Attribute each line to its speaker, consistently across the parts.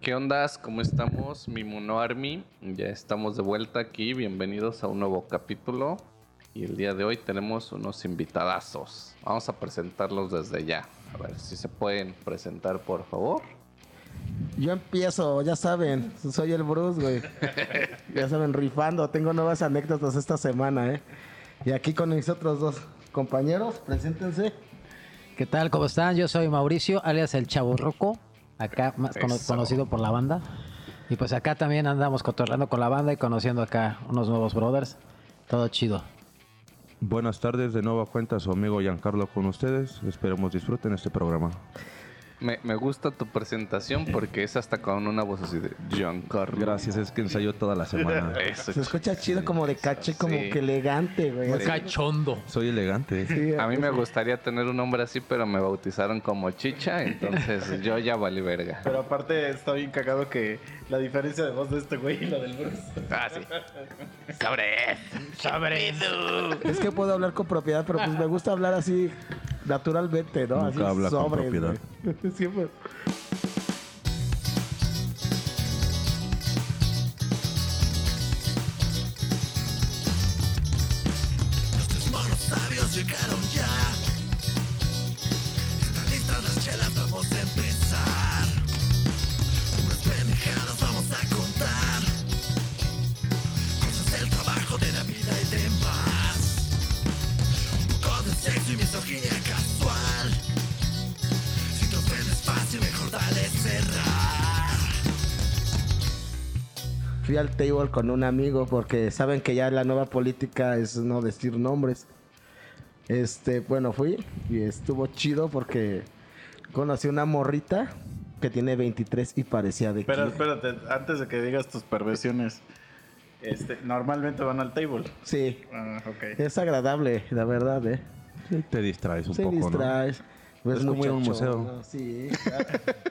Speaker 1: ¿Qué ondas? ¿Cómo estamos? Mi Mono Army. Ya estamos de vuelta aquí. Bienvenidos a un nuevo capítulo. Y el día de hoy tenemos unos invitadazos. Vamos a presentarlos desde ya. A ver si se pueden presentar, por favor.
Speaker 2: Yo empiezo, ya saben, soy el Bruce, güey. ya saben, rifando, tengo nuevas anécdotas esta semana, ¿eh? Y aquí con mis otros dos compañeros, preséntense.
Speaker 3: ¿Qué tal? ¿Cómo están? Yo soy Mauricio, alias el Chavo Roco, acá más cono-
Speaker 1: Eso.
Speaker 3: conocido por la banda. Y pues acá también andamos cotorreando con la banda y conociendo acá unos nuevos brothers. Todo chido.
Speaker 4: Buenas tardes, de nueva cuenta su amigo Giancarlo con ustedes. Esperemos disfruten este programa.
Speaker 1: Me, me gusta tu presentación porque es hasta con una voz así de Giancarlo.
Speaker 4: Gracias, es que ensayó toda la semana.
Speaker 1: Eso,
Speaker 2: Se escucha chido como de caché, como
Speaker 1: Sí.
Speaker 2: que elegante, güey.
Speaker 1: Muy
Speaker 2: así.
Speaker 3: Cachondo.
Speaker 4: Soy elegante.
Speaker 2: Sí, eh.
Speaker 1: A mí me gustaría tener un nombre así, pero me bautizaron como Chicha, entonces yo ya valí verga.
Speaker 5: Pero aparte está bien cagado que la diferencia de voz de este güey y la del Bruce.
Speaker 1: Ah, sí. ¡Sobre!
Speaker 2: Es que puedo hablar con propiedad, pero pues me gusta hablar así naturalmente, ¿no?
Speaker 4: Nunca
Speaker 2: así
Speaker 4: habla con
Speaker 2: sobres,
Speaker 4: propiedad.
Speaker 2: güey. Siempre. Fui al table con un amigo porque saben que ya la nueva política es no decir nombres. Este, bueno, fui y estuvo chido porque conocí una morrita que tiene 23 y parecía de
Speaker 5: Pero
Speaker 2: 15.
Speaker 5: espérate, antes de que digas tus perversiones, este, normalmente van al table.
Speaker 2: Sí,
Speaker 5: Ah, ok.
Speaker 2: es agradable, la verdad, ¿eh?
Speaker 4: Te distraes un
Speaker 2: Se
Speaker 4: poco,
Speaker 2: distraes. ves
Speaker 4: Es como ir a un
Speaker 2: muchachón,
Speaker 4: museo.
Speaker 2: ¿no? Sí,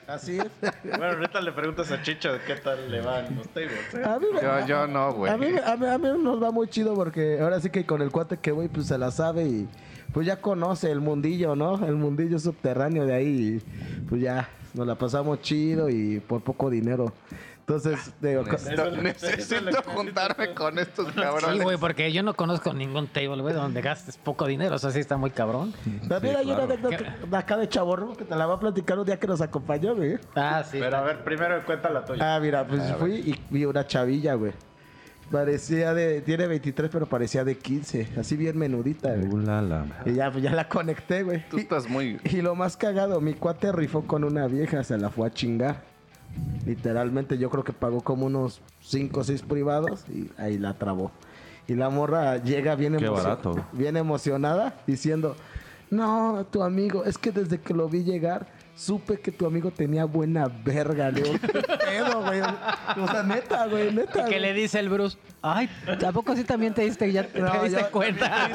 Speaker 2: así es.
Speaker 5: Bueno, ahorita le preguntas a Chicho qué tal le van los tables. ¿eh?
Speaker 2: A mí me-
Speaker 1: Yo, yo no, güey.
Speaker 2: A mí,
Speaker 4: Pues.
Speaker 2: a mí- a mí nos va muy chido porque ahora sí que con el cuate que voy, pues se la sabe y pues ya conoce el mundillo, ¿no? El mundillo subterráneo de ahí. y, pues ya nos la pasamos chido y por poco dinero.
Speaker 4: Ah,
Speaker 2: Entonces, digo,
Speaker 4: pues,
Speaker 2: co-
Speaker 1: Necesito, necesito juntarme con estos
Speaker 3: Sí,
Speaker 1: cabrones.
Speaker 3: güey, porque yo no conozco ningún table, güey, donde gastes poco dinero. O sea, sí está muy cabrón.
Speaker 2: también
Speaker 4: Sí,
Speaker 2: hay una
Speaker 4: claro.
Speaker 2: anécdota de acá de Chaborro que te la va a platicar un día que nos acompañó, güey.
Speaker 3: Ah, sí.
Speaker 5: Pero a ver, primero cuenta la tuya.
Speaker 2: Ah, mira, pues fui y vi una chavilla, güey. Parecía de, tiene 23, pero parecía de 15. Así bien menudita, güey.
Speaker 4: Ulala.
Speaker 2: Y ya, pues, ya la conecté, güey.
Speaker 1: Tú estás muy...
Speaker 2: Y lo más cagado, mi cuate rifó con una vieja, se la fue a chingar. Literalmente, yo creo que pagó como unos 5 o 6 privados y ahí la trabó. Y la morra llega bien,
Speaker 4: Qué
Speaker 2: emocio-
Speaker 4: barato.
Speaker 2: bien emocionada diciendo, no, tu amigo, es que desde que lo vi llegar, supe que tu amigo tenía buena verga, Leo. ¿Qué pedo, güey? O sea, neta, güey, neta.
Speaker 3: ¿Qué le
Speaker 2: güey.
Speaker 3: dice el Bruce? Ay, tampoco sí también te diste, ya te,
Speaker 2: No,
Speaker 3: te diste
Speaker 2: yo-
Speaker 3: cuenta?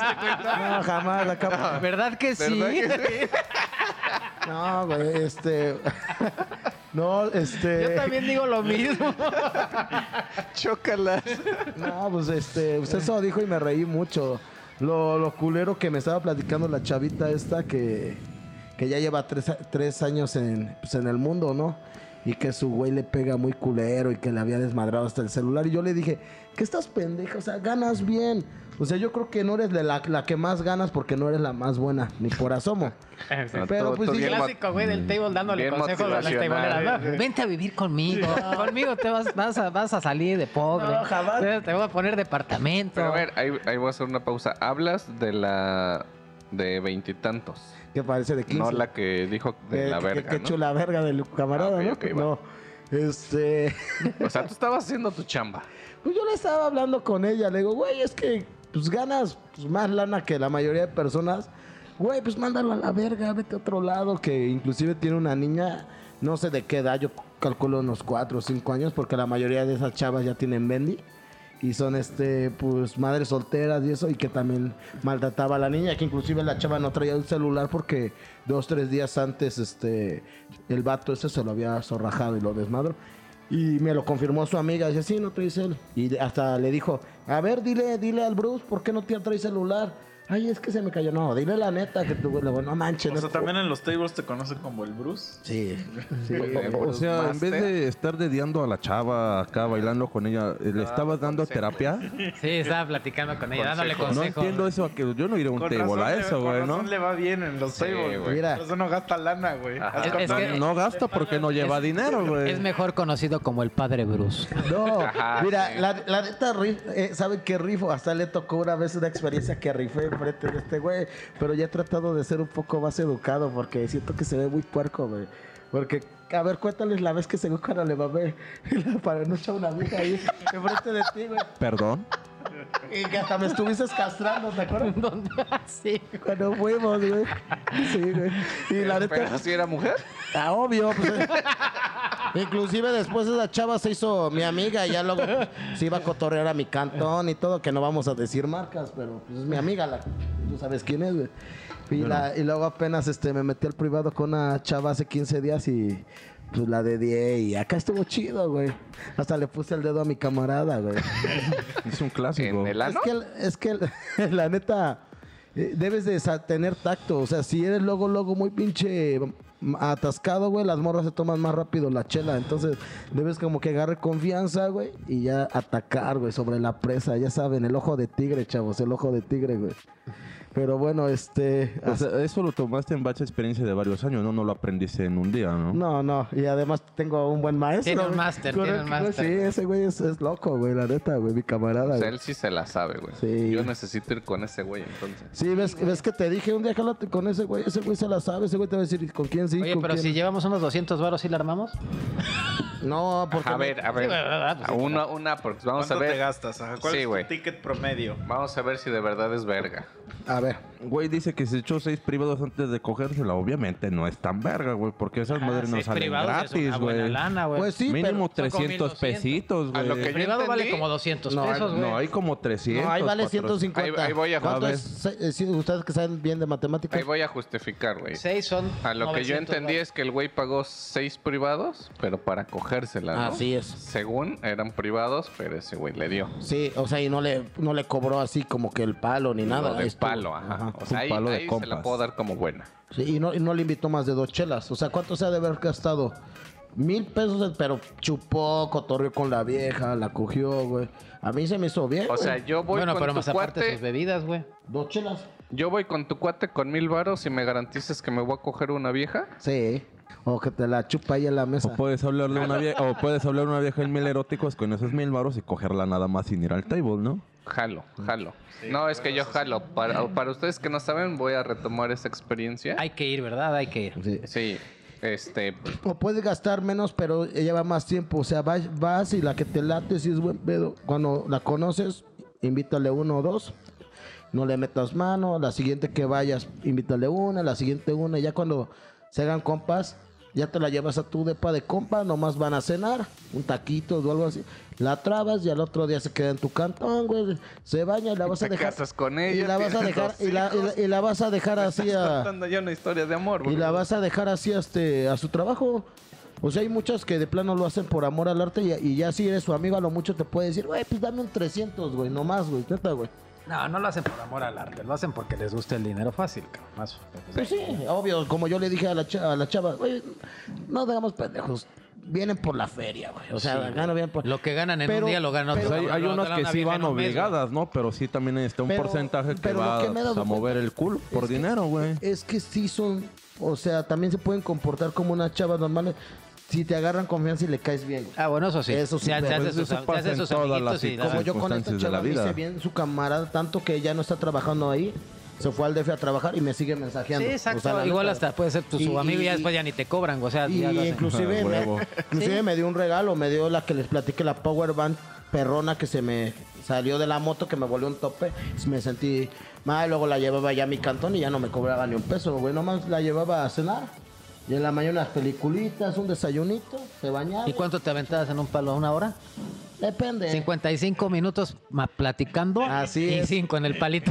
Speaker 2: No, jamás, acá.
Speaker 3: ¿Verdad que sí?
Speaker 1: ¿Verdad que sí?
Speaker 2: No, güey, este... No, este...
Speaker 3: Yo también digo lo mismo.
Speaker 1: Chócalas.
Speaker 2: No, pues este, usted se lo dijo y me reí mucho. Lo, lo culero que me estaba platicando la chavita esta que, que ya lleva tres, a- tres años en, pues, en el mundo, ¿no? Y que su güey le pega muy culero y que le había desmadrado hasta el celular. Y yo le dije, ¿qué estás pendeja? O sea, ganas bien. O sea, yo creo que no eres de la, la que más ganas porque no eres la más buena, ni por asomo. Pero,
Speaker 1: Tú-
Speaker 2: pues,
Speaker 1: tú
Speaker 2: sí,
Speaker 1: bien Mm.
Speaker 3: clásico, güey, del table dándole
Speaker 1: Bien
Speaker 3: consejos a las
Speaker 1: motivacional, eh.
Speaker 3: tableras.
Speaker 1: güey.
Speaker 3: ¿no? Vente a vivir conmigo. Conmigo te vas, vas, a, vas a salir de pobre.
Speaker 2: No, jamás.
Speaker 3: Te- Te voy a poner departamento.
Speaker 1: Pero a ver, ahí, ahí voy a hacer una pausa. Hablas de la... de veintitantos.
Speaker 2: Que parece de 15.
Speaker 1: No la que dijo de
Speaker 2: Que-
Speaker 1: la
Speaker 2: que-
Speaker 1: verga,
Speaker 2: que
Speaker 1: ¿no?
Speaker 2: chula verga del camarada,
Speaker 1: Ah, ok,
Speaker 2: ¿no?
Speaker 1: ok, va.
Speaker 2: no. Este...
Speaker 1: O sea, tú estabas haciendo tu chamba.
Speaker 2: Pues yo le estaba hablando con ella, le digo, güey, es que pues ganas pues, más lana que la mayoría de personas. Güey, pues mándalo a la verga, vete a otro lado, que inclusive tiene una niña, no sé de qué edad, yo calculo unos 4 o 5 años, porque la mayoría de esas chavas ya tienen Bendy. Y son, este, pues, madres solteras y eso, y que también maltrataba a la niña, que inclusive la chava no traía el celular porque dos, tres días antes, este, el vato ese se lo había zorrajado y lo desmadró. Y me lo confirmó su amiga, dice, sí, no traes él. Y hasta le dijo, a ver, dile, dile al Bruce, ¿por qué no te trae celular? Ay, es que se me cayó. No, dile la neta que tú, luego, no manches.
Speaker 5: O
Speaker 2: no
Speaker 5: sea,
Speaker 2: fu-
Speaker 5: también en los tables te conoce como el Bruce.
Speaker 2: Sí, sí.
Speaker 4: O sea, en vez de estar dediando a la chava acá bailando con ella, eh, ¿le estabas dando terapia?
Speaker 3: Sí, estaba platicando con ella, dándole
Speaker 1: Consejos.
Speaker 4: No
Speaker 3: consejos.
Speaker 4: entiendo eso, a que yo no iré a un
Speaker 5: Con
Speaker 4: table
Speaker 5: razón,
Speaker 4: a
Speaker 5: le-
Speaker 4: eso,
Speaker 5: con
Speaker 4: güey, ¿no?
Speaker 5: razón le va bien en los
Speaker 1: Sí,
Speaker 5: tables,
Speaker 1: güey.
Speaker 5: güey.
Speaker 2: Mira.
Speaker 5: Por eso no gasta lana, güey.
Speaker 1: Ajá.
Speaker 5: Al
Speaker 3: Es- es
Speaker 5: contrario,
Speaker 3: que-
Speaker 4: No gasta porque no lleva dinero, güey.
Speaker 3: Es mejor conocido como el padre Bruce.
Speaker 2: No,
Speaker 1: Ajá,
Speaker 2: mira,
Speaker 1: sí.
Speaker 2: la, la neta, ri- eh, ¿saben qué rifo? Hasta le tocó una vez una experiencia que rifé enfrente de este güey, pero ya he tratado de ser un poco más educado porque siento que se ve muy puerco, güey. Porque, a ver, cuéntales la vez que se cuando le mamé la paranocha a una amiga ahí enfrente de ti, güey.
Speaker 4: Perdón.
Speaker 2: Y que hasta me estuviste castrando, ¿te acuerdas?
Speaker 3: ¿Dónde? Ah, Sí.
Speaker 2: Cuando fuimos, güey. Sí, güey. Y la neta...
Speaker 1: Pero si era mujer.
Speaker 2: Ah, obvio. pues, eh. Inclusive después esa chava se hizo mi amiga y ya luego pues, se iba a cotorrear a mi cantón y todo, que no vamos a decir marcas, pero pues, es mi amiga, la, tú sabes quién es, güey. Y, la- y luego apenas este, me metí al privado con una chava hace 15 días y pues la dedié y acá estuvo chido, güey. Hasta le puse el dedo a mi camarada, güey.
Speaker 4: Es un clásico.
Speaker 1: En el
Speaker 2: Es
Speaker 1: ano.
Speaker 2: que, es que la neta, eh, debes de sa- tener tacto. O sea, si eres luego, luego muy pinche mm, atascado, güey, las morras se toman más rápido la chela. Entonces, debes como que agarre confianza, güey, y ya atacar, güey, sobre la presa. Ya saben, el ojo de tigre, chavos, el ojo de tigre, güey. Pero bueno, este...
Speaker 4: O sea, eso lo tomaste en base a experiencia de varios años, ¿no? No lo aprendiste en un día, ¿no?
Speaker 2: No, no, y además tengo un buen maestro.
Speaker 3: Tiene un
Speaker 2: güey.
Speaker 3: máster,
Speaker 2: Con
Speaker 3: tiene
Speaker 2: el
Speaker 3: un
Speaker 2: que-
Speaker 3: máster,
Speaker 2: Sí,
Speaker 3: güey.
Speaker 2: ese güey es, es loco, güey, la neta, güey, mi camarada.
Speaker 1: O sea,
Speaker 2: güey.
Speaker 1: él sí se la sabe, güey.
Speaker 2: Sí.
Speaker 1: Yo necesito ir con ese güey, entonces.
Speaker 2: Sí, ves, ves que te dije un día, jálate con ese güey, ese güey se la sabe, ese güey te va a decir con quién sí,
Speaker 3: Oye,
Speaker 2: con
Speaker 3: pero
Speaker 2: quién
Speaker 3: si llevamos unos 200 varos, ¿sí la armamos?
Speaker 2: No, Ah, porque...
Speaker 1: a ver, a ver.
Speaker 2: pues
Speaker 1: A una, una, porque vamos a
Speaker 5: ¿Cuánto te
Speaker 1: ver.
Speaker 5: gastas? Ajá, ¿Cuál
Speaker 1: Sí,
Speaker 5: es tu
Speaker 1: güey.
Speaker 5: ticket promedio?
Speaker 1: Vamos a ver si de verdad es verga.
Speaker 2: A ver,
Speaker 4: Güey dice que se echó seis privados antes de cogérsela. Obviamente no es tan verga, güey, porque esas
Speaker 1: Ah,
Speaker 4: madres no
Speaker 3: Ah, Seis
Speaker 4: salen
Speaker 3: privados es una
Speaker 4: gratis,
Speaker 3: buena
Speaker 4: güey.
Speaker 3: lana, güey.
Speaker 2: pues sí,
Speaker 4: Mínimo
Speaker 3: pero- son
Speaker 4: 300
Speaker 3: como
Speaker 4: pesitos,
Speaker 1: A
Speaker 4: güey.
Speaker 1: lo que
Speaker 3: El
Speaker 1: yo
Speaker 3: privado vale
Speaker 1: entendí-
Speaker 3: como 200
Speaker 4: No,
Speaker 3: pesos, güey.
Speaker 4: no, hay como
Speaker 2: pero...
Speaker 4: 300.
Speaker 2: No, ahí vale
Speaker 4: 400.
Speaker 2: 150.
Speaker 1: Pues Ahí- ahí voy a
Speaker 2: ¿Cuánto
Speaker 4: jugar.
Speaker 2: es? Se- eh, sí, ustedes que saben bien de matemáticas.
Speaker 1: Ahí voy a justificar, güey.
Speaker 3: 6 son.
Speaker 1: A lo que yo
Speaker 3: 900
Speaker 1: entendí
Speaker 3: varos.
Speaker 1: es que el güey pagó seis privados, pero para cogérsela, ¿no?
Speaker 2: Así es.
Speaker 1: Según eran privados, pero ese güey le dio.
Speaker 2: Sí, o sea, y no le, no le cobró así como que el palo ni nada.
Speaker 1: Lo
Speaker 2: ahí
Speaker 1: de
Speaker 2: estuvo.
Speaker 1: palo, ah. ajá. O
Speaker 4: Un
Speaker 1: sea, ahí,
Speaker 4: palo de
Speaker 1: ahí se
Speaker 4: compas.
Speaker 1: la puedo dar como buena.
Speaker 2: Sí, y, no, y no le invitó más de dos chelas. O sea, ¿cuánto se ha de haber gastado? Mil pesos, pero chupó, cotorrió con la vieja, la cogió, güey. A mí se me hizo bien,
Speaker 1: O sea,
Speaker 2: güey.
Speaker 1: yo voy
Speaker 3: Bueno,
Speaker 1: con
Speaker 3: pero
Speaker 1: tu
Speaker 3: más aparte sus
Speaker 1: cuate. ¿Eh?
Speaker 3: bebidas, güey.
Speaker 2: Dos chelas.
Speaker 1: Yo voy con tu cuate con mil varos y me garantizas que me voy a coger una vieja.
Speaker 2: Sí. O que te la chupa ahí en la mesa.
Speaker 4: O puedes hablar de una vieja, o puedes hablar de una vieja en mil eróticos con esos mil varos y cogerla nada más sin ir al table, ¿no?
Speaker 1: Jalo,
Speaker 2: Mm.
Speaker 1: jalo. no, es que yo jalo. Para, para ustedes que no saben, voy a retomar esa experiencia.
Speaker 3: Hay que ir, ¿verdad? Hay que ir.
Speaker 2: Sí.
Speaker 1: Sí, este,
Speaker 2: O puedes gastar menos, pero lleva más tiempo. O sea, vas, vas y la que te late, si es buen pedo. Cuando la conoces, invítale uno o dos. No le metas mano. La siguiente que vayas, invítale una. La siguiente una. Y ya cuando se hagan compas, ya te la llevas a tu depa de compas. Nomás van a cenar. Un taquito o algo así. La trabas y al otro día se queda en tu cantón, güey. Se baña y la vas a
Speaker 1: te
Speaker 2: dejar.
Speaker 1: casas con
Speaker 2: y
Speaker 1: ella.
Speaker 2: la vas a
Speaker 1: tienes
Speaker 2: dejar.
Speaker 1: dos
Speaker 2: Y la, y la- y la vas a dejar así a.
Speaker 1: contando ya una historia de amor.
Speaker 2: Y
Speaker 1: bro.
Speaker 2: la vas a dejar así este, a su trabajo. O sea, hay muchas que de plano lo hacen por amor al arte y, y ya si eres su amigo a lo mucho te puede decir, güey, pues dame un 300, güey, nomás, güey, neta, güey.
Speaker 3: No, no lo hacen por amor al arte, lo hacen porque les gusta el dinero fácil, cabrón. Más.
Speaker 2: Pues sí, obvio, como yo le dije a la, cha- a la chava, güey, no digamos pendejos, vienen por la feria, güey. O sea,
Speaker 3: Sí,
Speaker 2: acá no vienen por...
Speaker 3: Lo que ganan en
Speaker 2: Pues, Pero-
Speaker 3: un día lo ganan
Speaker 4: Pues
Speaker 3: otro.
Speaker 4: hay, hay
Speaker 3: Lo
Speaker 4: unas
Speaker 3: ganan
Speaker 4: que
Speaker 3: una
Speaker 4: sí
Speaker 3: vieja
Speaker 4: van
Speaker 3: en un mes, güey.
Speaker 4: obligadas, ¿no? Pero sí también está un
Speaker 2: Pero-
Speaker 4: porcentaje que
Speaker 2: pero lo
Speaker 4: va
Speaker 2: que me he dado
Speaker 4: a mover el culo por
Speaker 2: es que- eh,
Speaker 4: dinero, güey.
Speaker 2: Es que sí son, o sea, también se pueden comportar como unas chavas normales si te agarran confianza y le caes bien, güey.
Speaker 3: Ah, bueno, eso sí.
Speaker 2: Eso sí,
Speaker 3: Se,
Speaker 2: pero
Speaker 3: hace
Speaker 4: pues
Speaker 3: sus,
Speaker 4: eso
Speaker 3: se
Speaker 4: pasa
Speaker 3: hace
Speaker 4: en
Speaker 3: sus
Speaker 4: todas
Speaker 3: amiguitos
Speaker 4: las
Speaker 3: y
Speaker 4: circunstancias.
Speaker 2: Como
Speaker 3: nada.
Speaker 2: yo con esta
Speaker 4: circunstancias de
Speaker 2: chava
Speaker 4: la
Speaker 2: me
Speaker 4: vida.
Speaker 2: hice bien su camarada, tanto que ya no está trabajando ahí, se fue al DF a trabajar y me sigue mensajeando.
Speaker 3: Sí,
Speaker 2: O
Speaker 3: exacto.
Speaker 2: sea, la
Speaker 3: Igual
Speaker 2: neta.
Speaker 3: hasta puede ser tu
Speaker 2: Y-
Speaker 3: su amigo y
Speaker 2: y-
Speaker 3: ya después ya ni te cobran, o sea,
Speaker 2: Y
Speaker 3: ya lo hacen.
Speaker 2: inclusive,
Speaker 4: Ah,
Speaker 2: me,
Speaker 4: huevo.
Speaker 2: inclusive me dio un regalo, me dio la que les platiqué, la Power Band perrona que se me salió de la moto, que me volvió un tope, me sentí mal, luego la llevaba ya a mi cantón y ya no me cobraba ni un peso, güey, nomás la llevaba a cenar. Y en la mañana unas peliculitas, un desayunito, se bañaba.
Speaker 3: ¿Y cuánto te aventabas en un palo? ¿Una hora?
Speaker 2: Depende.
Speaker 3: 55 minutos ma- platicando
Speaker 2: Así
Speaker 3: y
Speaker 2: es.
Speaker 3: 5 en el palito.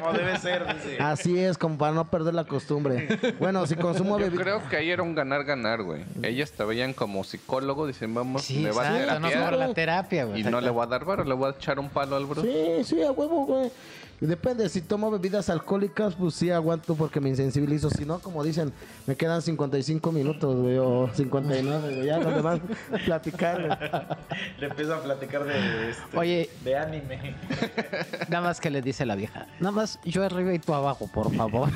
Speaker 5: Como debe ser, dice.
Speaker 2: Así es, como para no perder la costumbre. Bueno, si consumo
Speaker 1: Yo
Speaker 2: bebida.
Speaker 1: creo que ahí era un ganar-ganar, güey. Ellas te veían como psicólogo, dicen, vamos,
Speaker 3: sí,
Speaker 1: me va a
Speaker 3: exacto, no
Speaker 1: terapiar
Speaker 3: cobra la terapia, güey.
Speaker 1: y no le voy a dar varo, le voy a echar un palo al bro.
Speaker 2: Sí, sí, a huevo, güey. Depende, si tomo bebidas alcohólicas, pues sí aguanto porque me insensibilizo. Si no, como dicen, me quedan 55 minutos, güey, o 59, güey, ya no me van a platicar. güey.
Speaker 5: Le empiezo a platicar de, este,
Speaker 3: Oye.
Speaker 5: de anime.
Speaker 3: Nada más que le dice la vieja. Nada más yo arriba y tú abajo, por favor.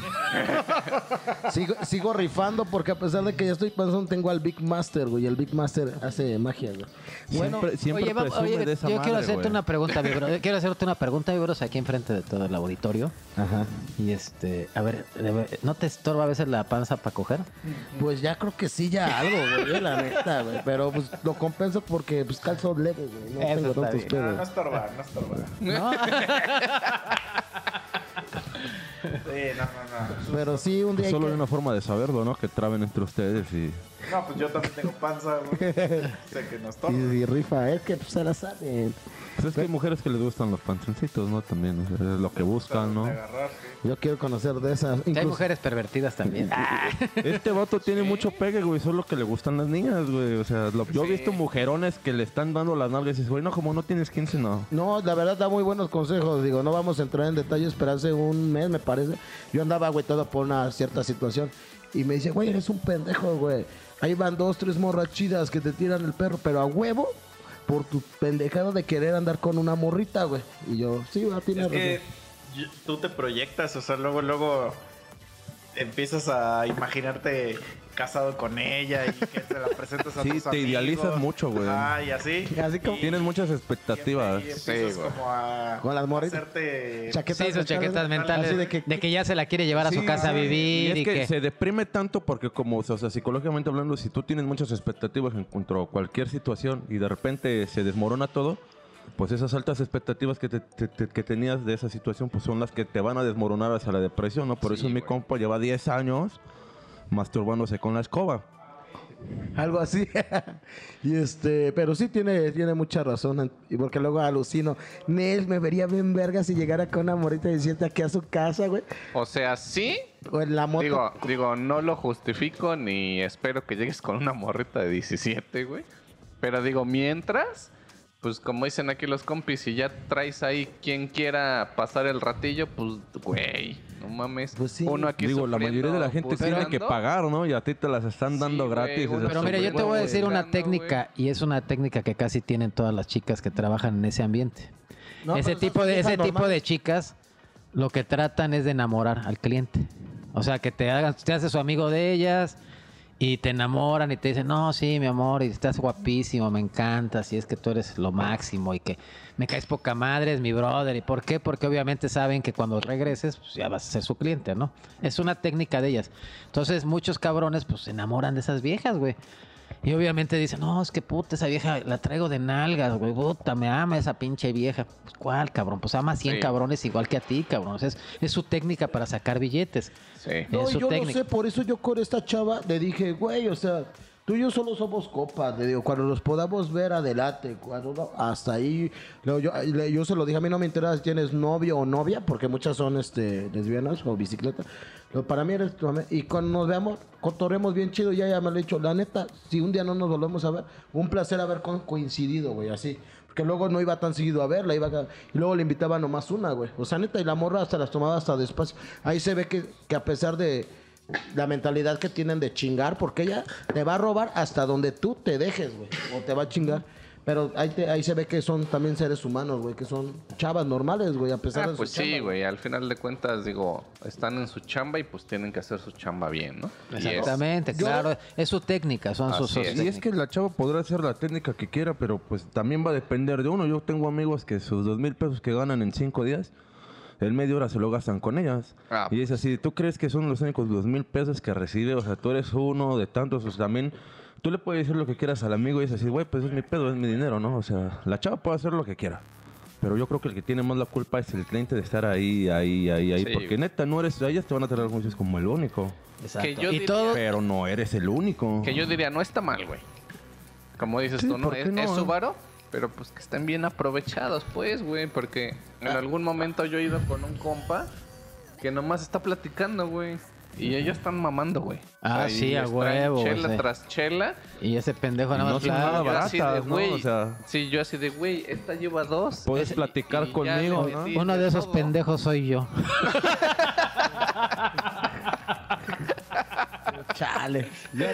Speaker 2: Sigo, sigo rifando porque a pesar de que ya estoy pensando, tengo al Big Master, güey. y El Big Master hace magia, güey. Bueno,
Speaker 4: siempre siempre
Speaker 3: Oye, va-
Speaker 4: presume
Speaker 3: oye,
Speaker 4: de esa
Speaker 3: yo quiero
Speaker 4: madre,
Speaker 3: hacerte
Speaker 4: güey.
Speaker 3: una pregunta, mi bro. Quiero hacerte una pregunta, mi bro, aquí enfrente de todo el auditorio.
Speaker 2: Ajá.
Speaker 3: Y este, a ver, a ver, ¿no te estorba a veces la panza para coger?
Speaker 2: pues ya creo que sí, ya algo, güey, eh, la neta, güey. Pero pues lo compenso porque pues calzo leve, güey. No
Speaker 3: Eso
Speaker 2: tengo tantos
Speaker 3: está bien.
Speaker 5: No, no
Speaker 2: pedos.
Speaker 5: estorba, no estorba.
Speaker 3: ¿No?
Speaker 5: Sí, no, no, no.
Speaker 2: Pero sí, un día. hay
Speaker 4: Pues Solo
Speaker 2: que-
Speaker 4: hay una forma de saberlo, ¿no? Que traben entre ustedes y...
Speaker 5: No, pues yo también tengo panza, güey. Sé que no estorba.
Speaker 2: Y, y rifa, es que pues se la salen.
Speaker 4: Pues es que hay mujeres que les gustan los pantroncitos, ¿no? También, o sea, es lo que buscan, ¿no?
Speaker 5: De agarrar, sí.
Speaker 2: Yo quiero conocer de esas.
Speaker 3: Hay
Speaker 2: Incluso-
Speaker 3: mujeres pervertidas también. Ah,
Speaker 4: Este vato tiene mucho pegue, güey. Solo que le gustan las niñas, güey. O sea, lo- yo he visto mujerones que le están dando las nalgas y dices, güey, no, como no tienes 15, no.
Speaker 2: No, la verdad da muy buenos consejos. Digo, no vamos a entrar en detalles, pero hace un mes, me parece, yo andaba agüetado por una cierta situación. Y me dice, güey, eres un pendejo, güey. Ahí van dos, tres morrachidas que te tiran el perro, pero a huevo por tu pendejada de querer andar con una morrita, güey. Y yo, sí, va, tienes
Speaker 5: Es que
Speaker 2: razón.
Speaker 5: yo- tú te proyectas, o sea, luego, luego empiezas a imaginarte casado con ella y que se la presentas a
Speaker 4: Sí,
Speaker 5: tus
Speaker 4: te
Speaker 5: amigos.
Speaker 4: idealizas mucho, güey.
Speaker 5: Ah, y así.
Speaker 2: Y así como-
Speaker 5: Y-
Speaker 4: Tienes muchas expectativas.
Speaker 5: Y
Speaker 1: Sí,
Speaker 5: empiezas
Speaker 1: güey.
Speaker 5: como a
Speaker 2: Con las morritas.
Speaker 5: hacerte
Speaker 2: Chaquetas
Speaker 3: Sí, sus chaquetas
Speaker 2: mentales.
Speaker 3: mentales.
Speaker 2: Así
Speaker 3: De
Speaker 2: de
Speaker 3: que,
Speaker 2: que-
Speaker 3: ya se la quiere llevar a su
Speaker 4: Sí,
Speaker 3: casa a
Speaker 4: sí.
Speaker 3: vivir
Speaker 4: Y
Speaker 3: y,
Speaker 4: es que,
Speaker 3: que...
Speaker 4: se deprime tanto porque como, o sea, psicológicamente hablando, si tú tienes muchas expectativas en cuanto a cualquier situación y de repente se desmorona todo, pues esas altas expectativas que, te- te- te- que tenías de esa situación, pues son las que te van a desmoronar hacia la depresión, ¿no? Por eso mi compa lleva 10 años masturbándose con la escoba.
Speaker 2: Algo así. y este, pero sí tiene, tiene mucha razón. Y porque luego alucino. Nel, me vería bien verga si llegara con una morrita y sienta aquí a su casa, güey.
Speaker 1: O sea, sí.
Speaker 2: O en la moto.
Speaker 1: Digo, digo, no lo justifico ni espero que llegues con una morrita de 17, güey. Pero digo, mientras, pues como dicen aquí los compis, si ya traes ahí quien quiera pasar el ratillo, pues, güey, no mames.
Speaker 2: Pues sí.
Speaker 1: Uno aquí
Speaker 4: Digo, la mayoría de la gente
Speaker 1: sufriendo,
Speaker 4: tiene que
Speaker 1: buscando.
Speaker 4: pagar, ¿no? Y a ti te las están
Speaker 1: Sí,
Speaker 4: dando
Speaker 1: güey,
Speaker 4: gratis.
Speaker 1: uno
Speaker 4: esas
Speaker 1: se
Speaker 3: Pero mira, yo te
Speaker 1: Bueno,
Speaker 3: voy a
Speaker 1: güey.
Speaker 3: decir una
Speaker 1: Dando,
Speaker 3: técnica, y es una técnica que casi tienen todas las chicas que trabajan en ese ambiente.
Speaker 2: No,
Speaker 3: ese
Speaker 2: pero
Speaker 3: tipo
Speaker 2: esas
Speaker 3: de,
Speaker 2: son
Speaker 3: ese
Speaker 2: cosas
Speaker 3: tipo de chicas lo que tratan es de enamorar al cliente. O sea, que te hagan, te haces su amigo de ellas y te enamoran y te dicen, no, sí, mi amor, y estás guapísimo, me encantas, y es que tú eres lo máximo y que me caes poca madre, es mi brother. ¿Y por qué? Porque obviamente saben que cuando regreses pues, ya vas a ser su cliente, ¿no? Es una técnica de ellas. Entonces muchos cabrones pues se enamoran de esas viejas, güey. Y obviamente dicen, no, es que puta, esa vieja la traigo de nalgas, güey, puta, me ama esa pinche vieja. Pues, ¿Cuál, cabrón? Pues ama a 100
Speaker 1: Sí.
Speaker 3: cabrones igual que a ti, cabrón. O sea, es, es su técnica para sacar billetes.
Speaker 1: Sí.
Speaker 2: No,
Speaker 3: es su
Speaker 2: yo
Speaker 3: técnica.
Speaker 2: no sé, por eso yo con esta chava le dije, güey, o sea, tú y yo solo somos copas, le digo, cuando nos podamos ver, adelante, cuando no, hasta ahí. Luego yo, le- yo se lo dije, a mí no me interesa si tienes novio o novia, porque muchas son este, lesbianas o bicicleta. Lo- para mí eres tu ame- Y cuando nos veamos, cotorremos bien chido, ya, ya me lo he dicho, la neta, si un día no nos volvemos a ver, un placer haber co- coincidido, güey, así. Porque luego no iba tan seguido a verla, iba a- y luego le invitaba nomás una, güey. O sea, neta, y la morra hasta las tomaba hasta despacio. Ahí se ve que, que a pesar de la mentalidad que tienen de chingar, porque ella te va a robar hasta donde tú te dejes, güey. O te va a chingar. Pero ahí, te- ahí se ve que son también seres humanos, güey, que son chavas normales, güey, a pesar
Speaker 1: Ah,
Speaker 2: de su
Speaker 1: pues
Speaker 2: chamba,
Speaker 1: sí, güey. Al final de cuentas, digo, están en su chamba y pues tienen que hacer su chamba bien, ¿no? Y es-
Speaker 3: Exactamente,
Speaker 2: Yo-
Speaker 3: claro. Es su técnica, son sus,
Speaker 1: Así
Speaker 3: sus
Speaker 1: es.
Speaker 4: Y es
Speaker 3: técnicas.
Speaker 4: que la chava podrá hacer la técnica que quiera, pero pues también va a depender de uno. Yo tengo amigos que sus dos mil pesos que ganan en cinco días, el medio hora se lo gastan con ellas.
Speaker 1: Ah,
Speaker 4: y es así, ¿tú crees que son los únicos dos mil pesos que recibe? O sea, tú eres uno de tantos, o sea, también... Tú le puedes decir lo que quieras al amigo y es así, güey, pues es mi pedo, es mi dinero, ¿no? O sea, la chava puede hacer lo que quiera. Pero yo creo que el que tiene más la culpa es el cliente de estar ahí, ahí, ahí, ahí.
Speaker 1: Sí,
Speaker 4: porque
Speaker 1: güey.
Speaker 4: neta, no eres... Ellas te van a tratar como, como el único.
Speaker 3: Exacto.
Speaker 1: que yo
Speaker 3: y
Speaker 1: diría-
Speaker 3: todo,
Speaker 4: Pero no eres el único.
Speaker 1: Que yo diría, no está mal, güey. Como dices
Speaker 4: Sí,
Speaker 1: tú, ¿no?
Speaker 4: ¿por qué
Speaker 1: Es,
Speaker 4: no?
Speaker 1: es su varo, pero pues que estén bien aprovechados, pues, güey. Porque en algún momento yo he ido con un compa que nomás está platicando, güey. Y ellos están mamando, güey.
Speaker 3: Ah,
Speaker 1: Ahí
Speaker 3: sí, a
Speaker 1: les traen
Speaker 3: huevo,
Speaker 1: Chela
Speaker 3: sí.
Speaker 1: tras chela.
Speaker 3: Y ese pendejo
Speaker 4: Y
Speaker 3: nada
Speaker 4: no
Speaker 3: más.
Speaker 4: son
Speaker 3: la-
Speaker 4: nada
Speaker 1: Yo así
Speaker 4: baratas,
Speaker 1: de,
Speaker 4: ¿no?
Speaker 1: güey.
Speaker 4: O sea,
Speaker 1: Sí, yo así de, güey, esta lleva dos.
Speaker 4: Puedes
Speaker 1: ese-
Speaker 4: platicar
Speaker 1: ya
Speaker 4: conmigo,
Speaker 1: le
Speaker 4: ¿no?
Speaker 1: metí
Speaker 3: Uno de esos
Speaker 1: todo.
Speaker 3: pendejos soy yo.
Speaker 2: Chale. Yo,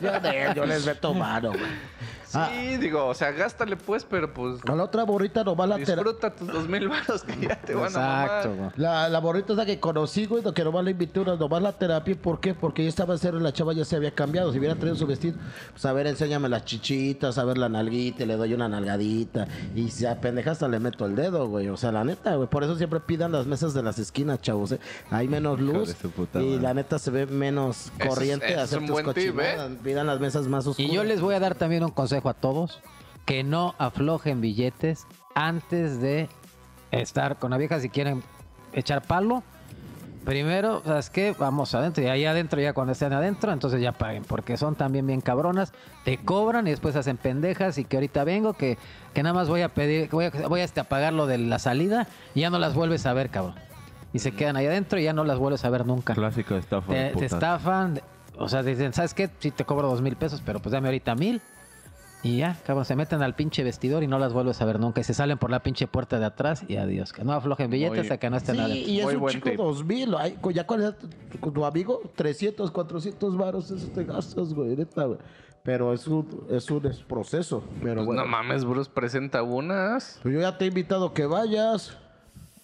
Speaker 2: yo de- yo les meto mano, güey.
Speaker 1: Sí,
Speaker 3: Ah.
Speaker 1: digo, o sea, gástale pues, pero pues
Speaker 2: A la otra borrita nos va la tera-
Speaker 1: disfruta tus dos mil baros que ya te van a
Speaker 3: Exacto,
Speaker 1: mamar.
Speaker 3: güey.
Speaker 2: La, la borrita esa que conocí, güey, que nomás la invité una, nomás la terapia. ¿Por qué? Porque yo estaba en cero y la chava ya se había cambiado. Si hubiera traído su vestido, pues a ver, enséñame las chichitas, a ver la nalguita, y le doy una nalgadita. Y si a pendeja hasta le meto el dedo, güey. O sea, la neta, güey. Por eso siempre pidan las mesas de las esquinas, chavos. ¿eh? Hay menos luz.
Speaker 4: de su puta
Speaker 2: y
Speaker 4: madre.
Speaker 2: la neta se ve menos
Speaker 1: Eso es-
Speaker 2: corriente
Speaker 1: eso
Speaker 2: de
Speaker 1: es
Speaker 2: hacer
Speaker 1: un
Speaker 2: tus
Speaker 1: buen tip, ¿eh?
Speaker 2: cochinadas. Pidan las mesas más oscuras.
Speaker 3: Y yo les voy a dar también un consejo a todos: que no aflojen billetes antes de estar con la vieja si quieren echar palo. Primero, ¿sabes qué? Vamos adentro. Y ahí adentro, ya cuando estén adentro, entonces ya paguen. Porque son también bien cabronas. Te cobran y después hacen pendejas. Y que ahorita vengo, que, que nada más voy a pedir, que voy a, voy a, este, a pagar lo de la salida. Y ya no las vuelves a ver, cabrón. Y se quedan ahí adentro y ya no las vuelves a ver nunca
Speaker 4: Clásica estafa. de
Speaker 3: te, te
Speaker 4: puta.
Speaker 3: estafan. O sea, dicen, ¿sabes qué? Si te cobro dos mil pesos, pero pues dame ahorita mil. Y ya, cabrón, se meten al pinche vestidor y no las vuelves a ver nunca. Y se salen por la pinche puerta de atrás y adiós. Que no aflojen billetes
Speaker 1: Muy-
Speaker 3: hasta que no estén
Speaker 2: Sí,
Speaker 3: nada.
Speaker 2: y es
Speaker 1: Muy
Speaker 2: un
Speaker 1: buen
Speaker 2: chico
Speaker 1: tip.
Speaker 2: 2000. ay, cu- ¿Ya cuál es tu, tu amigo? 300, 400 varos, eso te gastas, güey, neta, güey. Pero es un, es un es- proceso. Pero
Speaker 1: Pues
Speaker 2: bueno,
Speaker 1: no mames, Bruce, presenta unas.
Speaker 2: Pues yo ya te he invitado que vayas,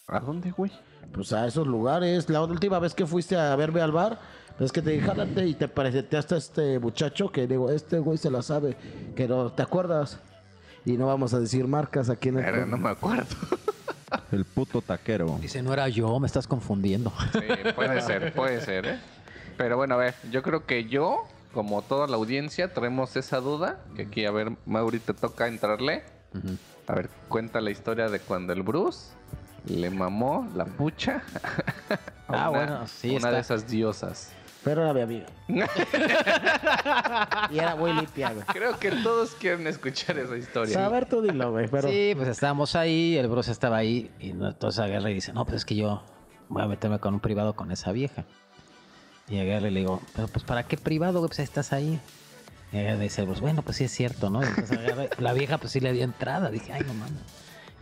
Speaker 1: ¿A dónde, güey?
Speaker 2: pues a esos lugares. La última vez que fuiste a verme al bar, pues que te dije, jálate y te presenté hasta este muchacho que digo, este güey se la sabe, que no te acuerdas. Y no vamos a decir marcas aquí en el.
Speaker 1: Verga, no me acuerdo.
Speaker 4: El puto taquero.
Speaker 3: Dice, no era yo, me estás confundiendo.
Speaker 1: Sí, puede ser, puede ser, ¿eh? Pero bueno, a ver, yo creo que yo, como toda la audiencia, traemos esa duda. Que aquí, a ver, Mauri, te toca entrarle. A ver, cuenta la historia de cuando el Bruce le mamó la pucha a
Speaker 3: Ah,
Speaker 1: una,
Speaker 3: bueno, sí,
Speaker 1: una
Speaker 3: está.
Speaker 1: de esas diosas.
Speaker 2: Pero era mi amiga. y era muy limpia, güey.
Speaker 1: Creo que todos quieren escuchar esa
Speaker 2: O
Speaker 1: historia.
Speaker 2: sea, a ver, tú dilo, güey, pero.
Speaker 3: Sí, pues estábamos ahí, el bros estaba ahí. Y no- entonces agarra y dice, no, pues es que yo voy a meterme con un privado con esa vieja. Y agarra y le digo, pero pues ¿para qué privado, güey? Pues estás ahí. Y agarra y dice, el Bruce, bueno, pues sí es cierto, ¿no? Y entonces agarra- la vieja pues sí le dio entrada. Dije, ay, no mames.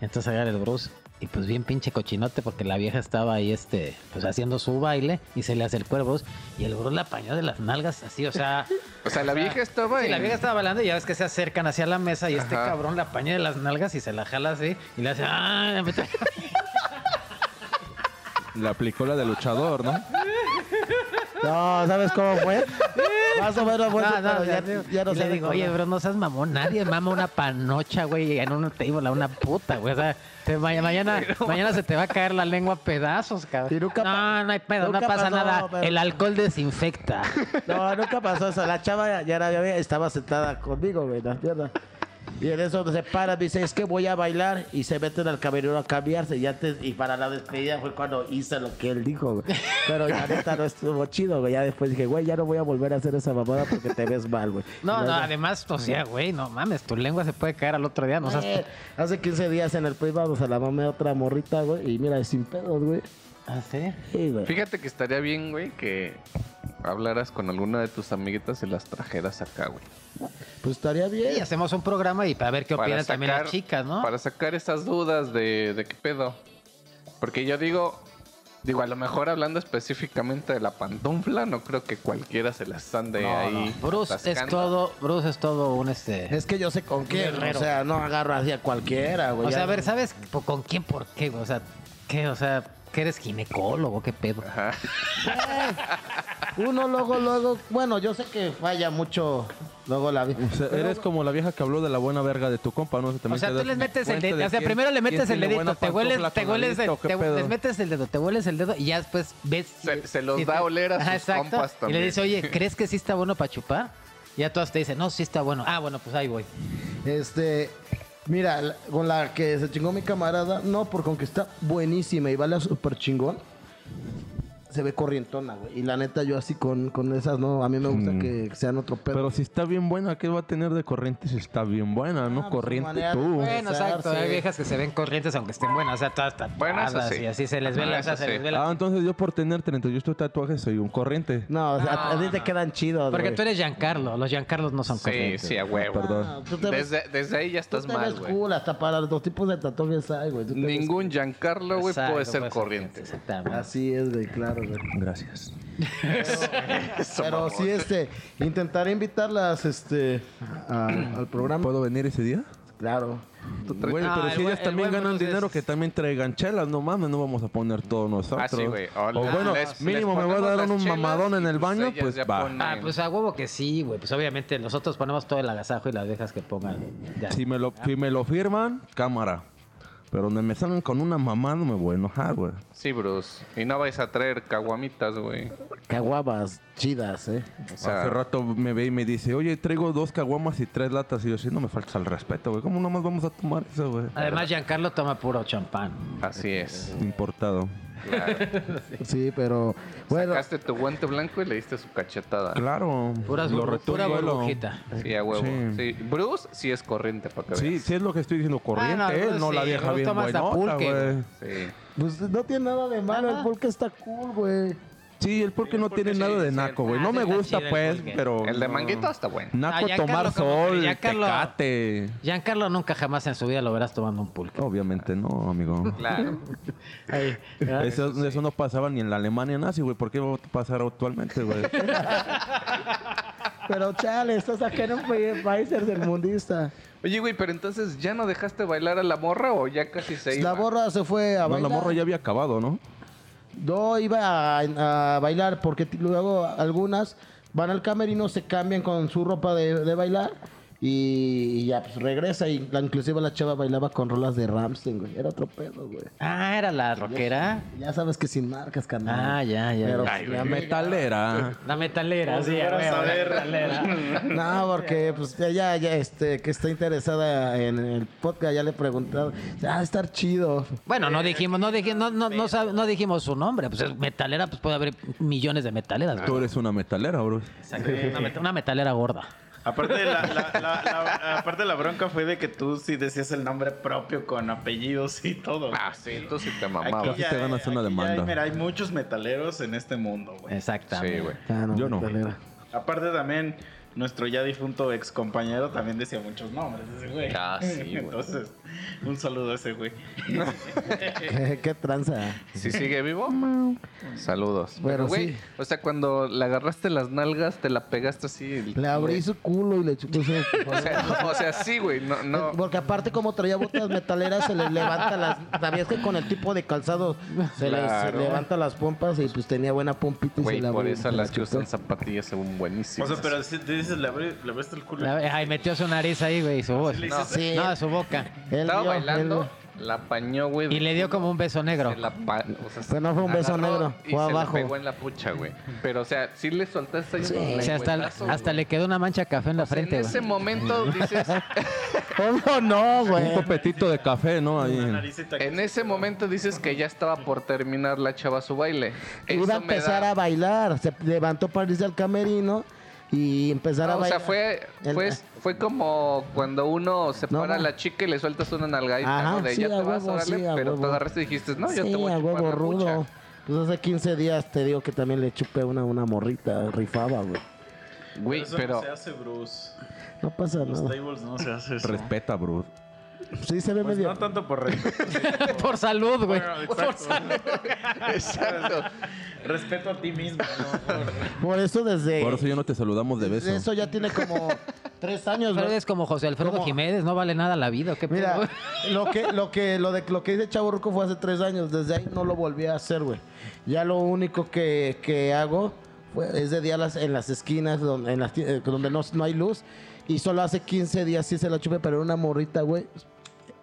Speaker 3: Y Entonces agarra el Bruce y pues bien pinche cochinote porque la vieja estaba ahí, este, pues haciendo su baile y se le acercó el Bruce y el Bruce la apañó de las nalgas así, o sea...
Speaker 1: O sea, la vieja estaba
Speaker 3: Sí, la
Speaker 1: en-
Speaker 3: vieja estaba bailando y ya ves que se acercan hacia la mesa y este
Speaker 1: Ajá.
Speaker 3: cabrón la apaña de las nalgas y se la jala así y le hace. "Ah", me tra-
Speaker 4: Le aplicó la de luchador, ¿no?
Speaker 2: No, ¿sabes cómo fue? Más o menos fue,
Speaker 3: No,
Speaker 2: eso,
Speaker 3: no,
Speaker 2: pero
Speaker 3: o
Speaker 2: ya,
Speaker 3: sea,
Speaker 2: ya no
Speaker 3: y
Speaker 2: sé.
Speaker 3: le digo, oye, bro, no seas mamón. Nadie mama una panocha, güey, en un table, a una puta, güey. O sea, te- ma- mañana, mañana se te va a caer la lengua a pedazos, cabrón.
Speaker 2: Y nunca pa-
Speaker 3: no, no hay pedo,
Speaker 2: nunca
Speaker 3: no pasa
Speaker 2: pasó,
Speaker 3: nada.
Speaker 2: pero-
Speaker 3: El alcohol desinfecta.
Speaker 2: No, nunca pasó eso. La chava ya- ya era mi amiga, estaba sentada conmigo, güey, en las piernas. Y en eso se para, me dice, es que voy a bailar. Y se meten al camerino a cambiarse. Y, antes, y para la despedida fue cuando hice lo que él dijo, güey. Pero la neta no estuvo chido, güey. Ya después dije, güey, ya no voy a volver a hacer esa mamada porque te ves mal, güey.
Speaker 3: No,
Speaker 2: Y
Speaker 3: no,
Speaker 2: la-
Speaker 3: además, o sea, güey, no mames, tu lengua se puede caer al otro día. No seas-
Speaker 2: Eh, Hace 15 días en el privado se la mamé a otra morrita, güey. Y mira, sin pedos, güey.
Speaker 3: ¿Ah, sí?
Speaker 2: Sí, güey.
Speaker 1: Fíjate que estaría bien, güey, que hablaras con alguna de tus amiguitas y las trajeras acá, güey.
Speaker 2: Pues estaría bien.
Speaker 3: Y hacemos un programa y para ver qué
Speaker 1: Para
Speaker 3: opinan también las
Speaker 1: sacar-
Speaker 3: chicas, ¿no?
Speaker 1: Para sacar esas dudas de, de qué pedo. Porque yo digo, digo, a lo mejor hablando específicamente de la pantufla, no creo que cualquiera se las ande
Speaker 3: No,
Speaker 1: ahí.
Speaker 3: no. Bruce es
Speaker 1: atascando.
Speaker 3: todo, Bruce es todo un este.
Speaker 2: Es que yo sé con quién,
Speaker 3: Guerrero.
Speaker 2: o sea, no agarro así a cualquiera, güey.
Speaker 3: o sea,
Speaker 2: Ya-
Speaker 3: a ver, ¿sabes po- con quién por qué? güey? O sea, ¿qué? O sea, que eres ginecólogo, qué pedo.
Speaker 1: Ajá.
Speaker 2: Uno luego, luego, bueno, yo sé que falla mucho luego la vida.
Speaker 4: O sea, eres como la vieja que habló de la buena verga de tu compa, ¿no? También
Speaker 3: O sea,
Speaker 4: te
Speaker 3: tú
Speaker 4: das
Speaker 3: les metes el
Speaker 4: cuenta
Speaker 3: dedo,
Speaker 4: de
Speaker 3: o sea,
Speaker 4: quién-
Speaker 3: primero le
Speaker 4: quién
Speaker 3: metes el
Speaker 4: tiene
Speaker 3: dedito,
Speaker 4: buena
Speaker 3: te hueles,
Speaker 4: pantufla
Speaker 3: te
Speaker 4: con
Speaker 3: hueles,
Speaker 4: alito, ¿qué
Speaker 3: te-
Speaker 4: pedo?
Speaker 3: les metes el dedo, te hueles el dedo y ya después ves.
Speaker 1: Se-
Speaker 3: y-
Speaker 1: se los
Speaker 3: y
Speaker 1: da
Speaker 3: te-
Speaker 1: a oler a sus
Speaker 3: exacto,
Speaker 1: compas
Speaker 3: Y
Speaker 1: también.
Speaker 3: le dice, oye, ¿crees que sí está bueno para chupar? Y ya todas te dicen, no, sí está bueno. Ah, bueno, pues ahí voy.
Speaker 2: Este, mira, la- con la que se chingó mi camarada, no, por con que está buenísima y vale súper chingón. se ve corrientona, güey. Y la neta, yo así con, con esas, no, a mí me gusta
Speaker 4: Mm.
Speaker 2: que sean otro pedo.
Speaker 4: Pero si está bien buena, ¿qué va a tener de corriente si está bien buena? No
Speaker 3: Ah,
Speaker 2: pues,
Speaker 4: corriente
Speaker 2: manera-
Speaker 4: tú.
Speaker 2: Bueno,
Speaker 3: Bueno, exacto.
Speaker 2: sí.
Speaker 3: Hay viejas que se ven corrientes aunque estén buenas. O sea, todas tatuadas
Speaker 1: Bueno, eso sí.
Speaker 3: y así se les ve
Speaker 1: Bueno,
Speaker 3: la, o sea,
Speaker 1: eso
Speaker 3: se
Speaker 1: sí.
Speaker 3: les ve la-
Speaker 4: Ah, entonces yo por tener 38 tatuajes soy un corriente.
Speaker 2: No, o sea, a- a ti te
Speaker 3: no.
Speaker 2: quedan
Speaker 4: Ah,
Speaker 2: chidos,
Speaker 3: Porque
Speaker 2: güey.
Speaker 3: tú eres Giancarlo. Los Giancarlos no son
Speaker 1: Sí,
Speaker 3: corrientes.
Speaker 1: sí, a huevo.
Speaker 2: Ah,
Speaker 4: Perdón.
Speaker 2: tú te ves-
Speaker 1: Desde, desde ahí ya
Speaker 2: tú
Speaker 1: estás
Speaker 2: te
Speaker 1: mal,
Speaker 2: ves
Speaker 1: güey.
Speaker 2: cool, hasta para los tipos de tatuajes hay, güey. Tú te ves-
Speaker 1: Ningún Giancarlo, güey,
Speaker 3: Exacto,
Speaker 1: puede ser corriente.
Speaker 3: Exactamente.
Speaker 2: Así es, güey, claro, güey.
Speaker 4: Gracias.
Speaker 1: Eso,
Speaker 2: Pero
Speaker 1: mamón.
Speaker 2: sí, este, intentaré invitarlas, este, a- al programa.
Speaker 4: ¿Puedo venir ese día?
Speaker 2: Claro.
Speaker 1: Tú traes-
Speaker 4: Güey,
Speaker 3: Ah,
Speaker 4: pero
Speaker 3: el
Speaker 4: si
Speaker 3: buen-
Speaker 4: ellas
Speaker 3: el
Speaker 4: también
Speaker 3: buen
Speaker 4: ganan
Speaker 3: Bruce
Speaker 4: dinero,
Speaker 3: es-
Speaker 4: que también traigan chelas. No mames, no vamos a poner todos nosotros.
Speaker 1: Ah, sí, güey.
Speaker 4: O
Speaker 1: les-
Speaker 4: bueno,
Speaker 1: les-
Speaker 4: mínimo
Speaker 1: les
Speaker 4: me va a dar
Speaker 1: ponemos
Speaker 4: un
Speaker 1: las chelas
Speaker 4: mamadón en
Speaker 1: y
Speaker 4: el baño,
Speaker 1: ellas
Speaker 4: pues,
Speaker 1: ya
Speaker 4: va.
Speaker 1: ponen-
Speaker 3: Ah, pues a huevo que sí, güey. Pues obviamente nosotros ponemos todo el agasajo y las viejas que pongan. ya.
Speaker 4: Si me, lo, si me lo firman, cámara. Pero donde me salgan con una mamá, no me voy a enojar, güey.
Speaker 1: Sí, Bruce. Y no vais a traer caguamitas, güey.
Speaker 2: Caguabas chidas, ¿eh?
Speaker 1: O sea,
Speaker 4: Hace rato me ve y me dice, oye, traigo dos caguamas y tres latas. Y yo, sí, no me falta el respeto, güey. ¿Cómo nomás vamos a tomar eso, güey?
Speaker 3: Además, Giancarlo toma puro champán.
Speaker 1: así es.
Speaker 4: Importado.
Speaker 1: Claro.
Speaker 2: Sí, pero, bueno.
Speaker 1: Sacaste tu guante blanco y le diste su cachetada.
Speaker 4: Claro.
Speaker 3: Puras
Speaker 4: lo
Speaker 3: burbu-
Speaker 4: retuve
Speaker 3: pura
Speaker 4: el duelo.
Speaker 3: burbujita.
Speaker 1: Sí, a huevo. Sí.
Speaker 4: Sí.
Speaker 1: Bruce sí es corriente, para que
Speaker 4: Sí,
Speaker 1: veas.
Speaker 4: sí es lo que estoy diciendo. Corriente,
Speaker 3: Ah, no,
Speaker 4: él,
Speaker 3: no,
Speaker 4: no la
Speaker 3: sí,
Speaker 4: vieja
Speaker 3: no
Speaker 4: bien
Speaker 3: tomas
Speaker 4: buena,
Speaker 3: tapulque, güey.
Speaker 4: güey.
Speaker 1: Sí.
Speaker 2: Pues no tiene nada de malo, el pulque está cool, güey.
Speaker 4: Sí, el porque
Speaker 1: Sí,
Speaker 4: no
Speaker 1: porque
Speaker 4: tiene
Speaker 1: sí,
Speaker 4: nada de
Speaker 1: sí,
Speaker 4: naco,
Speaker 1: el-
Speaker 4: güey.
Speaker 3: Ah,
Speaker 4: No
Speaker 3: sí
Speaker 4: me
Speaker 3: está
Speaker 4: gusta,
Speaker 3: chido el
Speaker 4: pues,
Speaker 3: pulque.
Speaker 4: pero...
Speaker 1: El de
Speaker 4: no.
Speaker 1: manguito está bueno.
Speaker 4: Naco
Speaker 3: Ah, ya
Speaker 4: tomar
Speaker 3: Carlos, como que
Speaker 4: sol,
Speaker 3: ya Carlos.
Speaker 4: tecate.
Speaker 3: Giancarlo nunca jamás en su vida lo verás tomando un pulque.
Speaker 4: Obviamente no, amigo.
Speaker 1: Claro.
Speaker 4: Eso, eso no pasaba ni en la Alemania nazi, güey. ¿Por qué va a pasar actualmente, güey?
Speaker 2: Pero chale, estás acá en un pa- país tercermundista.
Speaker 1: Oye, güey, pero entonces, ¿ya no dejaste bailar a la morra o ya casi se iba?
Speaker 2: La borra se fue a
Speaker 4: No, la
Speaker 2: bailar.
Speaker 4: morra ya había acabado, ¿no?
Speaker 2: No, iba a, a bailar porque t- luego algunas van al camerino, se cambian con su ropa de, de bailar y, y ya pues regresa. Y la, inclusive la chava bailaba con rolas de Ramstein, güey. Era otro pedo, güey.
Speaker 3: Ah, era la rockera.
Speaker 2: Ya sabes que sin marcas, carnal.
Speaker 3: Ah, ya, ya.
Speaker 2: Pero
Speaker 3: ya.
Speaker 2: pues, mi amiga-
Speaker 4: Metalera.
Speaker 3: La metalera,
Speaker 5: Como si
Speaker 3: sí, a
Speaker 5: fueras
Speaker 3: huevo,
Speaker 5: a
Speaker 3: la
Speaker 5: ver.
Speaker 3: metalera.
Speaker 2: No, porque pues ya, ya, ya, este, que está interesada en el podcast, ya le preguntaron, ah, estar chido.
Speaker 3: Bueno, no dijimos, no dijimos, no, no, no, sab- no dijimos su nombre. Pues es metalera, pues puede haber millones de metaleras.
Speaker 4: Tú eres una metalera, bro.
Speaker 3: güey. Una, met- una metalera gorda.
Speaker 5: Aparte de la, la- la- la- aparte de la bronca fue de que tú sí decías el nombre propio con apellidos y todo.
Speaker 1: Ah, sí, tú sí te
Speaker 5: Aquí
Speaker 1: mamabas.
Speaker 4: ya- te ganas una
Speaker 5: aquí
Speaker 4: demanda.
Speaker 5: hay- mira, hay muchos metaleros en este mundo, güey.
Speaker 3: Exactamente.
Speaker 1: Sí, güey.
Speaker 2: Ah,
Speaker 4: Yo no.
Speaker 2: metalera.
Speaker 5: Aparte también, nuestro ya difunto ex compañero también decía muchos nombres, ese güey.
Speaker 1: Ah, sí, güey.
Speaker 5: Entonces, un saludo a ese güey.
Speaker 4: Eh.
Speaker 2: ¿Qué, qué tranza.
Speaker 1: Si sigue vivo, saludos.
Speaker 2: Bueno,
Speaker 1: Pero, güey,
Speaker 2: sí.
Speaker 1: o sea, cuando le agarraste las nalgas, te la pegaste así. el-
Speaker 2: Le abrí
Speaker 4: pues.
Speaker 2: su culo y le chupé su...
Speaker 1: O sea, no, o sea, sí, güey, no, no.
Speaker 2: Eh, Porque aparte como traía botas metaleras se le levanta las... ¿Sabías que con el tipo de calzado se le
Speaker 1: Claro.
Speaker 2: se levanta las pompas y pues tenía buena pompita y
Speaker 1: Güey,
Speaker 2: se la
Speaker 1: por
Speaker 2: abrió y
Speaker 1: eso
Speaker 2: se
Speaker 1: las que
Speaker 2: chupó.
Speaker 1: usan zapatillas se ven
Speaker 5: O
Speaker 1: buenísimas.
Speaker 5: sea, pero si te dices, le abrí- le abriste el culo.
Speaker 3: La- ay, metió su nariz ahí, güey, su voz.
Speaker 5: le
Speaker 3: No,
Speaker 5: hiciste-
Speaker 2: Sí.
Speaker 3: no, su boca.
Speaker 2: Él
Speaker 1: Estaba
Speaker 2: vio, él
Speaker 1: bailando,
Speaker 2: vio.
Speaker 1: la apañó, güey.
Speaker 3: Y le dio como un beso negro.
Speaker 1: se la pa- o sea,
Speaker 2: Pero no fue un beso
Speaker 1: agarró
Speaker 2: negro,
Speaker 1: y
Speaker 2: fue
Speaker 1: se la
Speaker 2: abajo.
Speaker 1: pegó en la pucha, güey. Pero, o sea, sí le soltaste ahí unos
Speaker 3: O sea, hasta,
Speaker 1: lengüetazos,
Speaker 3: hasta
Speaker 1: güey.
Speaker 3: le quedó una mancha de café en la
Speaker 1: En
Speaker 3: frente,
Speaker 1: ese
Speaker 3: güey.
Speaker 1: momento dices,
Speaker 2: ¿Cómo no,
Speaker 4: Un
Speaker 2: güey?
Speaker 4: copetito de café, ¿no?
Speaker 5: Una
Speaker 4: Ahí.
Speaker 5: naricita que
Speaker 1: en
Speaker 5: se-
Speaker 1: ese momento dices que ya estaba por terminar la chava su baile. Eso
Speaker 2: Iba a
Speaker 1: me
Speaker 2: empezar
Speaker 1: da-
Speaker 2: a bailar. Se levantó para irse al camerino y empezar a
Speaker 1: No, o sea,
Speaker 2: bailar.
Speaker 1: fue,
Speaker 2: El-
Speaker 1: fue, fue como cuando uno se
Speaker 2: No,
Speaker 1: para a
Speaker 2: no.
Speaker 1: la chica y le sueltas una nalgadita,
Speaker 2: Ajá,
Speaker 1: ¿no? De
Speaker 2: sí,
Speaker 1: ya te
Speaker 2: a
Speaker 1: vas,
Speaker 2: huevo,
Speaker 1: órale",
Speaker 2: sí, a
Speaker 1: pero te
Speaker 2: huevo.
Speaker 1: agarraste y dijiste, no, yo
Speaker 2: sí,
Speaker 1: te voy a
Speaker 2: a
Speaker 1: chupar
Speaker 2: huevo
Speaker 1: la
Speaker 2: rudo.
Speaker 1: pucha".
Speaker 2: Pues hace 15 días te digo que también le chupé una, una morrita, rifaba, güey.
Speaker 1: Güey,
Speaker 5: Eso
Speaker 1: pero...
Speaker 5: no se hace, Bruce.
Speaker 2: No pasa
Speaker 5: Los
Speaker 2: nada.
Speaker 5: tables no se hace eso.
Speaker 4: Respeta, bro.
Speaker 2: Sí, se ve
Speaker 5: Pues
Speaker 2: medio.
Speaker 5: no tanto por respeto.
Speaker 3: Por salud, güey.
Speaker 5: Bueno,
Speaker 3: Por
Speaker 5: exacto.
Speaker 3: salud.
Speaker 1: Exacto.
Speaker 5: respeto a ti mismo. ¿no?
Speaker 2: Por eso desde.
Speaker 4: Por eso ya no te saludamos de
Speaker 2: desde
Speaker 4: beso.
Speaker 2: Eso ya tiene como tres años,
Speaker 3: Pero
Speaker 2: güey.
Speaker 3: eres como José Alfredo
Speaker 2: ¿Cómo?
Speaker 3: Jiménez, no vale nada la vida, ¿o ¿qué pedo,
Speaker 2: Mira,
Speaker 3: güey?
Speaker 2: lo que, lo que, lo de lo que hice Chavo Ruco fue hace tres años. Desde ahí no lo volví a hacer, güey. Ya lo único que, que hago fue- es de día a las- en las esquinas, donde, en las ti- eh, donde no, no hay luz. Y solo hace 15 días sí se la chupé, pero era una morrita, güey.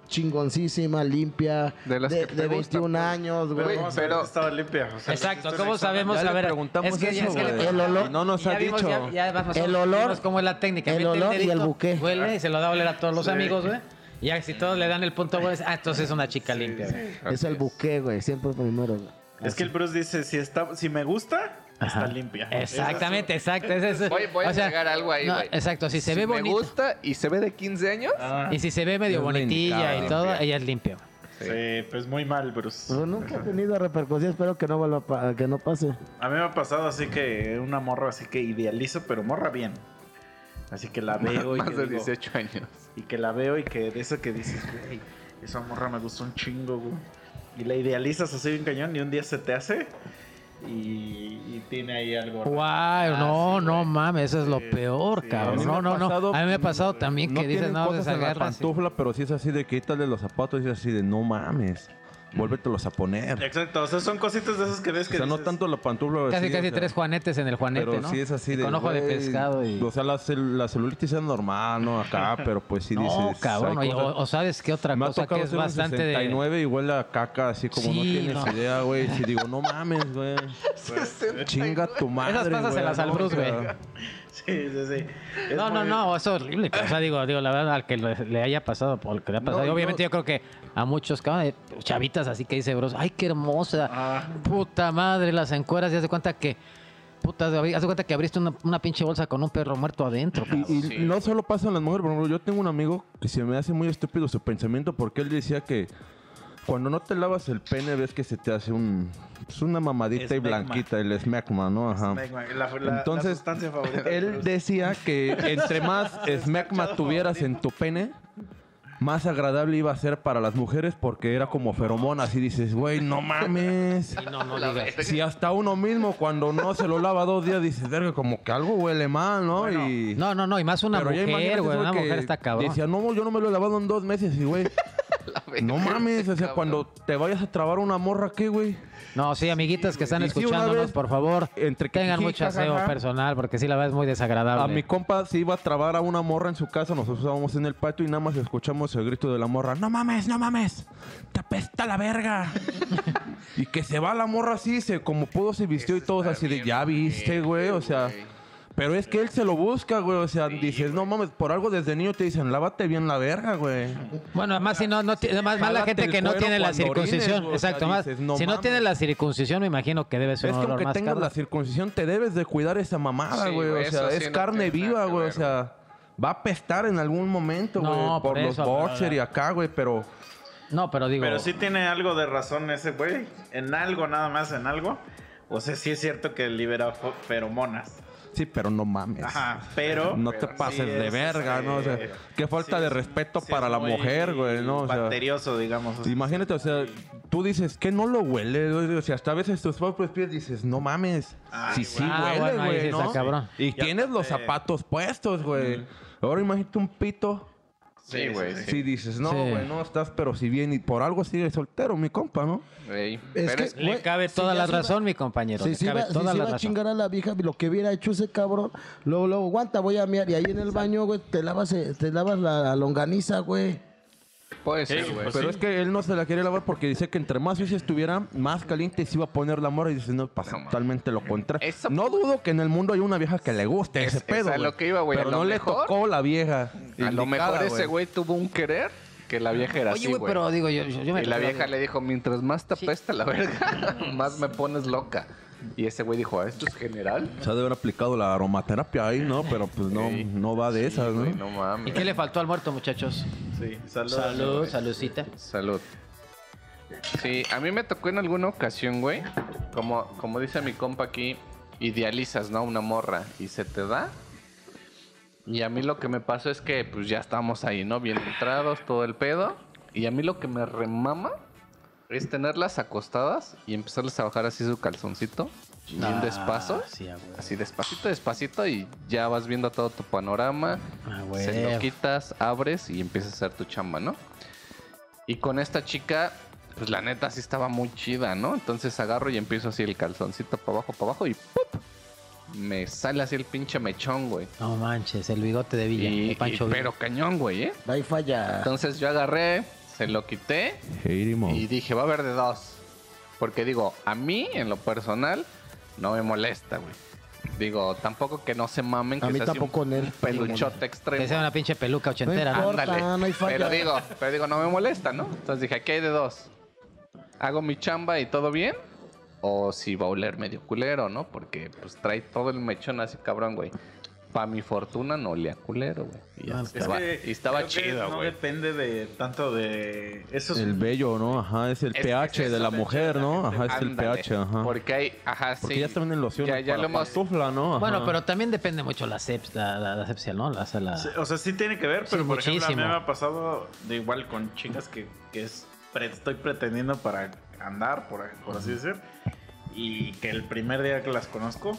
Speaker 2: Chingoncísima, limpia.
Speaker 1: De
Speaker 2: De,
Speaker 1: las que te
Speaker 2: de
Speaker 1: gustan,
Speaker 2: 21
Speaker 1: pues.
Speaker 2: años,
Speaker 5: Pero
Speaker 2: güey.
Speaker 5: ¿cómo sabes
Speaker 1: pero-
Speaker 5: que estaba limpia. O sea,
Speaker 3: Exacto,
Speaker 5: hiciste
Speaker 3: ¿cómo
Speaker 5: un examen.
Speaker 3: sabemos?
Speaker 4: Ya le
Speaker 3: a ver,
Speaker 4: preguntamos
Speaker 3: es que,
Speaker 4: eso,
Speaker 3: es que le
Speaker 4: güey.
Speaker 2: El olor-
Speaker 4: Y no nos
Speaker 3: ya
Speaker 4: ha
Speaker 3: vimos,
Speaker 4: dicho.
Speaker 3: Ya, ya vamos-
Speaker 2: El olor-
Speaker 3: vimos cómo es la técnica.
Speaker 2: el
Speaker 3: Mete
Speaker 2: olor y el
Speaker 3: dedito,
Speaker 2: buqué.
Speaker 3: Huele y se lo da a oler a todos los
Speaker 5: Sí.
Speaker 3: amigos, güey. Ya si todos le dan el punto, güey, es, ah, entonces es una chica limpia, güey.
Speaker 2: Es el buque, güey. Siempre primero, güey.
Speaker 5: Es que el Bruce dice, si, está, si me gusta,
Speaker 3: Ajá.
Speaker 5: está limpia.
Speaker 3: Exactamente, exacto. ese es-
Speaker 1: Voy, voy
Speaker 3: o
Speaker 1: a
Speaker 3: sea,
Speaker 1: agregar algo ahí,
Speaker 3: no,
Speaker 1: güey.
Speaker 3: exacto, si se ve
Speaker 1: me
Speaker 3: bonito.
Speaker 1: gusta y se ve de 15 años,
Speaker 5: Ah,
Speaker 3: Y si se ve medio
Speaker 4: Es limpia,
Speaker 3: bonitilla y
Speaker 1: limpia.
Speaker 3: todo, ella es limpia.
Speaker 5: sí, pues muy mal, Bruce.
Speaker 2: Pero nunca ha tenido repercusión, espero que no vuelva a pa- que no pase.
Speaker 5: A mí me ha pasado así que una morra así que idealizo, pero morra bien. Así que la veo y,
Speaker 1: más
Speaker 5: que
Speaker 1: de
Speaker 5: digo-
Speaker 1: 18 años.
Speaker 5: y que la veo y que de eso que dices, güey, esa morra me gusta un chingo, güey. Y la idealizas así un cañón y un día se te hace y, y tiene ahí algo. raro.
Speaker 3: Wow, no,
Speaker 1: Ah,
Speaker 5: sí,
Speaker 3: no
Speaker 5: güey.
Speaker 3: mames, eso es lo
Speaker 5: Sí,
Speaker 3: peor,
Speaker 5: sí.
Speaker 4: A
Speaker 3: cabrón.
Speaker 4: mí me
Speaker 3: No,
Speaker 4: ha
Speaker 3: no, no.
Speaker 4: pasado-
Speaker 3: A mí me ha pasado también
Speaker 4: No
Speaker 3: que dices,
Speaker 4: tienen
Speaker 3: no,
Speaker 4: cosas en la
Speaker 3: desagarras. y-
Speaker 4: pantufla, pero sí es así de quítale los zapatos y es así de no mames,
Speaker 3: Mm.
Speaker 4: vuélvetelos a poner.
Speaker 5: Exacto, o sea, son cositas de esas que ves
Speaker 4: O
Speaker 5: que
Speaker 4: sea, no
Speaker 5: dices,
Speaker 4: tanto la pantufla.
Speaker 3: Casi,
Speaker 4: sí,
Speaker 3: casi
Speaker 4: o sea,
Speaker 3: tres juanetes en el juanete,
Speaker 4: Pero
Speaker 3: ¿no?
Speaker 4: sí es así de.
Speaker 3: Con ojo de
Speaker 4: güey,
Speaker 3: pescado y...
Speaker 4: O sea, la, cel- la celulitis es normal, ¿no? Acá, pero pues sí dices.
Speaker 3: no, cabrón.
Speaker 4: hay
Speaker 3: oye,
Speaker 4: cosas-
Speaker 3: o, o sabes qué otra
Speaker 4: Me ha
Speaker 3: cosa
Speaker 4: tocado
Speaker 3: que es
Speaker 4: hacer un
Speaker 3: bastante de-
Speaker 4: 69 y huele a caca, así como no
Speaker 3: Sí,
Speaker 4: tienes
Speaker 3: no.
Speaker 4: idea, güey. Si digo, no mames, güey. Chinga tu madre.
Speaker 3: pásaselas al
Speaker 4: güey, ¿no?
Speaker 3: Bruce,
Speaker 4: O sea,
Speaker 3: güey.
Speaker 5: Sí, sí, sí. Es
Speaker 3: No, no,
Speaker 5: muy-
Speaker 3: no, eso es horrible. O sea, digo, digo, la verdad, al que le, le haya pasado, por el que le ha pasado.
Speaker 4: No,
Speaker 3: Y
Speaker 4: y
Speaker 3: obviamente
Speaker 4: no-
Speaker 3: yo creo que a muchos cabrones, chavitas así que dice, bros, ay, qué hermosa.
Speaker 5: Ah.
Speaker 3: Puta madre, las encueras, y haz de cuenta que. Puta, abri- haz de cuenta que abriste una, una pinche bolsa con un perro muerto adentro. cabrón.
Speaker 4: Y, y
Speaker 1: Sí.
Speaker 4: no solo pasa en las mujeres, por ejemplo, yo tengo un amigo que se me hace muy estúpido su pensamiento porque él decía que cuando no te lavas el pene ves que se te hace un pues, una mamadita y
Speaker 5: Smegma.
Speaker 4: blanquita, el smegma, ¿no? Ajá.
Speaker 5: Smegma, la- la- la
Speaker 4: Ah. Entonces,
Speaker 5: sustancia favorita de
Speaker 4: Él
Speaker 5: Bruce.
Speaker 4: decía que entre más smegma tuvieras en tu pene, más agradable iba a ser para las mujeres porque era como feromonas y dices, güey, no mames.
Speaker 3: Y no, no
Speaker 1: La
Speaker 3: digas.
Speaker 1: verga.
Speaker 4: Si hasta uno mismo cuando no se lo lava dos días dices, verga, como que algo huele mal, ¿no? y...
Speaker 3: No, no, no, y más una
Speaker 4: Pero ya
Speaker 3: mujer,
Speaker 4: imagínate,
Speaker 3: güey. Una
Speaker 4: que
Speaker 3: mujer está cabrón.
Speaker 4: Decía, no, yo no me lo he lavado en dos meses, y güey. no mames, o sea,
Speaker 1: Cabrón.
Speaker 4: cuando te vayas a trabar una morra, ¿qué, güey?
Speaker 3: No, sí, amiguitas que están
Speaker 4: Y sí, una
Speaker 3: escuchándonos,
Speaker 4: vez,
Speaker 3: por favor,
Speaker 4: entre que
Speaker 3: tengan
Speaker 4: jiji,
Speaker 3: mucho aseo
Speaker 4: jajaja.
Speaker 3: personal, porque sí, la verdad es muy
Speaker 4: A
Speaker 3: desagradable.
Speaker 4: mi compa se iba a trabar a una morra en su casa, nosotros estábamos en el patio y nada más escuchamos el grito de la morra, no mames, no mames, te apesta la verga. y que se va la morra así, se, como pudo se vistió y
Speaker 1: Eso
Speaker 4: todos
Speaker 1: está
Speaker 4: así de,
Speaker 1: bien
Speaker 4: ya viste, güey, o sea...
Speaker 1: güey.
Speaker 4: Pero es que él se lo busca, güey. O sea, dices, no mames, por algo desde niño te dicen, lávate bien la verga, güey.
Speaker 3: Bueno, además, si no, no ti- además, más la
Speaker 4: Jálate
Speaker 3: gente
Speaker 4: el
Speaker 3: que no
Speaker 4: cuero
Speaker 3: tiene la
Speaker 4: cuando orines,
Speaker 3: circuncisión.
Speaker 4: güey, o sea,
Speaker 3: Exacto, más.
Speaker 4: dices, no
Speaker 3: si no
Speaker 4: mames.
Speaker 3: tiene la circuncisión, me imagino que debe ser
Speaker 4: Es
Speaker 3: un
Speaker 4: que
Speaker 3: olor
Speaker 4: aunque
Speaker 3: más
Speaker 4: tengas
Speaker 3: cabrón.
Speaker 4: la circuncisión, te debes de cuidar esa mamada,
Speaker 1: Sí,
Speaker 4: güey.
Speaker 1: güey,
Speaker 4: o
Speaker 1: eso
Speaker 4: sea,
Speaker 1: sí
Speaker 4: es
Speaker 1: no
Speaker 4: carne
Speaker 1: tiene nada
Speaker 4: viva,
Speaker 1: que
Speaker 4: güey. O
Speaker 1: ver,
Speaker 4: sea, va a apestar en algún momento, güey.
Speaker 3: No,
Speaker 4: por
Speaker 3: por
Speaker 4: los
Speaker 3: eso,
Speaker 4: boxer
Speaker 3: nada.
Speaker 4: y acá, güey. Pero
Speaker 3: No, pero digo. ah,
Speaker 5: Pero sí tiene algo de razón ese güey. En algo, nada más, en algo. O sea, sí es cierto que libera fo- feromonas.
Speaker 4: sí, pero no mames.
Speaker 5: Ajá, pero.
Speaker 4: No te
Speaker 1: pero
Speaker 4: pases
Speaker 5: sí
Speaker 4: de
Speaker 5: es,
Speaker 4: verga,
Speaker 5: este,
Speaker 4: ¿no? O sea, qué falta
Speaker 5: sí
Speaker 4: de
Speaker 5: es-
Speaker 4: respeto
Speaker 5: sí es
Speaker 4: para la
Speaker 5: muy
Speaker 4: mujer, güey, ¿no? O sea,
Speaker 5: bacterioso, digamos. o sea,
Speaker 4: imagínate, o sea, tú dices que no lo huele, güey. o sea, hasta a veces tus propios pies dices, no mames,
Speaker 5: Ay,
Speaker 4: sí,
Speaker 5: güey.
Speaker 4: sí
Speaker 3: Ah,
Speaker 4: huele,
Speaker 3: bueno, ahí
Speaker 4: güey,
Speaker 3: sí está
Speaker 4: ¿no?
Speaker 3: cabrón.
Speaker 4: Y
Speaker 5: Ya
Speaker 4: tienes los
Speaker 5: sé.
Speaker 4: zapatos puestos, güey. Ahora imagínate un pito
Speaker 1: Sí, güey.
Speaker 4: Si
Speaker 1: Sí,
Speaker 4: dices, no,
Speaker 3: Sí.
Speaker 4: güey, no estás, pero si bien, y por algo sigue soltero, mi compa, ¿no?
Speaker 1: Güey,
Speaker 2: Es
Speaker 1: pero
Speaker 2: que-
Speaker 1: es-
Speaker 3: Le
Speaker 2: Güey,
Speaker 3: cabe
Speaker 2: si
Speaker 3: toda
Speaker 2: ya
Speaker 3: la
Speaker 2: se iba-
Speaker 3: razón, mi compañero.
Speaker 2: Si
Speaker 3: le
Speaker 2: se
Speaker 3: cabe
Speaker 2: iba, si se
Speaker 3: toda la
Speaker 2: iba a
Speaker 3: razón.
Speaker 2: chingar a la vieja, lo que hubiera hecho ese cabrón, luego, luego, aguanta, voy a miar. Y ahí en el baño, güey, te lavas, eh, te lavas la longaniza, güey.
Speaker 1: puede ser,
Speaker 5: Sí,
Speaker 1: güey.
Speaker 5: pues
Speaker 4: Pero
Speaker 5: sí.
Speaker 4: es que él no se la quería lavar porque dice que entre más sucia estuviera, más caliente se iba a poner la morra. Y dice, no, pasa
Speaker 1: No, man.
Speaker 4: totalmente lo contrario.
Speaker 1: Eso-
Speaker 4: No dudo que en el mundo hay una vieja que le guste
Speaker 1: Es-
Speaker 4: ese pedo.
Speaker 1: es a
Speaker 4: güey.
Speaker 1: lo que iba, güey, a
Speaker 4: Pero
Speaker 1: lo
Speaker 4: no
Speaker 1: mejor-
Speaker 4: le tocó la vieja.
Speaker 1: a lo
Speaker 4: indicada,
Speaker 1: mejor ese güey tuvo un querer que la vieja era
Speaker 3: Oye,
Speaker 1: así,
Speaker 3: güey,
Speaker 1: güey.
Speaker 3: pero digo, yo, yo, yo me.
Speaker 1: Y la vieja le dijo, mientras más te apesta la verga, más me pones loca. Y ese güey dijo, "Ah, ¿esto es general?
Speaker 4: O sea, de haber aplicado la aromaterapia ahí, ¿no? Pero pues no,
Speaker 1: Sí.
Speaker 4: no va de esas, ¿no?
Speaker 1: Güey, no
Speaker 3: ¿Y
Speaker 1: mames.
Speaker 3: qué le faltó al muerto, muchachos?
Speaker 5: Sí, salud.
Speaker 3: Salud, saludcita.
Speaker 1: Salud. Sí, a mí me tocó en alguna ocasión, güey. Como, como dice mi compa aquí, idealizas, ¿no? Una morra y se te da. Y a mí lo que me pasó es que, pues ya estamos ahí, ¿no? Bien entrados, todo el pedo. Y a mí lo que me remama es tenerlas acostadas y empezarles a bajar así su calzoncito. Bien
Speaker 3: Ah,
Speaker 1: despacio.
Speaker 3: Sí, a huevo.
Speaker 1: Así despacito, despacito y ya vas viendo todo tu panorama.
Speaker 3: Ah,
Speaker 1: Se
Speaker 3: huevo.
Speaker 1: lo quitas, abres y empiezas a hacer tu chamba, ¿no? Y con esta chica, pues la neta sí estaba muy chida, ¿no? Entonces agarro y empiezo así el calzoncito para abajo, para abajo y ¡pup! Me sale así el pinche mechón, güey.
Speaker 3: No manches, el bigote de Villa.
Speaker 1: Y,
Speaker 3: de Pancho
Speaker 1: y-
Speaker 3: Villa. Ah.
Speaker 1: pero cañón, güey, ¿eh?
Speaker 2: Ahí falla.
Speaker 1: Entonces yo agarré, se lo quité
Speaker 2: Oh.
Speaker 4: Jeirimo.
Speaker 1: y dije, va a haber de dos. Porque digo, a mí, en lo personal, no me molesta, güey. Digo, tampoco que no se mamen, que
Speaker 2: A mí
Speaker 1: sea así un
Speaker 2: tampoco en él.
Speaker 1: peluchote
Speaker 3: Que
Speaker 1: extremo.
Speaker 3: sea una pinche peluca ochentera.
Speaker 2: No
Speaker 3: ¿no?
Speaker 2: importa.
Speaker 1: Ándale.
Speaker 2: no hay falla.
Speaker 1: Pero digo, pero digo, no me molesta, ¿no? Entonces dije, aquí hay de dos. Hago mi chamba y todo bien. O si va a oler medio culero, ¿no? Porque pues trae todo el mechón así, cabrón, güey. Pa' mi fortuna no olía culero, güey. Y, ya
Speaker 3: Ah,
Speaker 5: Es
Speaker 1: estaba,
Speaker 5: que
Speaker 1: y estaba
Speaker 5: creo que
Speaker 1: chido,
Speaker 5: no
Speaker 1: güey.
Speaker 5: depende de tanto de. Eso es
Speaker 4: El bello, ¿no? Ajá, es el
Speaker 1: Es-
Speaker 4: pH
Speaker 1: es
Speaker 4: de la
Speaker 1: eso,
Speaker 4: mujer, ¿no? Ajá, es el
Speaker 1: Ándale,
Speaker 4: pH, ajá. Porque,
Speaker 1: Porque hay, ajá, sí.
Speaker 4: ya están en loción.
Speaker 1: Ya, ya lo hemos...
Speaker 4: Pantufla, ¿no? Ajá.
Speaker 3: Bueno, pero también depende mucho la sepsia, la, la, la sepsia, ¿no? La, o sea, la-
Speaker 5: Sí, O sea, sí tiene que ver,
Speaker 3: Sí,
Speaker 5: pero por ejemplo, a
Speaker 3: muchísimo.
Speaker 5: mí me ha pasado de igual con chicas que, que es, pre- estoy pretendiendo para andar, por, por así decir, y que el primer día que las conozco,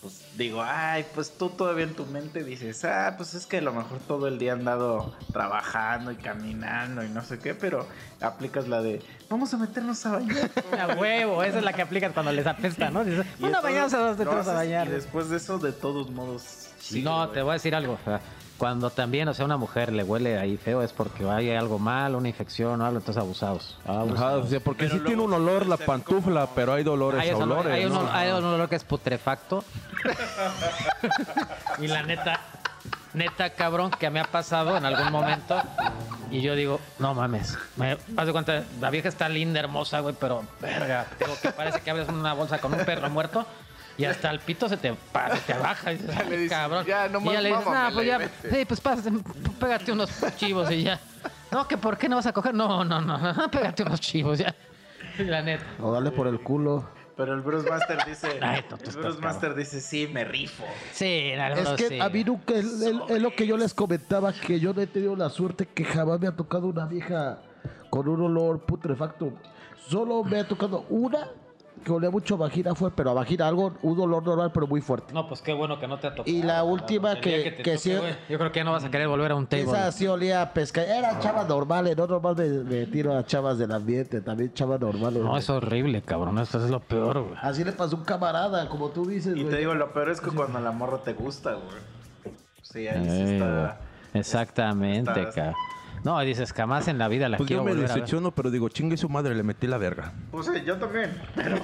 Speaker 5: pues digo, ay, pues tú todavía en tu mente dices, ah, pues es que a lo mejor todo el día han andado trabajando y caminando y no sé qué, pero aplicas la de, vamos a meternos a bañar.
Speaker 6: A huevo, esa es la que aplicas cuando les apesta, ¿no? Dices,
Speaker 5: Y
Speaker 6: una
Speaker 5: entonces
Speaker 6: bañada, dos de
Speaker 5: lo
Speaker 6: tres a
Speaker 5: haces,
Speaker 6: bañar.
Speaker 5: Y después de eso, de todos modos...
Speaker 3: Sí, no,
Speaker 5: güey.
Speaker 3: te voy a decir algo. o sea, Cuando también, o sea, una mujer le huele ahí feo es porque hay algo mal, una infección o algo, entonces abusados.
Speaker 4: Ajá, Ah, pues, o
Speaker 3: abusados.
Speaker 4: sea, porque
Speaker 5: Pero
Speaker 4: sí
Speaker 5: luego
Speaker 4: tiene un olor
Speaker 5: puede
Speaker 4: la
Speaker 5: ser
Speaker 4: pantufla,
Speaker 5: como-
Speaker 4: pero hay dolores
Speaker 3: Hay,
Speaker 4: a
Speaker 3: esa-
Speaker 4: olores,
Speaker 3: hay un,
Speaker 4: ¿no?
Speaker 3: olor- hay un olor que es putrefacto. y la neta, neta cabrón, que me ha pasado en algún momento. Y yo digo, no mames. Me haz de cuenta, la vieja está linda, hermosa, güey, pero verga. Digo que parece que abres una bolsa con un perro muerto. Y hasta el pito se te, pa- se te baja. Y dices,
Speaker 1: Ya le
Speaker 3: "Ay,
Speaker 1: dices,
Speaker 3: cabrón.
Speaker 1: ya, nomás
Speaker 3: y ya le dices,
Speaker 1: mámamela
Speaker 3: "Nah, pues
Speaker 1: y
Speaker 3: ya,
Speaker 1: vete".
Speaker 3: sí, pues pásate, p- pégate unos chivos y ya. No, que por qué no vas a coger. No, no, no, pégate unos chivos ya. La neta.
Speaker 2: O dale por el culo.
Speaker 5: Pero el Bruce Master dice.
Speaker 3: Ay, no, tú
Speaker 5: el
Speaker 3: estás
Speaker 5: Bruce
Speaker 3: cabrón.
Speaker 5: Master dice, sí, me rifo.
Speaker 3: Sí, la
Speaker 2: Es
Speaker 3: verdad,
Speaker 2: que
Speaker 3: Ah, sí.
Speaker 2: a Viru, que es, es- es lo que yo les comentaba, que yo no he tenido la suerte que jamás me ha tocado una vieja con un olor putrefacto. Solo me ha tocado una que olía mucho a vagina, fue, pero a vagina algo, un olor normal, pero muy fuerte.
Speaker 3: No, pues qué bueno que no te ha tocado.
Speaker 2: Y la última
Speaker 3: El día
Speaker 2: que- que
Speaker 3: te toque,
Speaker 2: sí-
Speaker 3: güey, Yo creo que ya no vas a querer volver a un table.
Speaker 2: Esa sí olía a pesca. Eran chavas normales, no normal me, me tiro a chavas del ambiente, también chavas normales.
Speaker 3: No,
Speaker 2: güey.
Speaker 3: es horrible, cabrón. Eso es lo peor, güey.
Speaker 5: Ah,
Speaker 2: Así le pasó a un camarada, como tú dices,
Speaker 5: Y
Speaker 2: güey.
Speaker 5: te digo, lo peor es que cuando la morra te gusta, güey. Sí, ahí sí
Speaker 3: Ey, Eh, güey.
Speaker 5: está.
Speaker 3: Exactamente,
Speaker 5: está-
Speaker 3: cabrón. No, dices, jamás en la vida la
Speaker 4: Pues
Speaker 3: quiero
Speaker 4: yo me
Speaker 3: volver a ver.
Speaker 4: decepciono, pero digo, chingue su madre, le metí la verga.
Speaker 5: Pues sí, yo también. Pero,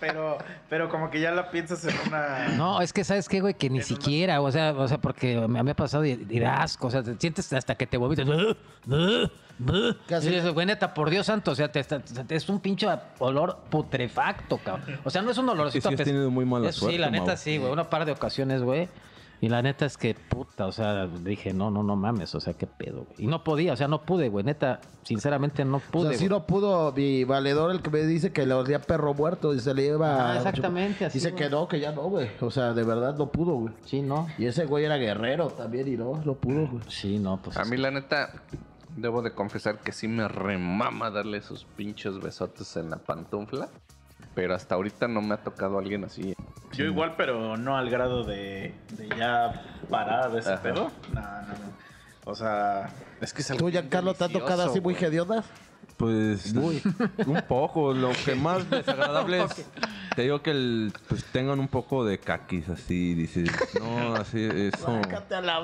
Speaker 5: pero, pero como que ya la piensas en una.
Speaker 3: No, es que sabes qué, güey, que ni
Speaker 5: Es una-
Speaker 3: siquiera, o sea, o sea, porque me había pasado y, y da asco, o sea, te sientes hasta que te vomitas. "Buh, buh, buh".
Speaker 2: Casi-
Speaker 3: Y dices, güey, neta, por Dios santo, o sea, te, está- te- es un pinche olor putrefacto, cabrón. O sea, no es un olorcito
Speaker 4: Y sí has
Speaker 3: apes-
Speaker 4: tenido muy mala
Speaker 3: Eso Sí,
Speaker 4: suerte,
Speaker 3: la neta
Speaker 4: Mau.
Speaker 3: sí, güey, una par de ocasiones, güey. Y la neta es que, puta, o sea, dije, no, no, no mames, o sea, qué pedo, güey. Y no podía, o sea, no pude, güey, neta, sinceramente no
Speaker 2: O
Speaker 3: pude.
Speaker 2: sea, así
Speaker 3: güey.
Speaker 2: no pudo mi valedor, el que me dice que le olía perro muerto y se le iba.
Speaker 3: Ah, exactamente, así,
Speaker 2: Y se
Speaker 3: güey.
Speaker 2: quedó, que ya no, güey. O sea, de verdad no pudo, güey.
Speaker 3: Sí, no.
Speaker 2: Y ese güey era guerrero también y no, no pudo, güey.
Speaker 3: Sí, no, pues.
Speaker 1: A mí la neta, debo de confesar que sí me remama darle esos pinches besotes en la pantufla. Pero hasta ahorita no me ha tocado alguien así.
Speaker 5: Yo igual, pero no al grado de, de ya parar de ese
Speaker 1: Ajá.
Speaker 5: pedo. No, no, no. O sea,
Speaker 1: Es que es
Speaker 2: ¿Tú, Giancarlo, te ha tocado así muy gediondas?
Speaker 4: Pues un poco, lo que más desagradable es, te digo que el, pues tengan un poco de caquis así, dices, no, así, eso,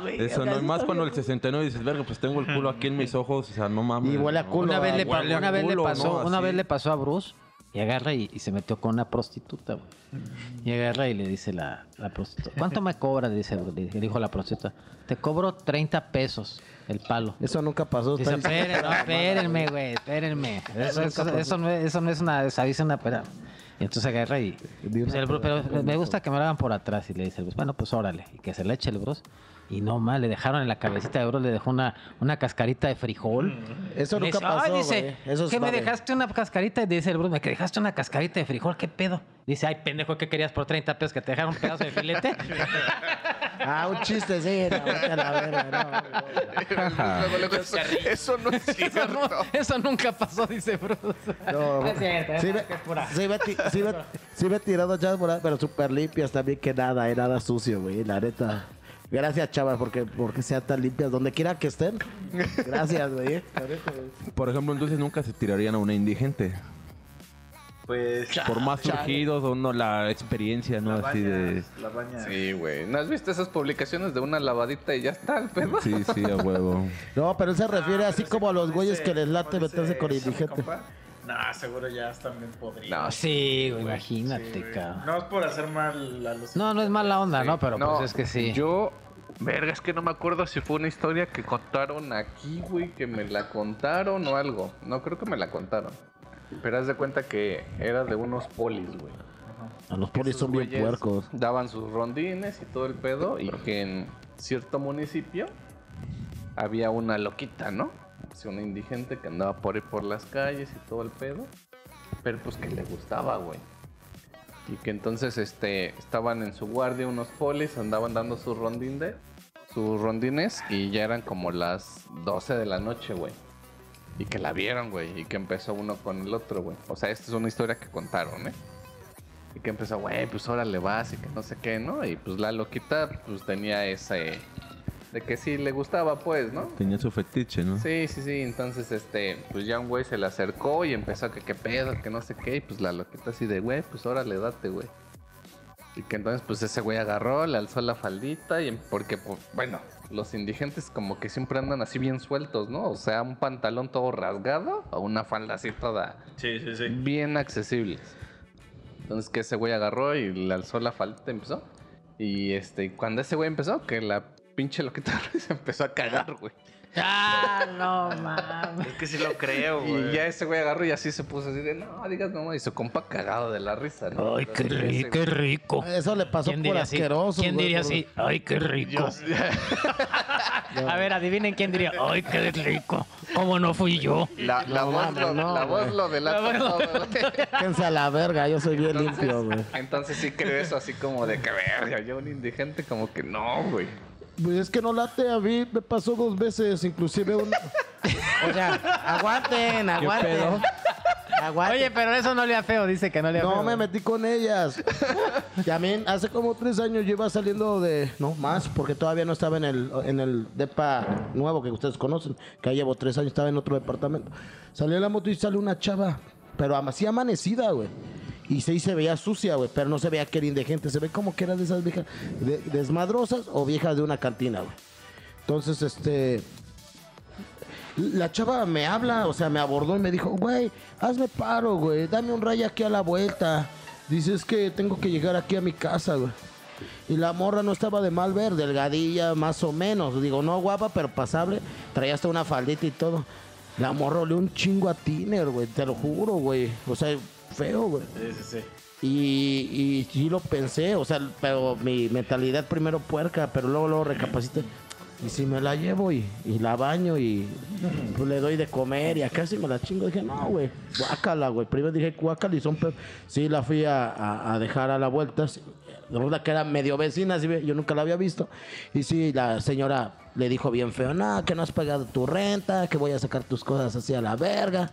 Speaker 4: eso no, más cuando el 69 dices, verga, pues tengo el culo aquí en mis ojos, o sea, no mames.
Speaker 2: Y huele a
Speaker 4: no.
Speaker 2: culo.
Speaker 3: Una vez le, pa-
Speaker 4: Huele a
Speaker 3: una vez le
Speaker 4: culo,
Speaker 3: pasó,
Speaker 4: ¿no?
Speaker 3: una
Speaker 4: Así.
Speaker 3: vez le pasó a Bruce y agarra y, y se metió con una prostituta, güey. Y agarra y le dice la, la prostituta, ¿cuánto me cobra? Le dice, le le dijo la prostituta, te cobro 30 pesos el palo.
Speaker 2: Eso nunca pasó.
Speaker 3: Dice,
Speaker 2: está diciendo.
Speaker 3: espérenme, no, espérenme, güey, espérenme. Eso, eso- eso no, es- eso no es una, esa dice una pera. Y entonces agarra y...
Speaker 2: Di una
Speaker 3: pues, el Bruce,
Speaker 2: pera,
Speaker 3: pero me gusta que me lo hagan por atrás. Y le dice el Bruce, bueno, pues órale. Y que se le eche el Bruce. Y no más, le dejaron en la cabecita de Bruce, le dejó una, una cascarita de frijol.
Speaker 4: Mm,
Speaker 2: Eso
Speaker 3: Le
Speaker 2: nunca
Speaker 3: dice, "Ay",
Speaker 2: pasó,
Speaker 3: dice,
Speaker 2: güey. Eso
Speaker 3: que
Speaker 2: está
Speaker 3: me
Speaker 2: bien.
Speaker 3: dejaste una cascarita. Y dice el Bruce, me que dejaste una cascarita de frijol, ¿qué pedo? Dice, ay, pendejo, ¿qué querías por 30 pesos? ¿Que te dejaron un pedazo de filete?
Speaker 2: Ah, un chiste, sí. no, vete a la verga, no, güey.
Speaker 1: eso, eso no es
Speaker 3: eso, no-
Speaker 1: cierto.
Speaker 3: eso nunca pasó, dice Bruce.
Speaker 2: No,
Speaker 3: No es cierto, es
Speaker 2: sí, me,
Speaker 3: más que pura.
Speaker 2: sí me ti- sí me- sí me he tirado chavas moradas, pero súper limpias también que nada, eh, nada sucio, güey, la neta. Gracias, chavas, porque, porque sean tan limpias donde quiera que estén. Gracias, güey. eh.
Speaker 4: Por ejemplo, entonces nunca se tirarían a una indigente.
Speaker 5: pues.
Speaker 4: Por más surgidos o no, la experiencia, ¿no?
Speaker 5: La
Speaker 4: Así de...
Speaker 5: bañas, la bañas.
Speaker 1: Sí, güey. ¿No has visto esas publicaciones de una lavadita y ya está el pedo?
Speaker 4: Sí, sí, a huevo.
Speaker 2: No, pero él se refiere
Speaker 5: Ah,
Speaker 2: así
Speaker 5: pero
Speaker 2: como a los
Speaker 5: dice-
Speaker 2: güeyes que les late
Speaker 5: como dice
Speaker 2: meterse con
Speaker 5: mi
Speaker 2: indigente.
Speaker 5: compa, No, seguro ya están bien podridos.
Speaker 6: Ah,
Speaker 1: No,
Speaker 3: Sí, güey,
Speaker 5: Sí,
Speaker 3: imagínate,
Speaker 5: güey.
Speaker 3: cabrón.
Speaker 5: No es por hacer mal a los.
Speaker 3: No, no es mala onda, ¿no? Pero
Speaker 1: No,
Speaker 3: pues es que sí.
Speaker 1: Yo, verga, es que no me acuerdo si fue una historia que contaron aquí, güey, que me la contaron o algo. No, creo que me la contaron. Pero haz de cuenta que era de unos polis, güey.
Speaker 2: A los polis
Speaker 1: Esos
Speaker 2: son bien
Speaker 1: güeyes
Speaker 2: puercos.
Speaker 1: Daban sus rondines y todo el pedo y que en cierto municipio había una loquita, ¿no? Sí, una indigente que andaba por ahí por las calles y todo el pedo. Pero pues que le gustaba, güey. Y que entonces este, estaban en su guardia unos polis, andaban dando sus rondín de- sus rondines y ya eran como las 12 de la noche, güey. Y que la vieron, güey. Y que empezó uno con el otro, güey. O sea, esta es una historia que contaron, ¿eh? Y que empezó, güey, pues ahora le vas y que no sé qué, ¿no? Y pues la loquita, pues tenía ese. de que sí le gustaba, pues, ¿no?
Speaker 4: Tenía su fetiche, ¿no?
Speaker 1: Sí, sí, sí. Entonces, este, pues ya un güey se le acercó y empezó a que qué pedo, que no sé qué. Y pues la loquita así de, güey, pues órale, date, güey. Y que entonces, pues ese güey agarró, le alzó la faldita. y Porque, pues, bueno, los indigentes como que siempre andan así bien sueltos, ¿no? O sea, un pantalón todo rasgado o una falda así toda
Speaker 5: Sí, sí, sí.
Speaker 1: bien accesibles. Entonces que ese güey agarró y le alzó la falta empezó. Y este, cuando ese güey empezó, que la pinche loquita se empezó a cagar, güey.
Speaker 6: Ah, no mames.
Speaker 5: Es que sí lo creo, güey.
Speaker 1: Y ya ese güey agarró y así se puso así de, no, digas no, y su compa cagado de la risa, ¿no?
Speaker 6: Ay, qué,
Speaker 1: Entonces,
Speaker 6: ri-
Speaker 1: ese
Speaker 6: qué rico.
Speaker 3: Eh,
Speaker 2: Eso le pasó
Speaker 6: ¿Quién
Speaker 2: por
Speaker 6: diría así?
Speaker 2: asqueroso.
Speaker 6: ¿Quién
Speaker 2: güey,
Speaker 6: diría
Speaker 2: por-
Speaker 6: así? Ay, qué rico. A ver, adivinen quién diría. Ay, qué rico. ¿Cómo no fui yo?
Speaker 1: La, la
Speaker 2: No,
Speaker 1: voz, lo,
Speaker 2: mames, no,
Speaker 1: la voz
Speaker 2: güey.
Speaker 1: lo delata todo, güey.
Speaker 2: Quédense a la verga, yo soy bien limpio, güey.
Speaker 1: Entonces sí creo eso así como de que verga, yo un indigente como que no, güey.
Speaker 2: Pues es que no late, a mí me pasó dos veces, inclusive una.
Speaker 7: O sea, aguanten,
Speaker 2: pedo?
Speaker 7: aguanten. Aguanten.
Speaker 6: Oye, pero eso no le da feo, dice que no le da feo.
Speaker 2: No me metí con ellas. También hace como tres años yo iba saliendo de. No, más, porque todavía no estaba en el, en el DEPA nuevo que ustedes conocen, que ya llevo tres años, estaba en otro departamento. Salí en la moto y sale una chava, pero ama- así amanecida, güey. Y sí se veía sucia, güey, pero no se veía que era indigente, se ve como que era de esas viejas de- desmadrosas o viejas de una cantina, güey. Entonces, este. La chava me habla, o sea, me abordó y me dijo, güey, hazme paro, güey, dame un rayo aquí a la vuelta. Dice, es que tengo que llegar aquí a mi casa, güey. Y la morra no estaba de mal ver, delgadilla, más o menos. Digo, no guapa, pero pasable. Traía hasta una faldita y todo. La morra olía un chingo a tiner, güey, te lo juro, güey. O sea, feo, güey.
Speaker 5: Sí, sí, sí.
Speaker 2: Y, y sí lo pensé, o sea, pero mi mentalidad primero puerca, pero luego, luego recapacité. Y si me la llevo y, y la baño y pues, le doy de comer y acá si me la chingo, dije, no, güey, guácala, güey. Primero dije, guácala y son... pe-". Sí, la fui a, a- a dejar a la vuelta. sí. Resulta que era medio vecina, así, yo nunca la había visto. Y sí, la señora le dijo bien feo, no, que no has pagado tu renta, que voy a sacar tus cosas así a la verga.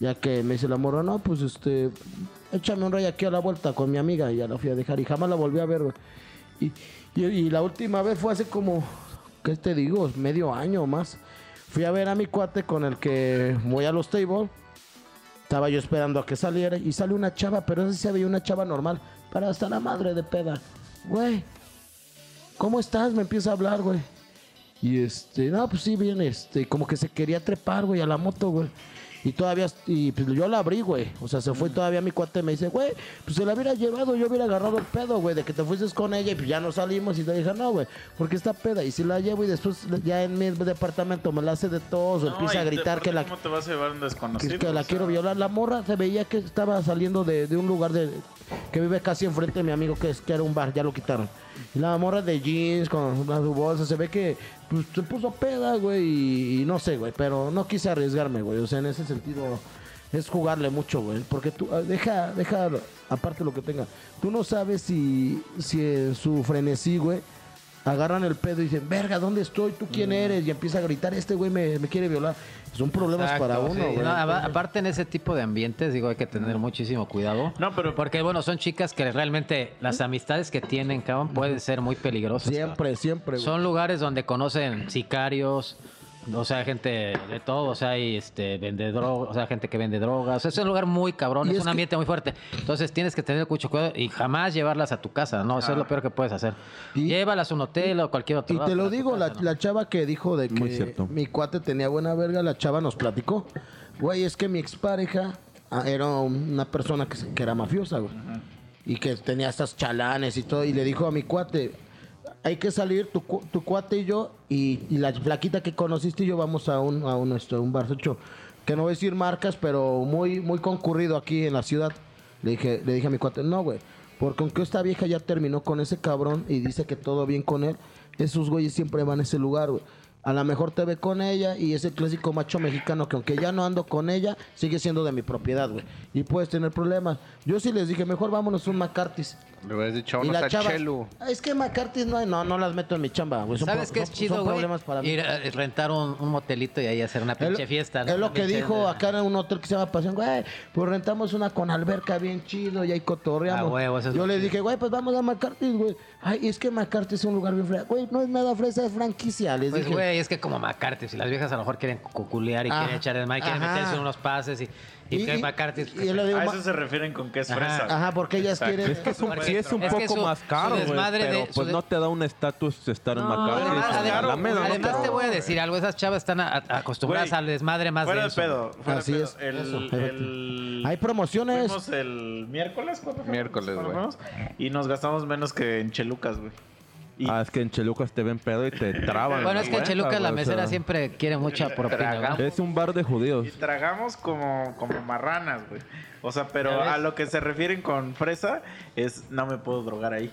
Speaker 2: Ya que me dice la morra, no, pues este, échame un rayo aquí a la vuelta con mi amiga. Y ya la fui a dejar y jamás la volví a ver, güey. Y, y- y la última vez fue hace como, ¿qué te digo? Medio año o más. Fui a ver a mi cuate con el que voy a los table. Estaba yo esperando a que saliera y sale una chava, pero esa sí se veía una chava normal. Para hasta la madre de peda. Güey, ¿cómo estás? Me empieza a hablar, güey. Y este, no, pues sí, bien, este, como que se quería trepar, güey, a la moto, güey. Y todavía, y pues yo la abrí, güey. O sea, se fue
Speaker 5: Mm.
Speaker 2: todavía mi cuate y me dice, güey, pues se la hubiera llevado, yo hubiera agarrado el pedo, güey, de que te fuiste con ella y pues ya no salimos. Y te dije, no, güey, porque está peda. Y si la llevo y después ya en mi departamento me la hace de tos o
Speaker 5: No,
Speaker 2: empieza a
Speaker 5: y te-
Speaker 2: gritar
Speaker 5: aparte,
Speaker 2: que la
Speaker 5: ¿Cómo te vas a llevar a un
Speaker 2: que,
Speaker 5: desconocido?
Speaker 2: que la
Speaker 5: O sea,
Speaker 2: quiero violar. La morra se veía que estaba saliendo de, de un lugar de, que vive casi enfrente de mi amigo, que, es, que era un bar, ya lo quitaron. Y la morra de jeans con la- su bolsa, se ve que pues, se puso peda, güey, y, y no sé, güey, pero no quise arriesgarme, güey. O sea, en ese sentido es jugarle mucho, güey, porque tú, ah, deja, deja aparte lo que tenga. Tú no sabes si, si en su frenesí, güey. Agarran el pedo y dicen, verga, ¿dónde estoy? ¿Tú
Speaker 3: Mm.
Speaker 2: quién eres? Y empieza a gritar, este güey me, me quiere violar. Son problemas
Speaker 3: Exacto,
Speaker 2: para uno,
Speaker 3: sí.
Speaker 2: güey.
Speaker 3: No, a- aparte en ese tipo de ambientes, digo, hay que tener muchísimo cuidado.
Speaker 5: No, pero- ¿Mm?
Speaker 3: Porque, bueno, son chicas que realmente las amistades que tienen, cabrón, pueden ser muy peligrosas. cabrón.
Speaker 2: Siempre, siempre, güey.
Speaker 3: Son lugares donde conocen sicarios, o sea, gente de todo, o sea, hay este, vende droga, o sea, gente que vende drogas. O sea, es un lugar muy cabrón,
Speaker 2: Y
Speaker 3: es,
Speaker 2: es
Speaker 3: un
Speaker 2: que-
Speaker 3: ambiente muy fuerte. Entonces tienes que tener mucho cuidado y jamás llevarlas a tu casa, ¿no? Eso
Speaker 5: Ah.
Speaker 3: es lo peor que puedes hacer.
Speaker 2: Y-
Speaker 3: Llévalas a un hotel o cualquier otro
Speaker 2: Y
Speaker 3: lado,
Speaker 2: te
Speaker 3: pero
Speaker 2: lo
Speaker 3: a tu
Speaker 2: digo, la,
Speaker 3: casa, no.
Speaker 2: la chava que dijo de
Speaker 4: Muy
Speaker 2: que
Speaker 4: cierto.
Speaker 2: mi cuate tenía buena verga, la chava nos platicó. Güey, es que mi expareja ah, era una persona que, se- que era mafiosa, güey. Y que tenía estas chalanes y todo. Y le dijo a mi cuate, hay que salir tu, cu- tu cuate y yo y, y la flaquita que conociste y yo vamos a un, a un, este, un barzocho. que no voy a decir marcas, pero muy, muy concurrido aquí en la ciudad. Le dije, le dije a mi cuate, no, güey, porque aunque esta vieja ya terminó con ese cabrón y dice que todo bien con él, esos güeyes siempre van a ese lugar, güey. A lo mejor te ve con ella y ese clásico macho mexicano que aunque ya no ando con ella, sigue siendo de mi propiedad, güey. Y puedes tener problemas. Yo sí les dije, mejor vámonos un McCarthy's.
Speaker 1: Le hubieras dicho a
Speaker 2: Y
Speaker 1: unos
Speaker 2: las
Speaker 1: a
Speaker 2: chavas,
Speaker 1: Chelu.
Speaker 2: "Ah, es que McCarthy's no, hay- no, no las meto en mi chamba, güey. Son
Speaker 3: ¿Sabes
Speaker 2: Pues pro-
Speaker 3: qué es
Speaker 2: son-
Speaker 3: chido,
Speaker 2: son
Speaker 3: güey?
Speaker 2: problemas para mí.
Speaker 3: Ir a rentar un, un motelito y ahí hacer una
Speaker 2: Es lo-
Speaker 3: pinche fiesta. ¿no?
Speaker 2: Es lo que
Speaker 3: Pinche-
Speaker 2: dijo acá en un hotel que se llama Pasión, güey, pues rentamos una con alberca bien chido y ahí cotorreamos.
Speaker 3: Ah, huevo, eso es
Speaker 2: Yo
Speaker 3: lo
Speaker 2: le
Speaker 3: chido.
Speaker 2: dije, güey, pues vamos a McCarthy's, güey. Ay, es que McCarthy's es un lugar bien fresa. Güey, no es nada fresa, es franquicia. Les
Speaker 3: Pues,
Speaker 2: dije,
Speaker 3: güey, es que como McCarthy, si las viejas a lo mejor quieren cuculear y
Speaker 2: Ah,
Speaker 3: quieren echar el mal, quieren
Speaker 2: ajá.
Speaker 3: meterse unos pases y, y, que McCarthy.
Speaker 2: y yo le digo,
Speaker 5: A
Speaker 2: "Ma-
Speaker 5: eso se refieren con que es
Speaker 3: Ajá.
Speaker 5: fresa.
Speaker 2: ajá, porque ellas
Speaker 5: Exacto.
Speaker 2: quieren.
Speaker 4: Es que es un,
Speaker 3: Porque
Speaker 4: sí es un
Speaker 3: es que
Speaker 4: poco
Speaker 3: su-
Speaker 4: más
Speaker 3: su
Speaker 4: caro, güey,
Speaker 3: desmadre
Speaker 4: pero
Speaker 3: de- su
Speaker 4: pues
Speaker 3: de-
Speaker 4: no te da un estatus estar en Macao.
Speaker 3: además,
Speaker 4: sí,
Speaker 3: además-
Speaker 4: la mera, ¿no?
Speaker 3: además
Speaker 4: Pero-
Speaker 3: te voy a decir algo, esas chavas están a- a- acostumbradas
Speaker 5: Güey,
Speaker 3: al desmadre más
Speaker 5: fuera de
Speaker 3: denso.
Speaker 5: pedo. Fuera
Speaker 2: Así
Speaker 5: de pedo.
Speaker 2: es,
Speaker 5: El,
Speaker 2: eso,
Speaker 5: el-
Speaker 2: Hay promociones.
Speaker 5: Fuimos el miércoles, ¿cuándo fue?
Speaker 1: Miércoles,
Speaker 5: ¿Cuándo
Speaker 1: güey.
Speaker 5: fuimos? Y nos gastamos menos que en Chelucas, güey. Y
Speaker 4: Ah, es que en Chelucas te ven pedo y te traban.
Speaker 3: Bueno, es que en
Speaker 4: güey.
Speaker 3: Cheluca la
Speaker 4: O sea,
Speaker 3: mesera siempre quiere mucha propina. ¿no?
Speaker 4: Es un bar de judíos.
Speaker 5: Y tragamos como, como marranas, güey. O sea,
Speaker 3: ¿Ya
Speaker 5: pero
Speaker 3: ves?
Speaker 5: a lo que se refieren con fresa es no me puedo drogar ahí.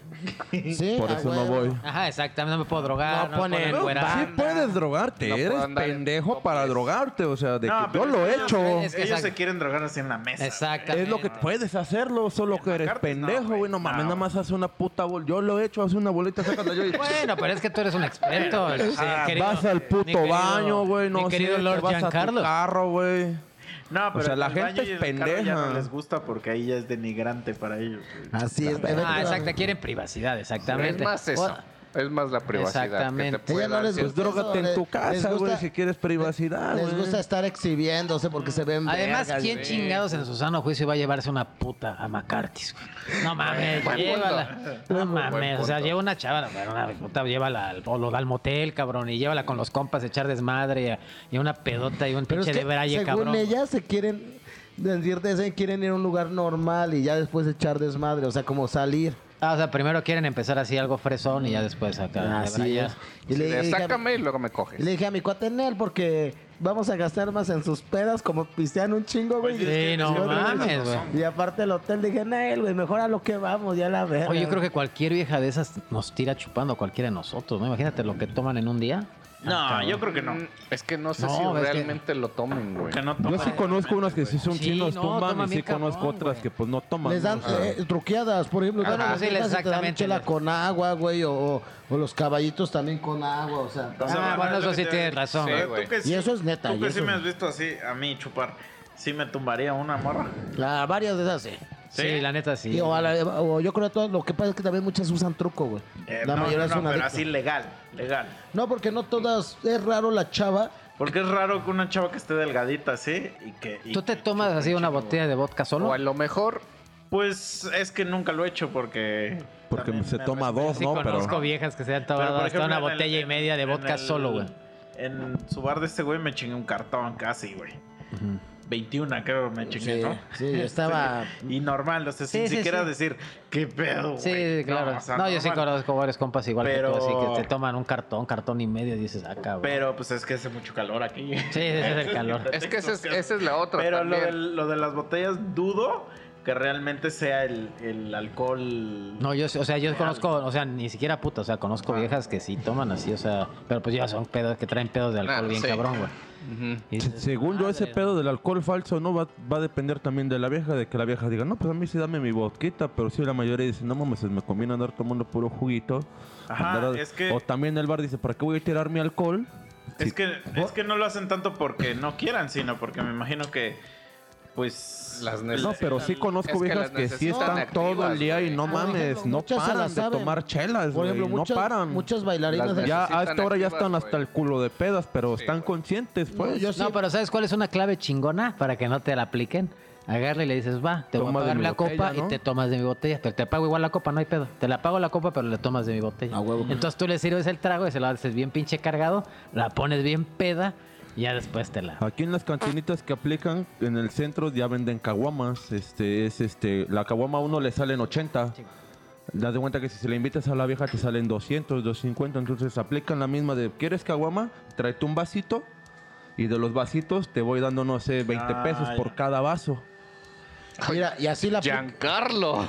Speaker 2: Sí,
Speaker 4: Por
Speaker 2: a
Speaker 4: eso no
Speaker 2: huevo.
Speaker 4: voy.
Speaker 3: Ajá, exactamente, no me puedo drogar, no,
Speaker 7: No
Speaker 3: me puedo
Speaker 7: ponen
Speaker 3: encuerar.
Speaker 7: bar.
Speaker 4: Sí puedes drogarte,
Speaker 1: No puedo
Speaker 4: eres
Speaker 1: andar en-
Speaker 4: pendejo
Speaker 1: no
Speaker 4: para
Speaker 1: puedes.
Speaker 4: drogarte, o sea, de
Speaker 5: No,
Speaker 4: que yo
Speaker 5: pero
Speaker 4: lo he
Speaker 5: ellos-
Speaker 4: hecho.
Speaker 3: Es que
Speaker 5: Ellos
Speaker 3: exacto.
Speaker 5: se quieren drogar así en la mesa.
Speaker 3: Exactamente.
Speaker 4: Es lo que puedes hacerlo, solo que eres
Speaker 5: Macarte, no,
Speaker 4: pendejo, güey.
Speaker 5: güey,
Speaker 4: No mames,
Speaker 5: no.
Speaker 4: nada más hace una puta bolita. Yo lo he hecho, hace una bolita, sácala yo. y-
Speaker 3: Bueno, pero es que tú eres un experto. sí,
Speaker 5: Ah,
Speaker 3: querido-
Speaker 4: Vas al puto
Speaker 3: mi querido-
Speaker 4: baño, güey. No
Speaker 3: mi querido
Speaker 4: sé,
Speaker 3: Lord
Speaker 4: te vas a tu
Speaker 3: Giancarlo. Ah,
Speaker 4: carro, güey.
Speaker 5: güey. No, pero
Speaker 4: sea, la
Speaker 5: en el
Speaker 4: gente
Speaker 5: baño y
Speaker 4: es
Speaker 5: en el carro Ya
Speaker 4: pendeja.
Speaker 5: no les gusta porque ahí ya es denigrante para ellos. güey.
Speaker 2: Así es.
Speaker 3: Ah,
Speaker 2: efectivamente.
Speaker 3: exacto, quieren privacidad, exactamente.
Speaker 1: Es más eso. Es más la privacidad.
Speaker 3: Exactamente.
Speaker 1: Que te puede
Speaker 2: Ella no
Speaker 1: dar
Speaker 2: les
Speaker 1: cierto-
Speaker 4: Pues drógate
Speaker 2: le-
Speaker 4: en tu
Speaker 2: les
Speaker 4: casa, güey,
Speaker 2: gusta-
Speaker 4: si quieres privacidad,
Speaker 2: Les
Speaker 4: güey.
Speaker 2: gusta estar exhibiéndose porque se ven.
Speaker 3: Además,
Speaker 2: vergas,
Speaker 3: ¿quién
Speaker 2: güey.
Speaker 3: chingados en su sano juicio va a llevarse una puta a McCarthy's? güey? No mames,
Speaker 1: Buen punto.
Speaker 3: llévala. No mames, o sea, lleva una chava, una puta, llévala al, o lo da al motel, cabrón, y llévala con los compas a echar desmadre y, a- y una pedota y un
Speaker 2: Pero es
Speaker 3: pinche
Speaker 2: que,
Speaker 3: de braille,
Speaker 2: según
Speaker 3: cabrón.
Speaker 2: ellas se quieren decir se quieren ir a un lugar normal y ya después echar desmadre, o sea, como salir.
Speaker 3: Ah, o sea, primero quieren empezar así algo fresón y ya después
Speaker 4: Ah,
Speaker 3: acá. de
Speaker 2: Así
Speaker 3: braille.
Speaker 2: es. Y
Speaker 1: Sí,
Speaker 2: le,
Speaker 1: de,
Speaker 2: dije a-
Speaker 1: sácame y luego me
Speaker 2: y
Speaker 1: coges.
Speaker 2: le dije a mi cuate en él porque vamos a gastar más en sus pedas como pistean un chingo, güey.
Speaker 5: Pues sí,
Speaker 3: Sí, no
Speaker 2: Y otro-
Speaker 3: mames, güey.
Speaker 2: Y aparte el hotel dije, Nel, güey, mejor a lo que vamos, ya la verga.
Speaker 3: Oye, yo creo que cualquier vieja de esas nos tira chupando a cualquiera de nosotros, ¿no? Imagínate lo que toman en un día.
Speaker 5: No, yo creo que no.
Speaker 1: Mm, Es que no sé
Speaker 3: No,
Speaker 1: si
Speaker 3: es que-
Speaker 1: realmente lo tomen, güey.
Speaker 5: Que no
Speaker 4: Yo sí
Speaker 5: toman.
Speaker 4: conozco unas que sí son
Speaker 3: Sí,
Speaker 4: chinos,
Speaker 3: no,
Speaker 4: tumban,
Speaker 3: toman
Speaker 4: y sí
Speaker 3: bien cabrón,
Speaker 4: conozco otras
Speaker 3: güey.
Speaker 4: que pues no toman.
Speaker 2: Les dan
Speaker 4: ¿no? O sea,
Speaker 2: eh, truqueadas, por ejemplo.
Speaker 3: Ajá,
Speaker 2: bueno,
Speaker 3: sí,
Speaker 2: las viejas que te dan
Speaker 3: exactamente.
Speaker 2: chela con agua, güey, o, o- o los caballitos también con agua, o sea.
Speaker 5: O sea,
Speaker 3: Ah, bueno, eso sí
Speaker 5: te-
Speaker 3: tienes razón.
Speaker 1: Sí,
Speaker 5: Pero tú
Speaker 1: güey.
Speaker 5: que
Speaker 2: Y eso es neta,
Speaker 5: Tú
Speaker 2: y
Speaker 5: que
Speaker 2: eso
Speaker 5: sí
Speaker 2: es-
Speaker 5: me has visto así a mí chupar. Sí me tumbaría una morra.
Speaker 2: la- varias de esas, sí.
Speaker 3: Sí,
Speaker 5: Sí.
Speaker 3: la neta sí.
Speaker 2: Y o a la- o yo creo que todas, lo que pasa es que también muchas usan truco, güey.
Speaker 5: Eh,
Speaker 2: la
Speaker 5: no,
Speaker 2: mayoría
Speaker 5: no,
Speaker 2: es una
Speaker 5: pero así legal, legal.
Speaker 2: No, porque no todas, es raro la chava.
Speaker 5: Porque es raro que una chava que esté delgadita así y que... y
Speaker 3: ¿Tú te
Speaker 5: que
Speaker 3: tomas
Speaker 5: chupe
Speaker 3: así
Speaker 5: un
Speaker 3: una
Speaker 5: chingo,
Speaker 3: botella de vodka
Speaker 1: O
Speaker 3: solo?
Speaker 1: a lo mejor
Speaker 5: güey. Pues es que nunca lo he hecho porque...
Speaker 4: Porque
Speaker 5: también
Speaker 4: se
Speaker 5: me
Speaker 4: toma
Speaker 5: respeto.
Speaker 4: dos,
Speaker 3: Sí,
Speaker 4: ¿no?
Speaker 3: conozco
Speaker 4: Pero-
Speaker 3: viejas que se han
Speaker 5: Pero,
Speaker 3: tomado
Speaker 5: por
Speaker 3: hasta
Speaker 5: ejemplo,
Speaker 3: una
Speaker 5: en el-
Speaker 3: botella y
Speaker 5: en-
Speaker 3: media de
Speaker 5: en
Speaker 3: vodka
Speaker 5: el-
Speaker 3: solo, güey.
Speaker 5: En su bar de este güey me chingué un cartón casi, güey. 21 creo me chingué,
Speaker 2: Sí,
Speaker 5: ¿no?
Speaker 2: sí, yo estaba-
Speaker 5: Y normal, o sea, sin
Speaker 3: Sí, sí,
Speaker 5: siquiera
Speaker 3: sí.
Speaker 5: decir, qué pedo, güey.
Speaker 3: Sí, claro. No,
Speaker 5: o sea,
Speaker 3: yo sí
Speaker 5: normal.
Speaker 3: conozco varios compas igual
Speaker 5: Pero-
Speaker 3: que tú, así que te toman un cartón, cartón y medio y dices, ah, cabrón.
Speaker 5: Pero pues es que hace mucho calor aquí.
Speaker 3: Sí, ese es el calor.
Speaker 1: Es que esa es, esa es la otra
Speaker 5: Pero lo,
Speaker 1: también.
Speaker 5: del- lo de las botellas dudo que realmente sea el, el alcohol.
Speaker 3: No, yo, sí- o sea, yo conozco, o sea, ni siquiera puta, o sea, conozco viejas que sí toman así, o sea, pero pues ya son pedos, que traen pedos de alcohol
Speaker 1: Ah,
Speaker 3: bien
Speaker 1: sí.
Speaker 3: cabrón, güey.
Speaker 1: Ujú.
Speaker 3: Y dices,
Speaker 4: Según yo, ese
Speaker 3: "Madre,
Speaker 4: pedo del alcohol falso no va, va a depender también de la vieja, de que la vieja diga, no, pues a mí sí dame mi vodquita, pero sí la mayoría dice, no mames, me conviene andar tomando puro juguito.
Speaker 5: Ajá,
Speaker 4: Andar a-
Speaker 5: es que-
Speaker 4: O también el bar dice, ¿para qué voy a tirar mi alcohol?
Speaker 5: Es, que, es que no lo hacen tanto porque no quieran, sino porque me imagino que, pues.
Speaker 1: Las
Speaker 4: No,
Speaker 1: necesitan.
Speaker 4: pero sí conozco
Speaker 1: es que
Speaker 4: viejas
Speaker 1: las
Speaker 4: que sí
Speaker 1: necesitan
Speaker 4: están
Speaker 1: activas,
Speaker 4: todo el día y
Speaker 1: güey.
Speaker 4: no
Speaker 2: Por
Speaker 4: mames,
Speaker 2: ejemplo,
Speaker 4: no
Speaker 2: muchas se la
Speaker 4: paran de
Speaker 2: saben.
Speaker 4: tomar chelas,
Speaker 2: Por
Speaker 4: Pues, güey,
Speaker 2: ejemplo,
Speaker 4: no
Speaker 2: muchas,
Speaker 4: paran.
Speaker 2: muchas bailarinas.
Speaker 1: Las-
Speaker 4: ya a esta
Speaker 1: necesitan
Speaker 4: hora ya
Speaker 1: activas,
Speaker 4: están hasta
Speaker 1: güey.
Speaker 4: el culo de pedas, pero
Speaker 1: Sí,
Speaker 4: están
Speaker 1: güey.
Speaker 4: conscientes, pues.
Speaker 2: No, yo sí.
Speaker 3: No, pero ¿sabes cuál es una clave chingona para que no te la apliquen? Agarra y le dices, va, te voy
Speaker 4: Toma
Speaker 3: a
Speaker 4: de
Speaker 3: pagar
Speaker 4: mi
Speaker 3: la
Speaker 4: botella,
Speaker 3: copa
Speaker 4: ¿no?
Speaker 3: y te tomas de mi botella. Te, te pago igual la copa, no hay pedo. Te la pago la copa, pero le tomas de mi botella.
Speaker 2: A huevo.
Speaker 3: Entonces tú le sirves el trago y se lo haces bien pinche cargado, la pones bien peda y ya después te la...
Speaker 4: Aquí en las cantinitas que aplican en el centro ya venden caguamas. Este es este la caguama a uno le salen 80. Das de cuenta que si se le invitas a la vieja te salen 200, 250, entonces aplican la misma de ¿quieres caguama? Tráete un vasito Y de los vasitos te voy dando, no sé, 20
Speaker 5: Ah,
Speaker 4: pesos
Speaker 5: ya.
Speaker 4: por cada vaso.
Speaker 2: Mira, y así la...
Speaker 1: Giancarlo.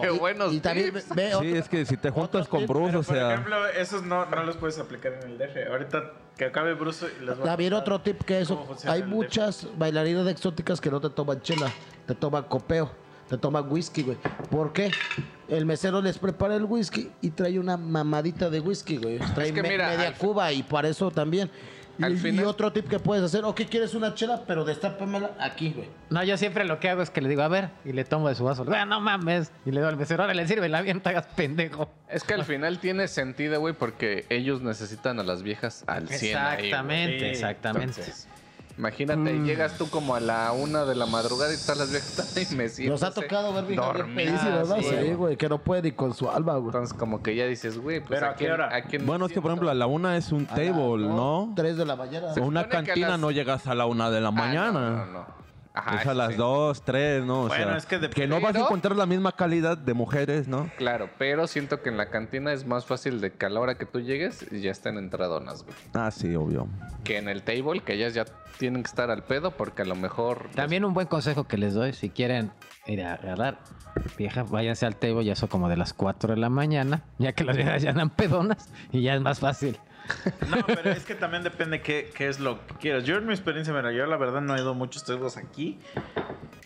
Speaker 1: Qué
Speaker 2: Y-
Speaker 1: buenos
Speaker 2: Y también
Speaker 1: tips.
Speaker 2: ve
Speaker 4: Sí,
Speaker 2: otro-
Speaker 4: es que si te juntas con Bruce,
Speaker 5: Pero,
Speaker 4: o
Speaker 5: por
Speaker 4: sea...
Speaker 5: ejemplo, esos no, no los puedes aplicar en el DF. Ahorita que acabe Bruce y les voy a
Speaker 2: David,
Speaker 5: contar
Speaker 2: otro tip que eso.
Speaker 5: cómo funciona
Speaker 2: Hay
Speaker 5: el DF.
Speaker 2: muchas bailarinas exóticas que no te toman chela, te toman copeo, te toman whisky, güey. ¿Por qué? El mesero les prepara el whisky y trae una mamadita de whisky, güey. Trae
Speaker 1: que
Speaker 2: me-
Speaker 1: mira, al
Speaker 2: media
Speaker 1: fi-
Speaker 2: cuba y para eso también. Y,
Speaker 1: al
Speaker 2: y
Speaker 1: final-
Speaker 2: otro tip que puedes hacer, ok, quieres una chela, pero destápamela aquí, güey.
Speaker 3: No, yo siempre lo que hago es que le digo, a ver, y le tomo de su vaso. "Ah, no mames. Y le doy al mesero, ahora le sirve la bien, te hagas pendejo.
Speaker 1: Es que al final tiene sentido, güey, porque ellos necesitan a las viejas al 100. ahí, güey.
Speaker 3: Exactamente,
Speaker 5: Sí,
Speaker 3: exactamente.
Speaker 1: entonces. Imagínate,
Speaker 4: Mm.
Speaker 1: llegas tú como a la una de la madrugada y todas las viejas están y
Speaker 2: Nos ha tocado ver viejas bien
Speaker 1: dormidas,
Speaker 2: pedísimas, ¿no?
Speaker 4: Ah,
Speaker 1: güey.
Speaker 2: Sí, güey, que no puede ni con su alma, güey.
Speaker 1: Entonces como que ya dices, güey, pues
Speaker 5: Pero, ¿a qué
Speaker 1: quién-
Speaker 5: hora?
Speaker 1: quién
Speaker 4: Bueno, es que por
Speaker 1: siento?
Speaker 4: ejemplo, a la una es un table, ¿no?
Speaker 2: Tres de la mañana.
Speaker 4: A
Speaker 1: supone
Speaker 4: una
Speaker 1: que a
Speaker 4: cantina
Speaker 1: las-
Speaker 4: no llegas a la una de la
Speaker 1: Ah,
Speaker 4: mañana.
Speaker 1: No, no, no. Ajá,
Speaker 4: es
Speaker 1: eso
Speaker 4: a las
Speaker 1: sí.
Speaker 4: dos, tres, ¿no? O
Speaker 5: Bueno,
Speaker 4: sea,
Speaker 5: es que de-
Speaker 4: no vas a
Speaker 1: pero-
Speaker 4: encontrar la misma calidad de mujeres, ¿no?
Speaker 1: Claro, pero siento que en la cantina es más fácil de que a la hora que tú llegues ya estén entradonas, güey.
Speaker 4: Ah, sí, obvio.
Speaker 1: Que en el table, que ellas ya tienen que estar al pedo porque a lo mejor...
Speaker 3: También un buen consejo que les doy, si quieren ir a agarrar viejas, váyanse al table, ya son como de las 4 de la mañana, ya que las viejas ya andan pedonas y ya es más fácil.
Speaker 5: No, pero es que también depende qué, qué es lo que quieras. Yo en mi experiencia, mira, yo la verdad no he ido a muchos tubos aquí,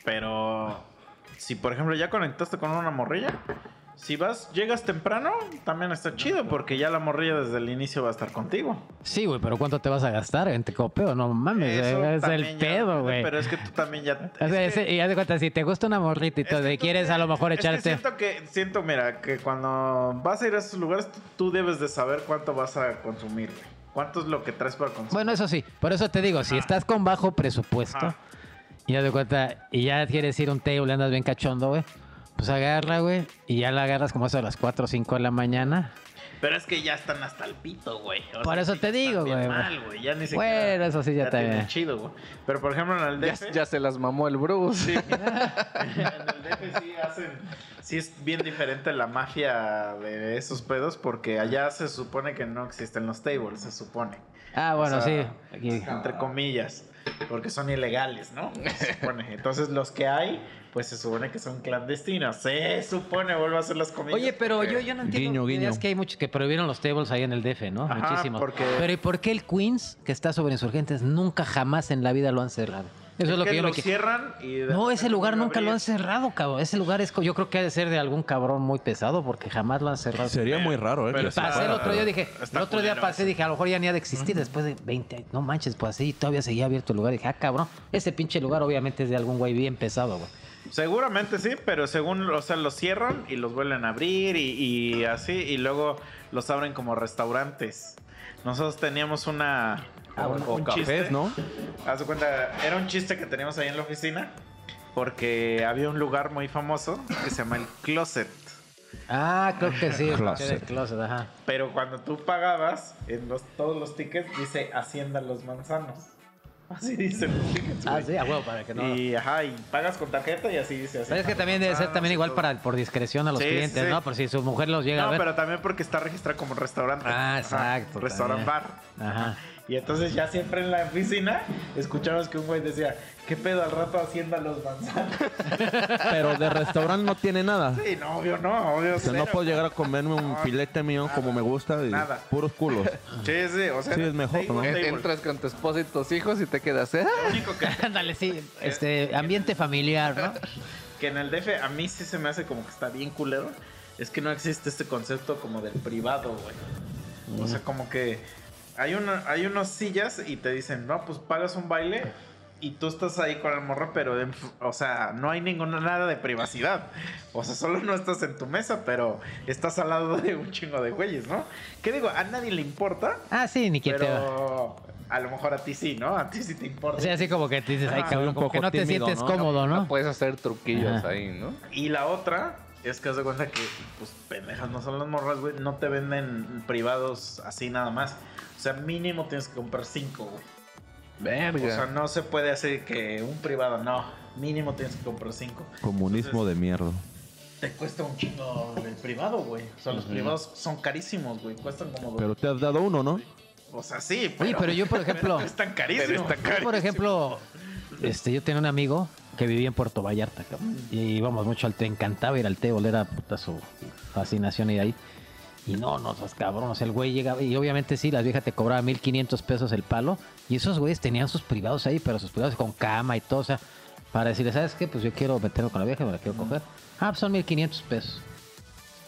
Speaker 5: pero si por ejemplo ya conectaste con una morrilla, si vas, llegas temprano, también está chido porque ya la morrilla desde el inicio va a estar contigo.
Speaker 3: Sí, güey, pero ¿cuánto te vas a gastar en te copeo? No mames,
Speaker 5: Eso
Speaker 3: es el
Speaker 5: también ya depende,
Speaker 3: pedo, güey.
Speaker 5: Pero es que tú también ya...
Speaker 3: O sea,
Speaker 5: es que-
Speaker 3: ese- y haz de cuenta, si te gusta una morrita y
Speaker 5: es que
Speaker 3: todo, y
Speaker 5: tú-
Speaker 3: quieres a lo mejor
Speaker 5: es que
Speaker 3: echarte...
Speaker 5: siento que, siento, mira, que cuando vas a ir a esos lugares, tú- tú debes de saber cuánto vas a consumir, güey. ¿Cuánto es lo que traes para consumir?
Speaker 3: Bueno, eso sí, por eso te digo, si estás con bajo presupuesto,
Speaker 5: Ajá.
Speaker 3: y haz de cuenta, y ya quieres ir a un table, andas bien cachondo, güey, pues agarra, güey, y ya la agarras como eso a las 4 o 5 de la mañana.
Speaker 5: Pero es que ya están hasta el pito, güey. O
Speaker 3: Por
Speaker 5: sea,
Speaker 3: eso
Speaker 5: sí,
Speaker 3: te
Speaker 5: ya
Speaker 3: digo,
Speaker 5: están bien
Speaker 3: güey.
Speaker 5: mal, güey. Ya ni siquiera.
Speaker 3: Bueno, eso sí, ya está
Speaker 5: tienen
Speaker 3: bien.
Speaker 5: chido, güey. Pero por ejemplo, en el
Speaker 1: Ya,
Speaker 5: DF.
Speaker 1: ya se las mamó el Bruce.
Speaker 5: En el DF sí hacen. Sí es bien diferente la mafia de esos pedos porque allá se supone que no existen los tables, se supone.
Speaker 3: Ah,
Speaker 5: O
Speaker 3: bueno,
Speaker 5: sea,
Speaker 3: sí. aquí.
Speaker 5: Entre comillas. Porque son ilegales, ¿no? Se supone. Entonces los que hay, pues se supone que son clandestinos. Se supone, vuelvo a hacer las comillas.
Speaker 3: Oye, pero yo, yo no entiendo.
Speaker 4: Guiño,
Speaker 3: ya
Speaker 4: guiño.
Speaker 3: Es que hay muchos que prohibieron los tables ahí en el DF, ¿no?
Speaker 5: Ajá,
Speaker 3: Muchísimos.
Speaker 5: porque-
Speaker 3: Pero ¿y por qué el Queens, que está sobre insurgentes, nunca jamás en la vida lo han cerrado? Eso es lo que, yo me que-
Speaker 5: cierran y de
Speaker 3: No,
Speaker 5: repente
Speaker 3: ese lugar
Speaker 5: vuelven a
Speaker 3: nunca lo
Speaker 5: abrir.
Speaker 3: han cerrado, cabrón. Ese lugar es, co- yo creo que ha de ser de algún cabrón muy pesado porque jamás lo han cerrado.
Speaker 4: Sería muy raro, ¿eh?
Speaker 5: pero
Speaker 4: que
Speaker 5: está-
Speaker 4: se
Speaker 3: Pasé el
Speaker 4: fuera,
Speaker 3: otro día, dije,
Speaker 5: Está
Speaker 3: el otro día
Speaker 5: culero
Speaker 3: pasé,
Speaker 5: eso.
Speaker 3: dije, a lo mejor ya ni ha de existir después de 20 años. No manches, pues así todavía seguía abierto el lugar. Dije, ah, cabrón, ese pinche lugar obviamente es de algún güey bien pesado, güey.
Speaker 5: Seguramente sí, pero según, o sea, los cierran y los vuelven a abrir y, y así, y luego los abren como restaurantes. Nosotros teníamos una...
Speaker 4: o-
Speaker 5: un-
Speaker 4: o
Speaker 5: un
Speaker 4: cafés,
Speaker 5: chiste.
Speaker 4: ¿no?
Speaker 5: Haz de cuenta, era un chiste que teníamos ahí en la oficina, porque había un lugar muy famoso que se llama el Closet.
Speaker 3: Ah, creo que sí.
Speaker 4: Closet.
Speaker 3: el closet, ajá.
Speaker 5: Pero cuando tú pagabas, en los, todos los tickets dice Hacienda Los Manzanos. Así dicen los tickets.
Speaker 3: Ah,
Speaker 5: güey.
Speaker 3: sí, a huevo, para que no.
Speaker 5: Y, ajá, y pagas con tarjeta y así dice.
Speaker 3: Pero es
Speaker 5: Hacienda
Speaker 3: que
Speaker 5: Los
Speaker 3: también debe ser
Speaker 5: Manzanos
Speaker 3: también
Speaker 5: y
Speaker 3: igual
Speaker 5: todo.
Speaker 3: para por discreción a los
Speaker 5: Ah, Sí, sí,
Speaker 3: clientes,
Speaker 5: sí.
Speaker 3: ¿no? Por si su mujer los llega
Speaker 5: No,
Speaker 3: a ver.
Speaker 5: pero también porque está registrado como restaurante.
Speaker 3: Ah,
Speaker 5: Ajá,
Speaker 3: exacto,
Speaker 5: Restaurant
Speaker 3: también.
Speaker 5: bar.
Speaker 3: Ajá.
Speaker 5: Y entonces ya siempre en la oficina escuchábamos que un güey decía, ¿qué pedo al rato hacienda los manzanos?
Speaker 4: Pero de restaurante no tiene nada.
Speaker 5: Sí, no, obvio no, obvio
Speaker 4: O sea, no
Speaker 5: cero.
Speaker 4: puedo llegar a comerme un
Speaker 5: No,
Speaker 4: filete mío como me gusta y
Speaker 5: nada.
Speaker 4: puros culos.
Speaker 5: Sí, sí, o sea.
Speaker 4: Sí, es mejor,
Speaker 5: table,
Speaker 4: ¿no?
Speaker 5: table.
Speaker 1: Entras con tu esposa y tus hijos y te quedas, ¿eh?
Speaker 5: Lo único que,
Speaker 3: Ándale, sí. Este, ambiente familiar, ¿no?
Speaker 5: que en el DF a mí sí se me hace como que está bien culero es que no existe este concepto como del privado, güey.
Speaker 3: Mm.
Speaker 5: O sea, como que hay, una, hay unas sillas y te dicen, no, pues pagas un baile y tú estás ahí con el morro, pero, en- o sea, no hay ninguna nada de privacidad. O sea, solo no estás en tu mesa, pero estás al lado de un chingo de güeyes, ¿no? ¿Qué digo? A nadie le importa,
Speaker 3: Ah, sí, ni que te va.
Speaker 5: pero a lo mejor a ti sí, ¿no? A ti sí te importa.
Speaker 3: O sea, así como que te dices, ay,
Speaker 5: Ah,
Speaker 4: soy
Speaker 3: cabrón,
Speaker 4: un
Speaker 3: como que
Speaker 4: poco
Speaker 3: no te
Speaker 4: tímido,
Speaker 3: sientes
Speaker 4: ¿no?
Speaker 3: cómodo, ¿no?
Speaker 1: Puedes hacer truquillos
Speaker 3: Ajá.
Speaker 1: ahí, ¿no?
Speaker 5: Y la otra es que haz de cuenta que, pues, pendejas no son las morras, güey. No te venden privados así nada más. O sea, mínimo tienes que comprar cinco, güey.
Speaker 1: Verga.
Speaker 5: O sea, no se puede hacer que un privado, no. Mínimo tienes que comprar cinco.
Speaker 4: Comunismo de mierda.
Speaker 5: Te cuesta un chingo el privado, güey. O sea, los privados son carísimos, güey. Cuestan como...
Speaker 4: Pero te has dado uno, ¿no?
Speaker 5: O sea, sí, pero,
Speaker 3: Oye, pero yo, por ejemplo,
Speaker 5: es tan carísimo.
Speaker 1: Pero está
Speaker 3: yo, por ejemplo, este, yo tenía un amigo que vivía en Puerto Vallarta, cabrón, y íbamos mucho al te encantaba ir al Tebol, era puta su fascinación ir ahí. Y no, no, seas cabrón, o sea, el güey llegaba, y obviamente sí, las viejas te cobraban 1500 pesos el palo, y esos güeyes tenían sus privados ahí, pero sus privados con cama y todo, o sea, para decirle, ¿sabes qué? Pues yo quiero meterme con la vieja, me la quiero coger. Ah, pues son 1500 pesos.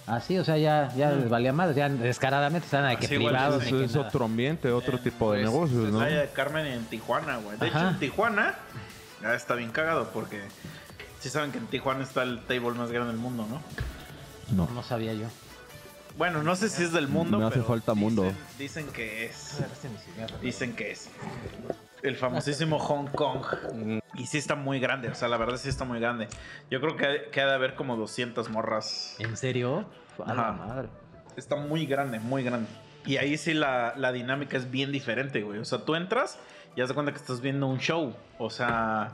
Speaker 3: Así, o sea, ya, ya les valía más, ya descaradamente estaban de que
Speaker 5: Así igual
Speaker 3: privados.
Speaker 5: dicen
Speaker 3: de que
Speaker 4: es
Speaker 3: nada.
Speaker 4: otro ambiente,
Speaker 1: Eh,
Speaker 4: otro tipo de
Speaker 5: Pues,
Speaker 4: negocios,
Speaker 5: pues,
Speaker 4: ¿no?
Speaker 5: la de Carmen en Tijuana, güey. De
Speaker 3: Ajá.
Speaker 5: hecho, en Tijuana ya está bien cagado porque sí saben que en Tijuana está el table más grande del mundo, ¿no?
Speaker 1: pues,
Speaker 4: No.
Speaker 3: No sabía yo.
Speaker 5: Bueno, no sé si es del mundo,
Speaker 4: Me hace
Speaker 5: pero
Speaker 4: falta
Speaker 5: dicen-
Speaker 4: mundo.
Speaker 5: Dicen que es. Dicen que es. El famosísimo Hong Kong. Y sí está muy grande, o sea, la verdad sí está muy grande. Yo creo que ha- que ha de haber como 200 morras
Speaker 3: ¿En serio? A la
Speaker 5: Ajá.
Speaker 3: madre.
Speaker 5: Está muy grande, muy grande. Y ahí sí la, la dinámica es bien diferente, güey. O sea, tú entras y haz de cuenta que estás viendo un show. O sea,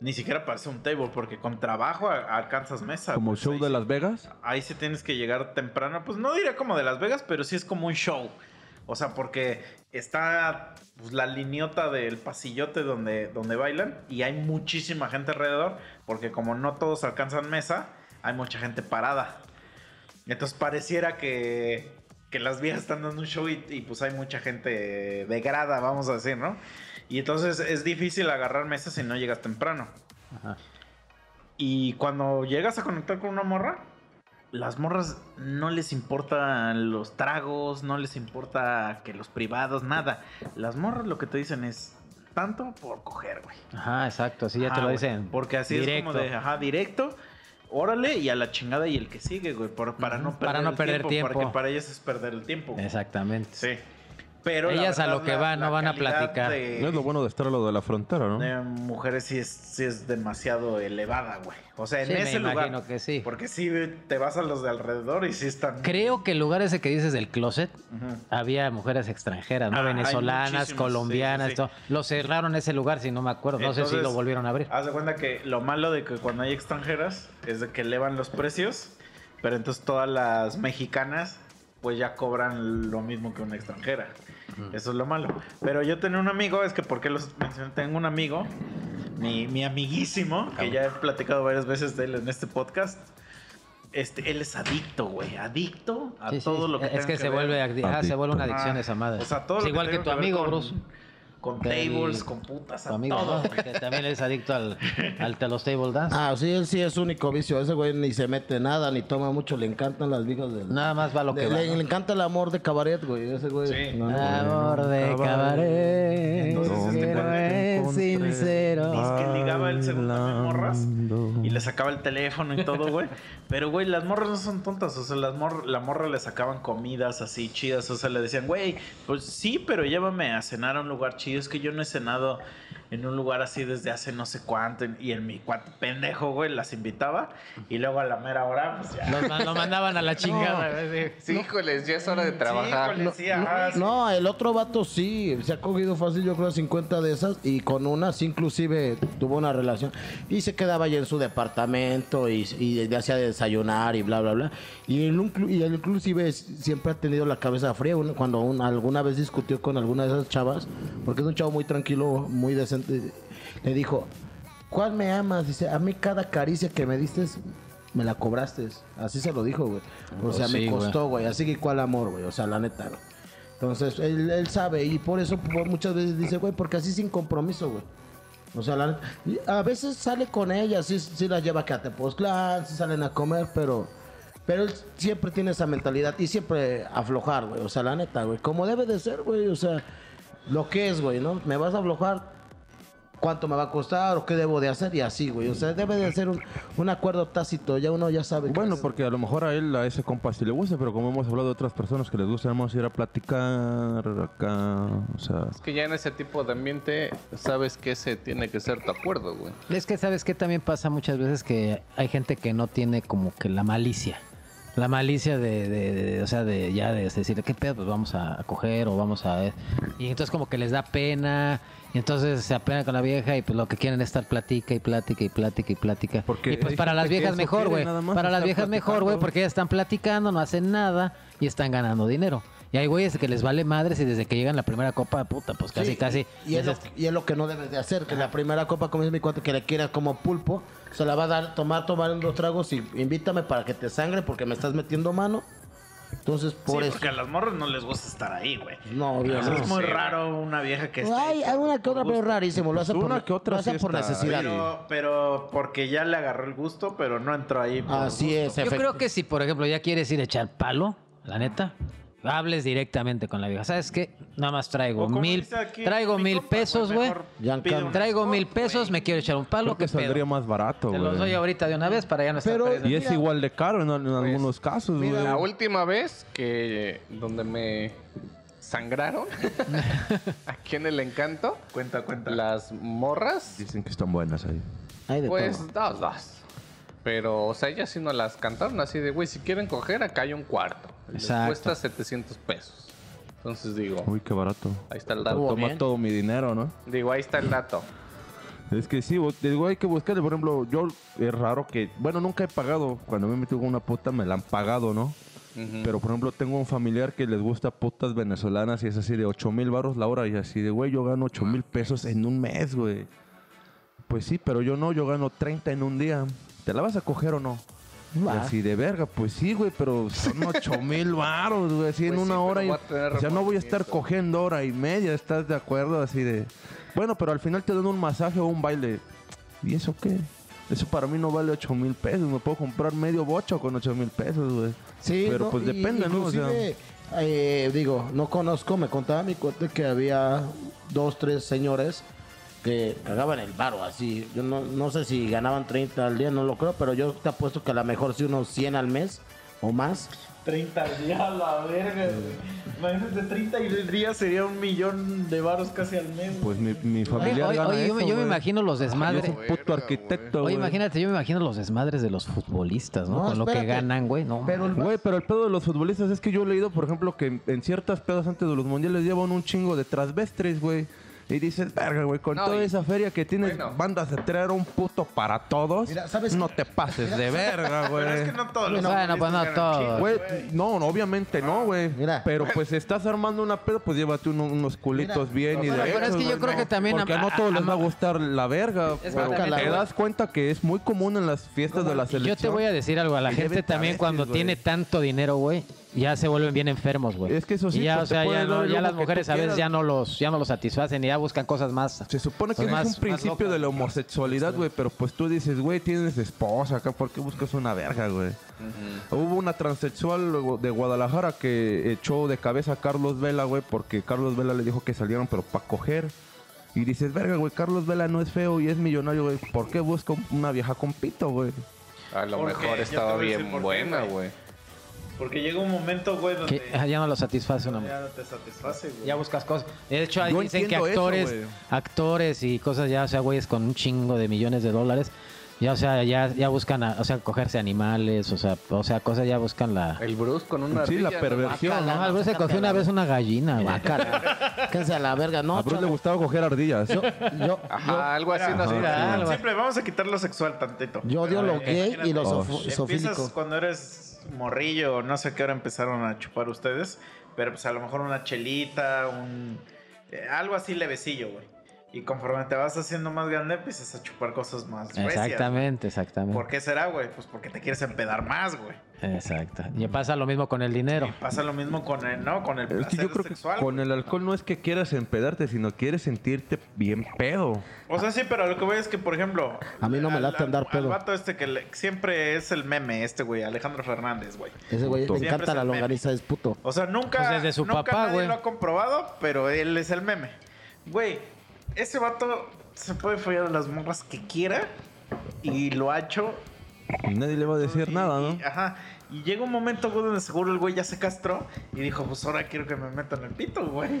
Speaker 5: ni siquiera parece un table porque con trabajo a- alcanzas mesa.
Speaker 4: Como
Speaker 5: pues,
Speaker 4: show
Speaker 5: ahí
Speaker 4: de
Speaker 5: sí-
Speaker 4: Las Vegas.
Speaker 5: Ahí sí tienes que llegar temprano. Pues no diría como de Las Vegas, pero sí es como un show. O sea, porque está pues, la liniota del pasillote donde, donde bailan y hay muchísima gente alrededor porque como no todos alcanzan mesa, hay mucha gente parada. Entonces pareciera que, que las viejas están dando un show y, y, pues hay mucha gente de grada, vamos a decir, ¿no? Y entonces es difícil agarrar mesas si no llegas temprano. Y cuando llegas a conectar con una morra, las morras no les importan los tragos, no les importa que los privados, nada. Las morras lo que te dicen es tanto por coger, güey.
Speaker 3: Ajá, exacto, así ya te
Speaker 5: Ajá,
Speaker 3: lo
Speaker 5: güey,
Speaker 3: dicen.
Speaker 5: Porque así
Speaker 3: directo.
Speaker 5: es como de, ajá, directo, órale y a la chingada y el que sigue, güey, por- para no
Speaker 3: Ujú,
Speaker 5: perder,
Speaker 3: para no
Speaker 5: el
Speaker 3: perder tiempo.
Speaker 5: Porque para ellas es perder el tiempo. güey.
Speaker 3: Exactamente.
Speaker 5: Sí. Pero la
Speaker 3: Ellas a lo que
Speaker 5: la-
Speaker 3: van, no
Speaker 5: la
Speaker 3: van a
Speaker 5: calidad
Speaker 3: platicar.
Speaker 5: de-
Speaker 4: No es lo bueno de estar a lo de la frontera, ¿no?
Speaker 5: de mujeres sí es, sí es demasiado elevada, güey. O sea, en
Speaker 3: Sí, me
Speaker 5: ese lugar.
Speaker 3: imagino que sí.
Speaker 5: Porque sí te vas a los de alrededor y sí están.
Speaker 3: Creo que el lugar ese que dices del closet
Speaker 5: Ujú.
Speaker 3: había mujeres extranjeras, ¿no?
Speaker 5: Ah, hay
Speaker 3: Venezolanas,
Speaker 5: muchísimas,
Speaker 3: colombianas,
Speaker 5: sí, sí, sí.
Speaker 3: todo. Lo cerraron ese lugar, si no me acuerdo. No sé si
Speaker 5: Entonces,
Speaker 3: lo volvieron a abrir.
Speaker 5: Haz de cuenta que lo malo de que cuando hay extranjeras es de que elevan los precios, pero entonces todas las mexicanas pues ya cobran lo mismo que una extranjera. Eso es lo malo. Pero yo tenía un amigo, es que porque los mencioné, tengo un amigo, mi, mi
Speaker 3: Ah,
Speaker 5: amiguísimo, que ya he platicado varias veces de él en este podcast. Este, él es adicto, güey, adicto a
Speaker 3: Sí, sí,
Speaker 5: todo lo que
Speaker 3: es
Speaker 5: tenga
Speaker 3: que, se,
Speaker 5: ver.
Speaker 3: vuelve, addi- ajá, se
Speaker 4: Adicto.
Speaker 3: vuelve una adicción
Speaker 5: Ajá.
Speaker 3: esa madre.
Speaker 5: O sea, todo
Speaker 3: Es
Speaker 5: lo
Speaker 3: igual que,
Speaker 5: tenga
Speaker 3: tu
Speaker 5: ver
Speaker 3: amigo,
Speaker 5: con-
Speaker 3: Bruce.
Speaker 5: Con
Speaker 3: Del-
Speaker 5: tables, con putas, a
Speaker 3: Tu amigo,
Speaker 5: todo.
Speaker 3: ¿no? Que también es adicto al, al, a los table dance.
Speaker 2: Ah, sí, él sí es único vicio. Ese güey ni se mete nada, ni toma mucho. Le encantan las viejas del...
Speaker 3: Nada más va lo que
Speaker 2: le,
Speaker 3: va.
Speaker 2: le- le encanta el amor de cabaret, güey. Ese güey...
Speaker 5: Sí.
Speaker 2: no, no.
Speaker 3: Amor de cabaret,
Speaker 5: Entonces, este
Speaker 3: que no
Speaker 5: cuate
Speaker 3: es sincero.
Speaker 5: Dice que ligaba el segundo también morras
Speaker 4: Bailando.
Speaker 5: y le sacaba el teléfono y todo, güey. Pero, güey, las morras no son tontas. O sea, las mor la morra le sacaban comidas así chidas. O sea, le decían, güey, pues sí, pero llévame a cenar a un lugar chido. Es que yo no he cenado en un lugar así desde hace no sé cuánto. Y en mi cuate pendejo, güey, las invitaba. Y luego a la mera hora, pues ya.
Speaker 3: Los man- lo mandaban a la chingada. güey, sí.
Speaker 1: Sí, híjoles, ya es hora de trabajar.
Speaker 5: Sí, híjole, sí, ajá, Ah, sí.
Speaker 2: No, el otro vato sí, se ha cogido fácil, yo creo, 50 de esas y con una sí inclusive tuvo una relación y se quedaba allí en su departamento y, y le hacía desayunar y bla, bla, bla. Y él, inclu- y él inclusive s- siempre ha tenido la cabeza fría uno- cuando un- alguna vez discutió con alguna de esas chavas, porque es un chavo muy tranquilo, muy decente, le dijo, ¿cuál me amas? Dice, a mí cada caricia que me diste... Me la cobraste, así se lo dijo, güey. O sea,
Speaker 3: Oh, sí,
Speaker 2: me
Speaker 3: güey.
Speaker 2: costó, güey. Así que, ¿cuál amor, güey? O sea, la neta, güey. Entonces, él, él sabe y por eso pues, muchas veces dice, güey, porque así sin compromiso, güey. O sea, la- y a veces sale con ella, sí, sí la lleva a Catepoztlán, sí salen a comer, pero, pero él siempre tiene esa mentalidad y siempre aflojar, güey. O sea, la neta, güey. Como debe de ser, güey. O sea, lo que es, güey, ¿no? Me vas a aflojar, cuánto me va a costar o qué debo de hacer y así, güey. O sea, debe de ser un, un acuerdo tácito, ya uno ya sabe.
Speaker 4: Bueno, porque a lo mejor a él, a ese compa sí le gusta, pero como hemos hablado de otras personas que les gusta, vamos a ir a platicar acá, o sea...
Speaker 1: Es que ya en ese tipo de ambiente sabes que ese tiene que ser tu acuerdo, güey.
Speaker 3: Es que sabes que también pasa muchas veces que hay gente que no tiene como que la malicia. La malicia de, de- de- o sea, de ya de decir, ¿qué pedo? Pues vamos a coger o vamos a... Y entonces como que les da pena, y entonces se apenan con la vieja y pues lo que quieren es estar platica y plática y plática y plática.
Speaker 4: Porque
Speaker 3: y pues
Speaker 4: hay
Speaker 3: para las
Speaker 4: gente que
Speaker 3: viejas
Speaker 4: eso
Speaker 3: mejor,
Speaker 4: quiere,
Speaker 3: güey.
Speaker 4: nada más
Speaker 3: Para las
Speaker 4: estar
Speaker 3: viejas mejor, güey,
Speaker 4: platicando.
Speaker 3: porque ellas están platicando, no hacen nada y están ganando dinero. Y hay güeyes que les vale madres y desde que llegan la primera copa, puta, pues casi,
Speaker 2: Sí,
Speaker 3: casi.
Speaker 2: Y es,
Speaker 3: ya
Speaker 2: lo,
Speaker 3: sabes,
Speaker 2: y es lo que no debes de hacer, que la primera copa, como dice mi cuate, que le quiera como pulpo, se la va a dar, tomar, tomar unos tragos y invítame para que te sangre porque me estás metiendo mano. Entonces, por
Speaker 5: sí,
Speaker 2: eso.
Speaker 5: porque a las morras no les gusta estar ahí, güey.
Speaker 2: No,
Speaker 5: O sea,
Speaker 2: obviamente.
Speaker 5: es muy raro una vieja que esté.
Speaker 2: Hay, hay una que otra, pero rarísimo. Lo hace
Speaker 4: Una
Speaker 2: por,
Speaker 4: que otra
Speaker 2: lo hace
Speaker 4: sí
Speaker 2: por
Speaker 4: está
Speaker 2: necesidad.
Speaker 5: pero, pero porque ya le agarró el gusto, pero no entró ahí. por
Speaker 2: Así
Speaker 5: gusto.
Speaker 2: es,
Speaker 3: Yo
Speaker 2: efect-
Speaker 3: creo que si, por ejemplo, ya quieres ir a echar palo, la neta, hables directamente con la vieja. ¿Sabes qué? Nada más
Speaker 5: O
Speaker 3: traigo
Speaker 5: como
Speaker 3: mil,
Speaker 5: dice aquí,
Speaker 3: traigo
Speaker 5: mi
Speaker 3: mil
Speaker 5: compa, pues,
Speaker 3: pesos, güey.
Speaker 5: mejor
Speaker 2: Yan
Speaker 5: pide
Speaker 2: Can.
Speaker 5: un
Speaker 3: Traigo
Speaker 5: Scott,
Speaker 3: mil pesos,
Speaker 5: güey.
Speaker 3: me quiero echar un
Speaker 4: Creo
Speaker 3: palo,
Speaker 4: que
Speaker 3: que
Speaker 4: saldría
Speaker 3: pedo.
Speaker 4: más barato,
Speaker 3: Te los doy
Speaker 4: güey.
Speaker 3: ahorita de una vez para ya no estar
Speaker 2: Pero-
Speaker 3: perdiendo.
Speaker 4: Y es
Speaker 2: Mira.
Speaker 4: igual de caro en, en algunos casos, güey.
Speaker 1: Pues, La última vez que donde me sangraron aquí en el encanto,
Speaker 5: Cuenta, cuenta.
Speaker 1: las morras,
Speaker 4: Dicen que están buenas ahí.
Speaker 2: Hay de
Speaker 1: pues
Speaker 2: todo.
Speaker 1: dos, dos. Pero, o sea, ellas sí nos las cantaron así de, güey, si quieren coger, acá hay un cuarto. Les
Speaker 3: Exacto.
Speaker 1: cuesta 700 pesos. Entonces digo,
Speaker 4: Uy, qué barato.
Speaker 1: ahí está el dato.
Speaker 4: Toma todo mi dinero, ¿no?
Speaker 1: Digo, ahí está el dato.
Speaker 4: Es que sí, bo- te digo, hay que buscarle. Por ejemplo, yo es raro que. Bueno, nunca he pagado. Cuando me metí con una puta, me la han pagado, ¿no?
Speaker 1: Ujú.
Speaker 4: Pero por ejemplo, tengo un familiar que les gusta putas venezolanas y es así de 8 mil baros la hora. Y así de, güey, yo gano 8 mil pesos en un mes, güey. Pues sí, pero yo no, yo gano 30 en un día. ¿Te la vas a coger o no? Y
Speaker 2: Va.
Speaker 4: así de verga, pues sí, güey, pero son 8 mil baros, güey, así en
Speaker 1: Pues sí,
Speaker 4: una
Speaker 1: pero
Speaker 4: hora. Y,
Speaker 1: voy a tener
Speaker 4: o sea, no voy a estar
Speaker 1: remordimiento.
Speaker 4: cogiendo hora y media, ¿estás de acuerdo? Así de. Bueno, pero al final te dan un masaje o un baile. ¿Y eso qué? Eso para mí no vale 8 mil pesos. Me puedo comprar medio bocho con 8 mil pesos, güey.
Speaker 2: Sí,
Speaker 4: Pero
Speaker 2: no,
Speaker 4: pues
Speaker 2: y-
Speaker 4: depende, ¿no? O sea,
Speaker 2: inclusive, eh, digo, no conozco, me contaba mi cuate que había dos, tres señores que pagaban el baro así. Yo no, no sé si ganaban 30 al día, no lo creo, pero yo te apuesto que a lo mejor sí unos 100 al mes o más.
Speaker 5: 30 días, la verga. güey. Imagínate, 30 días sería un millón de varos casi al mes. güey.
Speaker 4: pues mi, mi
Speaker 3: Oye,
Speaker 4: familia.
Speaker 3: oye, oye, yo, me, yo me imagino los
Speaker 4: Yo
Speaker 3: desmadres.
Speaker 4: soy puto arquitecto,
Speaker 3: Oye,
Speaker 4: güey.
Speaker 3: imagínate, yo me imagino los desmadres de los futbolistas, ¿no?
Speaker 2: No,
Speaker 3: Con lo que
Speaker 2: espérate.
Speaker 3: ganan, güey. No,
Speaker 2: Pero el
Speaker 4: Güey, pero el pedo de los futbolistas es que yo he leído, por ejemplo, que en- en ciertas pedas antes de los mundiales llevan un chingo de transvestres, güey. Y dices, verga, güey, con
Speaker 1: No,
Speaker 4: toda
Speaker 1: y-
Speaker 4: esa feria que tienes,
Speaker 1: Bueno.
Speaker 4: bandas de traer un puto para todos.
Speaker 2: Mira, ¿sabes
Speaker 4: no
Speaker 2: qué?
Speaker 4: te pases de verga, güey.
Speaker 5: Pero es que no todos los
Speaker 3: Bueno, pues no
Speaker 5: futbolistas ganan
Speaker 3: todos.
Speaker 5: chingo,
Speaker 4: Güey, no, no, obviamente no, güey.
Speaker 2: Mira.
Speaker 4: Pero pues estás armando una peda, pues llévate uno- unos culitos bien y
Speaker 3: Bueno,
Speaker 4: de
Speaker 3: pero es que yo creo que también
Speaker 4: Porque
Speaker 3: a-
Speaker 4: a no todos
Speaker 3: a-
Speaker 4: les va a gustar la verga.
Speaker 3: Es que
Speaker 4: pero
Speaker 3: también-
Speaker 4: te das cuenta que es muy común en las fiestas de la selección.
Speaker 3: Yo te voy a decir algo, a la
Speaker 4: Que
Speaker 3: gente
Speaker 4: lleven
Speaker 3: también
Speaker 4: tabetes,
Speaker 3: cuando
Speaker 4: güey.
Speaker 3: tiene tanto dinero, güey, ya se vuelven bien enfermos, güey.
Speaker 4: Es que eso sí,
Speaker 3: Y ya,
Speaker 4: pues,
Speaker 3: o
Speaker 4: te
Speaker 3: sea, ya,
Speaker 4: pueden
Speaker 3: no-
Speaker 4: dar el
Speaker 3: ya
Speaker 4: lujo
Speaker 3: las
Speaker 4: que
Speaker 3: mujeres
Speaker 4: tú
Speaker 3: a veces
Speaker 4: quieras.
Speaker 3: ya no los ya no los satisfacen y ya buscan cosas más.
Speaker 4: Se supone que
Speaker 3: Son
Speaker 4: no
Speaker 3: más-
Speaker 4: es un principio
Speaker 3: más
Speaker 4: de la homosexualidad, güey, pero pues tú dices, güey, tienes esposa acá, ¿por qué buscas una verga, güey? Hubo una transexual luego de Guadalajara que echó de cabeza a Carlos Vela, güey, porque Carlos Vela le dijo que salieron, pero para coger. Y dices, verga, güey, Carlos Vela no es feo y es millonario, güey, ¿por qué busco una vieja con pito, güey?
Speaker 1: A lo
Speaker 5: Porque yo
Speaker 1: mejor
Speaker 5: te
Speaker 1: estaba
Speaker 5: voy a decir
Speaker 1: bien
Speaker 5: por qué,
Speaker 1: buena,
Speaker 5: güey.
Speaker 1: güey.
Speaker 5: Porque llega un momento, güey,
Speaker 3: Que ah,
Speaker 5: donde
Speaker 3: ya no los satisface una mujer.
Speaker 5: ya no te satisface, güey.
Speaker 3: Ya buscas cosas. De hecho, ahí
Speaker 4: Yo
Speaker 3: dicen que
Speaker 4: entiendo eso,
Speaker 3: actores,
Speaker 4: güey.
Speaker 3: actores y cosas ya, o sea, güeyes con un chingo de millones de dólares, ya, o sea, ya, ya buscan, a- o sea, cogerse animales, o sea, o sea, cosas ya buscan la.
Speaker 1: El Bruce con una
Speaker 4: Sí, la
Speaker 1: ardilla, ¿no?
Speaker 4: perversión.
Speaker 3: No,
Speaker 4: ¿no?
Speaker 3: al se cogió una vez una gallina, güey.
Speaker 2: Guácala. Quédense a la verga, no,
Speaker 4: A Bruce le
Speaker 2: chavo.
Speaker 4: gustaba coger ardillas.
Speaker 2: Yo, yo,
Speaker 1: Ajá, algo así, no sé.
Speaker 3: Mira, algo.
Speaker 5: Siempre vamos a quitar lo sexual tantito.
Speaker 2: yo odio lo gay y lo
Speaker 4: Oh,
Speaker 2: sofo-
Speaker 5: Empiezas
Speaker 2: sofílico.
Speaker 5: cuando eres morrillo, no sé a qué hora empezaron a chupar ustedes, pero pues a lo mejor una chelita, un eh, algo así levecillo, güey. Y conforme te vas haciendo más grande, empiezas a chupar cosas más recias.
Speaker 3: Exactamente,
Speaker 5: ¿Por
Speaker 3: exactamente.
Speaker 5: qué será, güey? Pues porque te quieres empedar más, güey.
Speaker 3: Exacto. Y pasa lo mismo con el dinero.
Speaker 5: Pasa lo mismo con el, ¿no? Con el
Speaker 4: Es que
Speaker 5: placer
Speaker 4: yo creo que
Speaker 5: sexual.
Speaker 4: con el alcohol no es que quieras empedarte, sino quieres sentirte bien pedo.
Speaker 5: O sea, sí, pero lo que voy es que, por ejemplo...
Speaker 2: A mí no me
Speaker 5: al-
Speaker 2: late andar
Speaker 5: al-
Speaker 2: pedo.
Speaker 5: Al vato este que le- siempre es el meme, este güey, Alejandro Fernández, güey.
Speaker 2: Ese güey le
Speaker 4: Siempre
Speaker 2: encanta
Speaker 5: es
Speaker 2: la
Speaker 5: el meme.
Speaker 2: longaniza, es puto.
Speaker 5: O sea, nunca,
Speaker 3: Pues desde su
Speaker 5: nunca
Speaker 3: papá,
Speaker 5: nadie
Speaker 3: güey.
Speaker 5: lo ha comprobado, pero él es el meme. Güey, ese vato se puede follar a las morras que quiera y lo ha hecho.
Speaker 4: Y nadie le va a decir
Speaker 5: Y-
Speaker 4: nada, ¿no?
Speaker 5: y- ajá. Y llega un momento, güey, donde seguro el güey ya se castró y dijo, pues ahora quiero que me metan el pito, güey.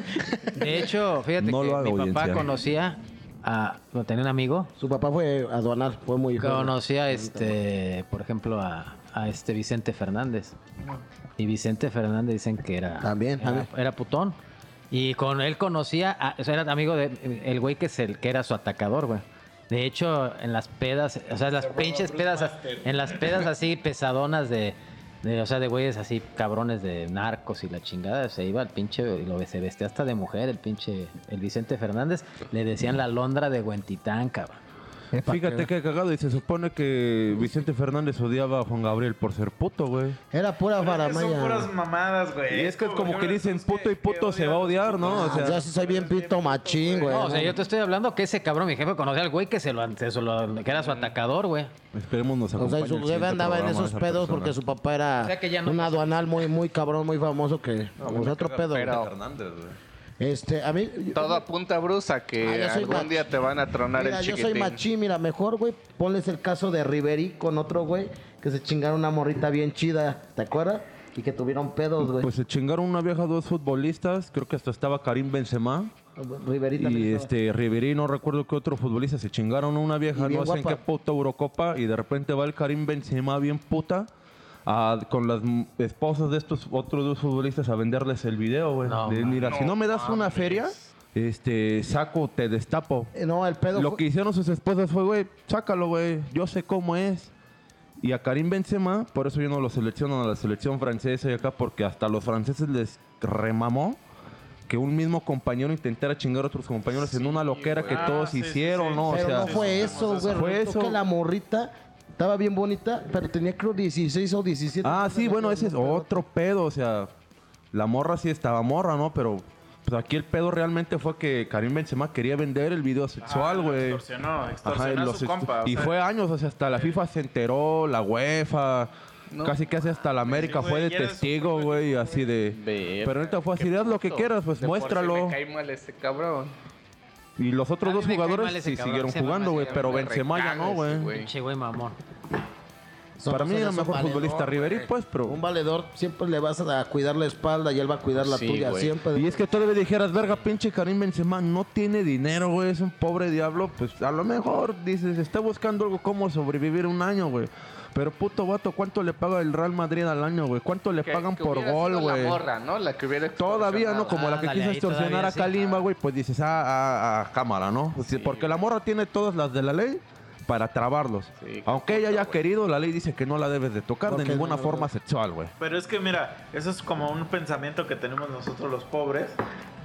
Speaker 3: De hecho, fíjate
Speaker 4: No
Speaker 3: que
Speaker 4: lo haga,
Speaker 3: mi papá
Speaker 4: audiencia.
Speaker 3: conocía a. bueno, Tenía un amigo
Speaker 2: Su papá fue a aduanar, fue muy joven.
Speaker 3: Conocía, este, por ejemplo, a, a este Vicente Fernández. Y Vicente Fernández dicen que era.
Speaker 2: También,
Speaker 3: era,
Speaker 2: también.
Speaker 3: era putón. Y con él conocía, a- o sea, era amigo de el güey que es el que era su atacador, güey. De hecho, en las pedas, o sea, las pinches pedas, en las pedas así pesadonas de
Speaker 6: De- o sea, de güeyes así, cabrones de narcos y la chingada. Se iba al pinche, y lo, se vestía hasta de mujer, el pinche, el Vicente Fernández. Le decían la londra de Huentitán, cabrón.
Speaker 4: Fíjate que cagado. Y se supone que Vicente Fernández odiaba a Juan Gabriel por ser puto, güey.
Speaker 2: Era pura
Speaker 5: Son puras
Speaker 2: faramaya.
Speaker 5: mamadas, güey.
Speaker 4: Y es que como
Speaker 5: por
Speaker 4: que
Speaker 5: ejemplo,
Speaker 4: dicen,
Speaker 5: es
Speaker 4: puto y puto se
Speaker 5: odian
Speaker 4: va a
Speaker 5: los
Speaker 4: odiar,
Speaker 5: putos.
Speaker 4: ¿no? O
Speaker 2: Ah,
Speaker 4: sea,
Speaker 2: yo sí soy bien pito machín, güey.
Speaker 6: No, o sea, yo te estoy hablando que ese cabrón, mi jefe, conocía al güey que se lo, se lo- que era su atacador, güey.
Speaker 4: esperemos nos
Speaker 2: O sea,
Speaker 4: acompañe
Speaker 2: y su
Speaker 4: el
Speaker 2: jefe
Speaker 4: siguiente
Speaker 2: andaba en
Speaker 4: programa
Speaker 2: esos
Speaker 4: esa
Speaker 2: pedos
Speaker 4: persona.
Speaker 2: porque su papá era
Speaker 6: O sea, que ya no-
Speaker 2: un aduanal muy, muy cabrón, muy famoso que... o sea, otro pedo.
Speaker 1: pero-
Speaker 4: Fernández, güey.
Speaker 2: Este, a mí... yo-
Speaker 1: Todo apunta, Bruce, a que
Speaker 2: Ah, yo soy
Speaker 1: algún
Speaker 2: machi-
Speaker 1: día te van a tronar
Speaker 2: Mira,
Speaker 1: el
Speaker 2: yo
Speaker 1: chiquitín.
Speaker 2: soy machín, mira, mejor, güey, ponles el caso de Riveri con otro güey que se chingaron una morrita bien chida, ¿te acuerdas? Y que tuvieron pedos, güey.
Speaker 4: Pues se chingaron una vieja, dos futbolistas. Creo que hasta estaba Karim Benzema.
Speaker 2: Riveri también
Speaker 4: Y
Speaker 2: estaba.
Speaker 4: este Riverí, no recuerdo qué otro futbolista, se chingaron a una
Speaker 2: Y
Speaker 4: vieja,
Speaker 2: bien
Speaker 4: no sé en
Speaker 2: guapa.
Speaker 4: qué puta Eurocopa, y de repente va el Karim Benzema bien puta a- con las m- esposas de estos otros dos futbolistas a venderles el video, güey.
Speaker 6: No,
Speaker 4: De,
Speaker 6: man.
Speaker 4: mira, si no me das una feria, este saco, te destapo.
Speaker 2: Eh, No, el pedo
Speaker 4: Lo
Speaker 2: fue-
Speaker 4: que hicieron sus esposas fue, güey, sácalo, güey, yo sé cómo es. Y a Karim Benzema, por eso yo no lo selecciono a la selección francesa y acá, porque hasta a los franceses les remamó que un mismo compañero intentara chingar a otros compañeros en una loquera que
Speaker 5: Ah,
Speaker 4: todos
Speaker 5: sí, sí,
Speaker 4: hicieron,
Speaker 5: sí.
Speaker 4: ¿no? O
Speaker 2: Pero
Speaker 4: sea,
Speaker 2: no fue eso, güey.
Speaker 4: Fue
Speaker 2: resultó
Speaker 4: eso.
Speaker 2: que la morrita estaba bien bonita, pero tenía creo 16 o 17.
Speaker 4: ah,
Speaker 2: años,
Speaker 4: sí,
Speaker 2: no
Speaker 4: bueno,
Speaker 2: me
Speaker 4: ese es
Speaker 2: acuerdo.
Speaker 4: otro pedo, o sea, la morra sí estaba morra, ¿no? Pero pues aquí el pedo realmente fue que Karim Benzema quería vender el video sexual,
Speaker 5: Ah,
Speaker 4: güey.
Speaker 5: Extorsionó,
Speaker 4: Ajá, y
Speaker 5: extorsionó a
Speaker 4: los
Speaker 5: su
Speaker 4: estu-
Speaker 5: compa. o
Speaker 4: y
Speaker 5: sea,
Speaker 4: fue años, o sea, hasta la FIFA se enteró, la UEFA,
Speaker 1: No
Speaker 4: casi casi hasta la América
Speaker 5: güey,
Speaker 4: fue de
Speaker 5: y era su
Speaker 4: testigo,
Speaker 5: propio
Speaker 4: güey, así de...
Speaker 1: Verga,
Speaker 4: pero ahorita fue así,
Speaker 1: qué
Speaker 4: haz lo
Speaker 1: puto.
Speaker 4: que quieras, pues
Speaker 1: De por sí
Speaker 4: muéstralo.
Speaker 1: me cae mal ese cabrón.
Speaker 4: Y los otros
Speaker 6: A mí
Speaker 4: dos
Speaker 6: me cae mal
Speaker 4: jugadores
Speaker 6: ese
Speaker 4: sí
Speaker 6: cabrón,
Speaker 4: siguieron
Speaker 6: ese
Speaker 4: jugando,
Speaker 6: mamá
Speaker 4: güey,
Speaker 6: se
Speaker 4: pero
Speaker 1: Me
Speaker 4: Benzema ya
Speaker 1: recaga
Speaker 4: no,
Speaker 1: ese
Speaker 4: güey.
Speaker 6: Pinche güey mamón.
Speaker 2: Son
Speaker 4: Para mí
Speaker 2: personas, son
Speaker 4: era mejor
Speaker 2: valedor,
Speaker 4: futbolista
Speaker 2: güey.
Speaker 4: Riverí, pues, pero...
Speaker 2: Un valedor siempre le vas a cuidar la espalda y él va a cuidar la
Speaker 1: Sí, güey.
Speaker 2: tuya
Speaker 6: Pues,
Speaker 2: siempre.
Speaker 4: Pues Y es que todavía dijeras, verga, pinche Karim Benzema no tiene dinero, güey, es un pobre diablo. Pues a lo mejor dices, está buscando algo como sobrevivir un año, güey. Pero puto vato, ¿cuánto le paga el Real Madrid al año, güey? ¿Cuánto le
Speaker 1: Que-
Speaker 4: pagan
Speaker 1: que
Speaker 4: por
Speaker 1: hubiera
Speaker 4: gol,
Speaker 1: sido
Speaker 4: güey?
Speaker 1: La morra, ¿no? La que hubiera
Speaker 4: Todavía no, como la que
Speaker 6: Ándale,
Speaker 4: quiso
Speaker 6: ahí
Speaker 4: extorsionar
Speaker 6: todavía
Speaker 4: a
Speaker 6: sí.
Speaker 4: Kalimba, güey, pues dices, ah, ah, ah, cámara, ¿no? Pues, Porque la morra tiene todas las de la ley para trabarlos.
Speaker 1: Sí, qué
Speaker 4: Aunque ella haya querido, la ley dice que no la debes de tocar
Speaker 2: Porque
Speaker 4: de ninguna
Speaker 2: no,
Speaker 4: forma sexual, güey.
Speaker 5: Pero es que mira, eso es como un pensamiento que tenemos nosotros los pobres,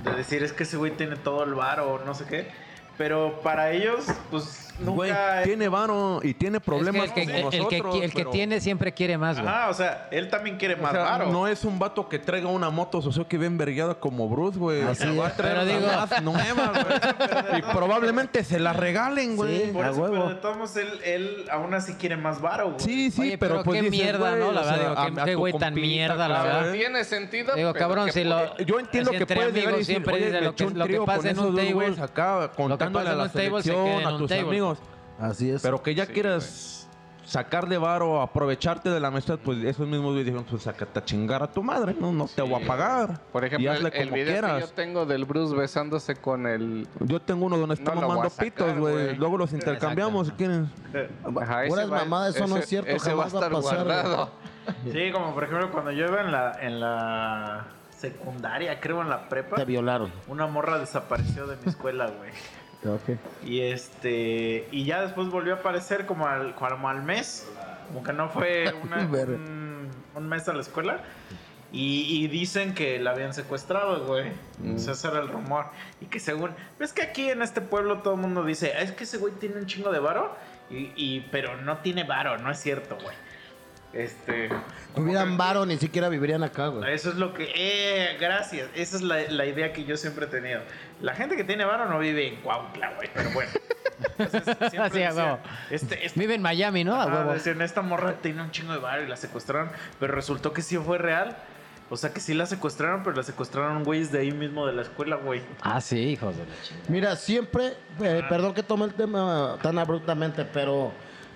Speaker 5: de decir es que ese güey tiene todo el bar o no sé qué, pero para ellos, pues
Speaker 4: Güey,
Speaker 5: nunca...
Speaker 4: tiene varo y tiene problemas
Speaker 6: Es que el que,
Speaker 4: como
Speaker 6: el que-
Speaker 4: nosotros,
Speaker 6: el que
Speaker 4: pero-
Speaker 6: tiene siempre quiere más, güey.
Speaker 5: Ajá, o sea, él también quiere
Speaker 4: O
Speaker 5: más
Speaker 4: sea,
Speaker 5: varo.
Speaker 4: no es un vato que traiga una moto Suzuki bien vergueada como Bruce, güey.
Speaker 2: Así
Speaker 4: Va a
Speaker 2: es.
Speaker 4: traer
Speaker 6: Pero
Speaker 4: una
Speaker 6: digo-
Speaker 4: más nueva, güey. y probablemente se la regalen, güey.
Speaker 2: Sí.
Speaker 5: Por
Speaker 2: a
Speaker 5: eso,
Speaker 2: huevo.
Speaker 5: pero de todos modos, él, él aún así quiere más varo, güey.
Speaker 4: Sí, sí,
Speaker 6: Oye,
Speaker 4: pero,
Speaker 6: pero
Speaker 4: pues
Speaker 6: qué
Speaker 4: dices,
Speaker 6: mierda,
Speaker 4: güey,
Speaker 6: ¿no? La
Speaker 4: o
Speaker 6: verdad,
Speaker 4: sea,
Speaker 6: digo, qué-
Speaker 4: a- a
Speaker 6: qué
Speaker 4: tu
Speaker 6: güey tan
Speaker 4: compita,
Speaker 6: mierda, la
Speaker 4: cabrón.
Speaker 6: verdad.
Speaker 1: Tiene sentido.
Speaker 6: Digo,
Speaker 1: pero
Speaker 6: cabrón,
Speaker 1: que
Speaker 6: si
Speaker 1: puta-
Speaker 6: lo.
Speaker 4: Yo entiendo
Speaker 6: es
Speaker 4: que
Speaker 6: entre
Speaker 4: puedes llegar y
Speaker 6: amigos
Speaker 4: decir,
Speaker 6: siempre
Speaker 4: oye,
Speaker 6: dice
Speaker 4: me
Speaker 6: lo
Speaker 4: eché
Speaker 6: que,
Speaker 4: un
Speaker 6: lo que
Speaker 4: trío con
Speaker 6: pasa en
Speaker 4: esos
Speaker 6: un
Speaker 4: dos
Speaker 6: table.
Speaker 4: güeyes acá, contándole a
Speaker 6: en
Speaker 4: la
Speaker 6: un table se
Speaker 4: selección,
Speaker 6: queda en
Speaker 4: a
Speaker 6: un
Speaker 4: tus
Speaker 6: table.
Speaker 4: amigos.
Speaker 2: Así es.
Speaker 4: Pero que ya quieras sacarle varo, aprovecharte de la amistad, pues esos mismos güeyes dijeron, pues sácate a chingar a tu madre, no, no te voy a pagar.
Speaker 1: Por
Speaker 4: y
Speaker 1: ejemplo, el,
Speaker 4: hazle
Speaker 1: el
Speaker 4: como
Speaker 1: video que yo
Speaker 4: quieras.
Speaker 1: tengo del Bruce besándose con el...
Speaker 4: Yo tengo uno donde está
Speaker 1: No lo voy a
Speaker 4: mamando
Speaker 1: sacar,
Speaker 4: pitos, güey.
Speaker 1: güey.
Speaker 4: Luego los intercambiamos si quieren.
Speaker 1: Ajá,
Speaker 2: Puras mamadas, eso no es cierto,
Speaker 1: Ese va a
Speaker 2: jamás va a
Speaker 1: estar
Speaker 2: pasar, güey.
Speaker 1: guardado.
Speaker 5: Sí, como por ejemplo cuando yo iba en la, en la secundaria, creo en la prepa,
Speaker 2: Te violaron.
Speaker 5: una morra desapareció de mi escuela, güey. Y este y ya después volvió a aparecer como al, como al mes, como que no fue una-
Speaker 2: Verga.
Speaker 5: un, un mes a la escuela. Y, y dicen que la habían secuestrado, güey. O sea, ese era el rumor. Y que según... ¿Ves que aquí en este pueblo todo el mundo dice, "Ah, es que ese güey tiene un chingo de varo? Y, y- pero no tiene varo, no es cierto, güey. Este...
Speaker 2: Tuvieran varo, ni siquiera vivirían acá, güey.
Speaker 5: Eso es lo que... Eh, gracias. Esa es la, la idea que yo siempre he tenido. La gente que tiene varo no vive en Cuautla, güey. Pero bueno. Entonces, siempre
Speaker 6: Sí, a
Speaker 5: decían,
Speaker 6: huevo.
Speaker 5: este, este-
Speaker 6: Vive en Miami,
Speaker 4: Ah,
Speaker 6: ¿no? A
Speaker 5: Ajá,
Speaker 6: huevo.
Speaker 5: decían, esta morra tiene un chingo de varo y la secuestraron. Pero resultó que sí fue real. O sea, que sí la secuestraron, pero la secuestraron güeyes de ahí mismo de la escuela, güey.
Speaker 6: Ah, sí, hijos de la chingada.
Speaker 2: Mira, siempre, eh, perdón que tome el tema tan abruptamente, pero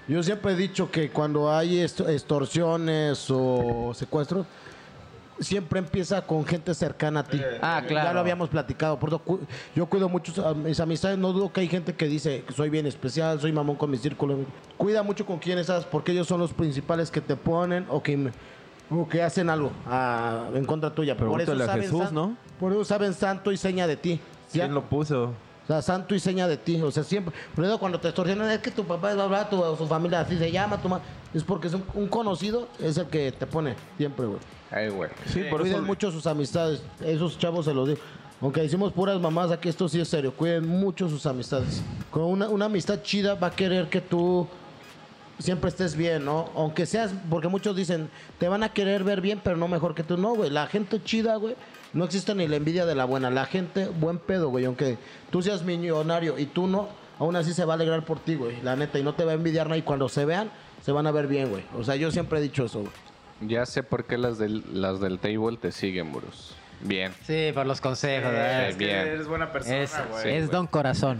Speaker 2: yo siempre he dicho que cuando hay est- extorsiones o secuestros, siempre empieza con gente cercana a ti.
Speaker 6: Ah,
Speaker 2: Eh, Ya lo
Speaker 6: claro.
Speaker 2: habíamos platicado. Por eso cu- yo cuido mucho a mis amistades. No dudo que hay gente que dice que soy bien especial, soy mamón con mi círculo. Cuida mucho con quién estás porque ellos son los principales que te ponen o que, o que hacen algo ah, en contra tuya. Por eso
Speaker 4: Pregúntale a
Speaker 2: saben
Speaker 4: Jesús,
Speaker 2: san-
Speaker 4: ¿no?
Speaker 2: Por eso saben santo y seña de ti. ¿ya?
Speaker 4: ¿Quién lo puso?
Speaker 2: O sea, santo y seña de ti. O sea, siempre. Por eso cuando te extorsionan es que tu papá es hablar, tu, su familia así se llama, tu ma- Es porque es un, un conocido, es el que te pone siempre, güey.
Speaker 1: Ay, güey.
Speaker 4: Sí, por
Speaker 2: Cuiden
Speaker 4: eso.
Speaker 2: mucho sus amistades. Esos chavos se los digo. Aunque hicimos puras mamás, aquí esto sí es serio. Cuiden mucho sus amistades. Con una, una amistad chida va a querer que tú siempre estés bien, ¿no? Aunque seas, porque muchos dicen, te van a querer ver bien, pero no mejor que tú. No, güey, la gente chida, güey, no existe ni la envidia de la buena. La gente, buen pedo, güey, aunque tú seas millonario y tú no, aún así se va a alegrar por ti, güey, la neta, y no te va a envidiar nadie. Cuando se vean, se van a ver bien, güey. O sea, yo siempre he dicho eso, güey.
Speaker 1: Ya sé por qué las del, las del table te siguen, Bruce. Bien.
Speaker 3: Sí, por los consejos. ¿verdad?
Speaker 5: Es que
Speaker 1: bien.
Speaker 5: eres buena persona,
Speaker 3: Eso,
Speaker 5: güey.
Speaker 3: Ah, es Don Corazón.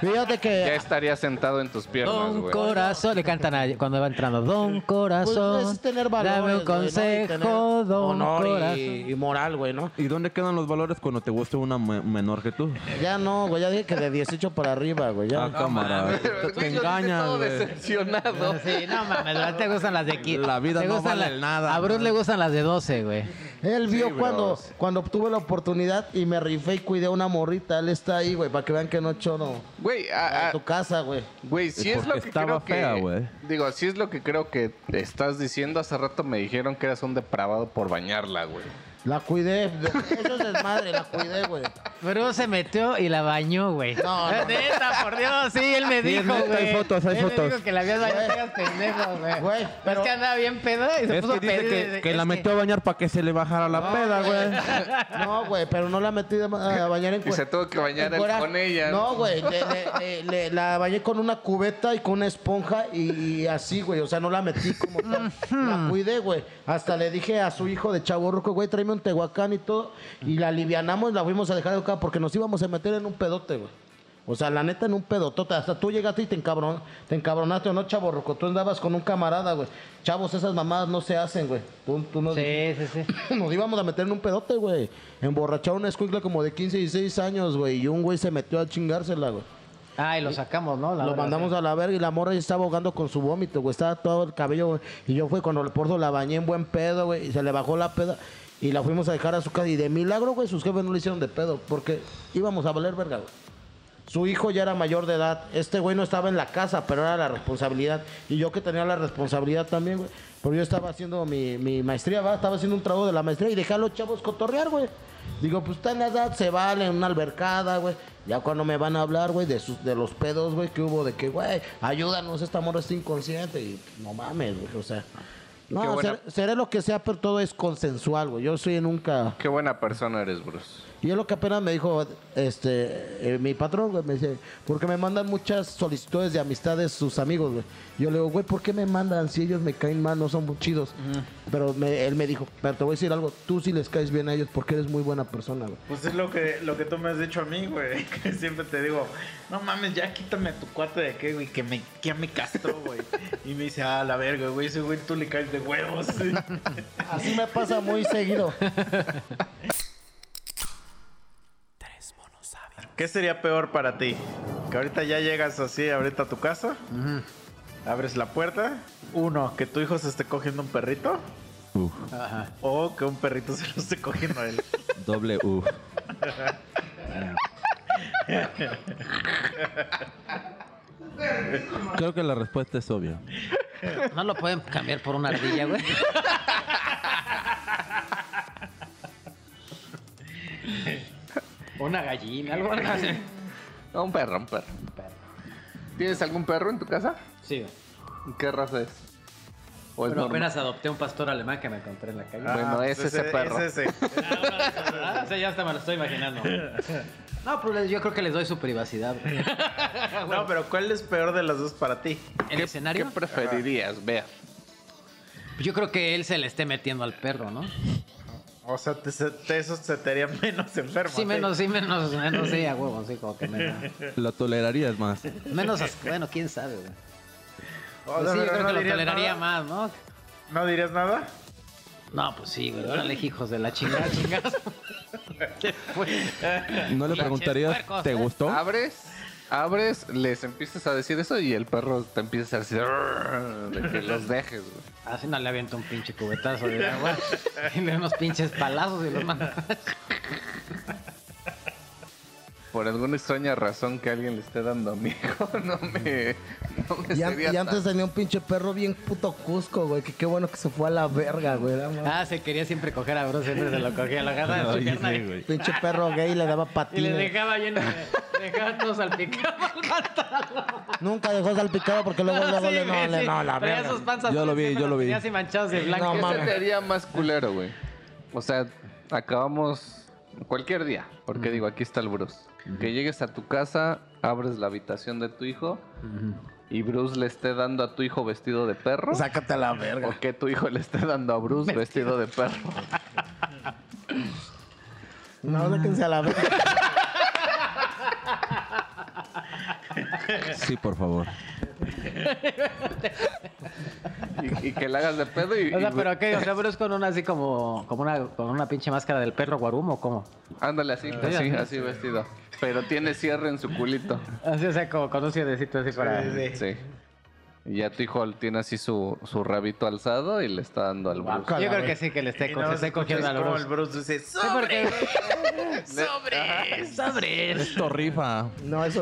Speaker 2: Fíjate que...
Speaker 1: Ya estaría sentado en tus piernas,
Speaker 3: Don
Speaker 1: güey.
Speaker 3: Corazón. Le cantan a- cuando va entrando. Don Corazón.
Speaker 2: Pues es tener valores, güey,
Speaker 3: Dame un
Speaker 2: ¿no? Y
Speaker 3: consejo,
Speaker 2: tener
Speaker 3: Don
Speaker 2: honor
Speaker 3: Corazón.
Speaker 2: y, y moral, güey, ¿no?
Speaker 4: ¿Y dónde quedan los valores cuando te guste una me- menor que tú?
Speaker 2: Ya no, güey, ya dije que de 18 para arriba, güey, ya.
Speaker 4: Ah, cámara.
Speaker 1: Güey, yo
Speaker 4: Te,
Speaker 1: dije
Speaker 4: engañan,
Speaker 1: todo
Speaker 4: güey.
Speaker 1: decepcionado.
Speaker 3: Sí, no mames, a ti te gustan las de 15.
Speaker 4: La vida
Speaker 3: Te
Speaker 4: no
Speaker 3: gustan
Speaker 4: vale nada,
Speaker 3: A Bruce
Speaker 4: man.
Speaker 3: le gustan las de 12, güey.
Speaker 2: Él vio
Speaker 1: bro.
Speaker 2: cuando, cuando tuve la oportunidad y me rifé y cuidé a una morrita. Él está ahí, güey, para que vean que no chono.
Speaker 1: Güey, a-
Speaker 2: A
Speaker 1: a-
Speaker 2: tu casa, güey.
Speaker 1: güey, si es lo
Speaker 4: Porque
Speaker 1: que
Speaker 4: estaba
Speaker 1: creo que...
Speaker 4: fea, güey.
Speaker 1: Digo, si es lo que creo que estás diciendo. Hace rato me dijeron que eras un depravado por bañarla, güey.
Speaker 2: La cuidé. Eso es desmadre, la cuidé, güey.
Speaker 3: Bruce se metió y la bañó, güey.
Speaker 2: No, no, no.
Speaker 3: Neta, por Dios, sí, él me
Speaker 4: Sí, es
Speaker 3: dijo,
Speaker 4: neta,
Speaker 3: güey.
Speaker 4: hay fotos, hay
Speaker 3: él
Speaker 4: fotos.
Speaker 3: me dijo que la habías bañado, eras pendejo, güey.
Speaker 2: Güey,
Speaker 3: Pero
Speaker 2: pero-
Speaker 3: Es que andaba bien pedo y se
Speaker 4: Es
Speaker 3: puso
Speaker 4: que
Speaker 3: a
Speaker 4: dice
Speaker 3: pedir.
Speaker 4: que,
Speaker 3: es
Speaker 4: que la metió a bañar para que se le bajara la peda, güey.
Speaker 2: No, güey, pero no la metí de ma- a bañar en
Speaker 1: Y
Speaker 2: cue-
Speaker 1: se tuvo que bañar
Speaker 2: en
Speaker 1: él
Speaker 2: cuera.
Speaker 1: con ella.
Speaker 2: No, güey, le- le- le- le- la bañé con una cubeta y con una esponja y, y así, güey. O sea, no la metí como tal. La cuidé, güey. Hasta le dije a su hijo de chavo ruco, güey, tráeme un tehuacán y todo. Y la alivianamos, la fuimos a dejar acá porque nos íbamos a meter en un pedote, güey. O sea, la neta en un pedotote. Hasta tú llegaste y te, encabron, te encabronaste, ¿o no, chavo ruco? Tú andabas con un camarada, güey. Chavos, esas mamadas no se hacen, güey. Tú, tú no
Speaker 3: Sí, sí, sí.
Speaker 2: nos íbamos a meter en un pedote, güey. Emborrachar una escuincla como de 15, 16 años, güey. Y un güey se metió a chingársela, güey.
Speaker 3: Ay, lo sacamos, ¿no? La
Speaker 2: Lo
Speaker 3: verdad,
Speaker 2: mandamos
Speaker 3: sí.
Speaker 2: a la verga y la morra ya estaba ahogando con su vómito, güey. Estaba todo el cabello, güey. Y yo fui cuando le porzo la bañé en buen pedo, güey. Y se le bajó la peda. Y la fuimos a dejar a su casa. Y de milagro, güey, sus jefes no le hicieron de pedo. Porque íbamos a valer verga, güey. Su hijo ya era mayor de edad. Este güey no estaba en la casa, pero era la responsabilidad. Y yo que tenía la responsabilidad también, güey. Pero yo estaba haciendo mi, mi maestría, ¿va? Estaba haciendo un trabajo de la maestría y dejé a los chavos cotorrear, güey. Digo, pues está en la edad, se vale en una albercada, güey. Ya cuando me van a hablar, güey, de, sus, de los pedos, güey, que hubo, de que, güey, ayúdanos, esta morra está inconsciente. Y no mames, güey, o sea.
Speaker 1: Qué
Speaker 2: No,
Speaker 1: buena-
Speaker 2: ser- seré lo que sea, pero todo es consensual, güey. Yo soy nunca...
Speaker 1: Qué buena persona eres, Bruce.
Speaker 2: Y es lo que apenas me dijo este eh, mi patrón, güey, me dice, porque me mandan muchas solicitudes de amistades sus amigos, güey. Yo le digo, güey, ¿por qué me mandan si ellos me caen mal, no son muy chidos? Pero me- él me dijo, pero te voy a decir algo, tú sí les caes bien a ellos porque eres muy buena persona, güey.
Speaker 5: Pues es lo que, lo que tú me has dicho a mí, güey. Que siempre te digo, no mames, ya quítame tu cuate de qué, güey, que me, que me castró, güey. Y me dice, ah, la verga, güey, ese güey tú le caes de huevos.
Speaker 2: Así me pasa muy seguido.
Speaker 5: ¿Qué sería peor para ti? Que ahorita ya llegas así, ahorita a tu casa, abres la puerta. Uno, que tu hijo se esté cogiendo un perrito.
Speaker 4: Uf,
Speaker 1: Ah.
Speaker 5: O que un perrito se lo esté cogiendo a él.
Speaker 4: doble uf. Creo que la respuesta es obvia.
Speaker 3: No lo pueden cambiar por una ardilla, güey. una gallina, algo así.
Speaker 1: No, un perro, un perro. ¿Tienes algún perro en tu casa?
Speaker 3: Sí, güey.
Speaker 1: ¿Qué raza es? ¿O es
Speaker 3: Pero
Speaker 1: Pues normal?
Speaker 3: apenas adopté un pastor alemán que me encontré en la calle.
Speaker 1: Bueno, es
Speaker 5: pues
Speaker 1: ese perro.
Speaker 5: Es ese.
Speaker 3: Ah, o sea, ya hasta me lo estoy imaginando. No, pero les- yo creo que les doy su privacidad. güey.
Speaker 1: Ah,
Speaker 5: No, pero ¿cuál es peor de las dos para ti?
Speaker 3: ¿El
Speaker 1: ¿Qué
Speaker 3: escenario? pues
Speaker 1: preferirías ver?
Speaker 3: Yo creo que él se le esté metiendo al perro, ¿no?
Speaker 5: O sea, te, se- te- eso se te haría menos enfermo.
Speaker 3: Sí,
Speaker 5: ¿sí?
Speaker 3: menos, sí, menos, menos, sí, a huevo, sí, como que menos.
Speaker 4: La tolerarías más.
Speaker 3: Menos, as- bueno, quién sabe, güey.
Speaker 5: O
Speaker 3: Pues
Speaker 5: sea,
Speaker 3: sí, yo
Speaker 5: pero
Speaker 3: creo que lo
Speaker 5: dirías
Speaker 3: toleraría
Speaker 5: nada.
Speaker 3: más, ¿no?
Speaker 5: ¿No dirías nada?
Speaker 3: No, pues sí, güey. Órale, hijos de la chingada, chingada.
Speaker 4: No le
Speaker 3: Pinches
Speaker 4: preguntarías,
Speaker 3: puercos,
Speaker 4: ¿te
Speaker 3: ¿eh?
Speaker 4: gustó?
Speaker 1: Abres, abres, les empiezas a decir eso y el perro te empieza a decir de que los dejes, güey.
Speaker 3: Así no le aviento un pinche cubetazo de agua. Y le unos pinches palazos y los manda.
Speaker 1: por alguna extraña razón que alguien le esté dando a mi hijo, no me, no me
Speaker 2: Y, an-
Speaker 1: sería
Speaker 2: y antes
Speaker 1: tan-
Speaker 2: tenía un pinche perro bien puto cusco, güey. Que qué bueno que se fue a la verga, güey. Era más-
Speaker 6: Ah, se quería siempre coger a Bruce, siempre se lo cogía, lo agarraba en su pierna y-
Speaker 2: Pinche perro gay le daba
Speaker 6: y le
Speaker 2: patines.
Speaker 6: dejaba lleno de, dejaba todo salpicado.
Speaker 2: Nunca dejó salpicado porque luego, luego le, no, le, no, la
Speaker 6: Traía
Speaker 2: verga.
Speaker 6: sus panzas.
Speaker 4: Yo lo
Speaker 6: todas,
Speaker 4: vi,
Speaker 6: siempre
Speaker 4: yo lo
Speaker 6: las
Speaker 4: vi.
Speaker 6: tenía así manchadas de blanco.
Speaker 2: No,
Speaker 1: ¿Qué
Speaker 2: mames.
Speaker 1: se te haría más culero, güey? O sea, acabamos cualquier día, porque digo, aquí está el Bruce. Que llegues a tu casa, abres la habitación de tu hijo y Bruce le esté dando a tu hijo vestido de perro.
Speaker 2: Sácate a la verga.
Speaker 1: O que tu hijo le esté dando a Bruce vestido de perro.
Speaker 2: No, sáquense a la verga.
Speaker 4: Sí, por favor.
Speaker 1: Y, y que le hagas de pedo y,
Speaker 6: O sea,
Speaker 1: y-
Speaker 6: pero qué, o sea, Bruce con una así como, como una, con una pinche máscara del perro guarumo, o cómo?
Speaker 1: ándale así, así, así vestido. Pero tiene cierre en su culito.
Speaker 6: Así, o sea, como con un cierrecito así para.
Speaker 1: Sí. Y ya tu hijo tiene así su, su rabito alzado y le está dando al Bruce.
Speaker 6: Yo creo que sí, que le esté, co- se esté cogiendo al
Speaker 5: como el
Speaker 6: Bruce.
Speaker 5: Bruce dice,
Speaker 6: Sí, porque
Speaker 5: ¡sobre! ¡sobre!
Speaker 4: Esto rifa.
Speaker 2: No, eso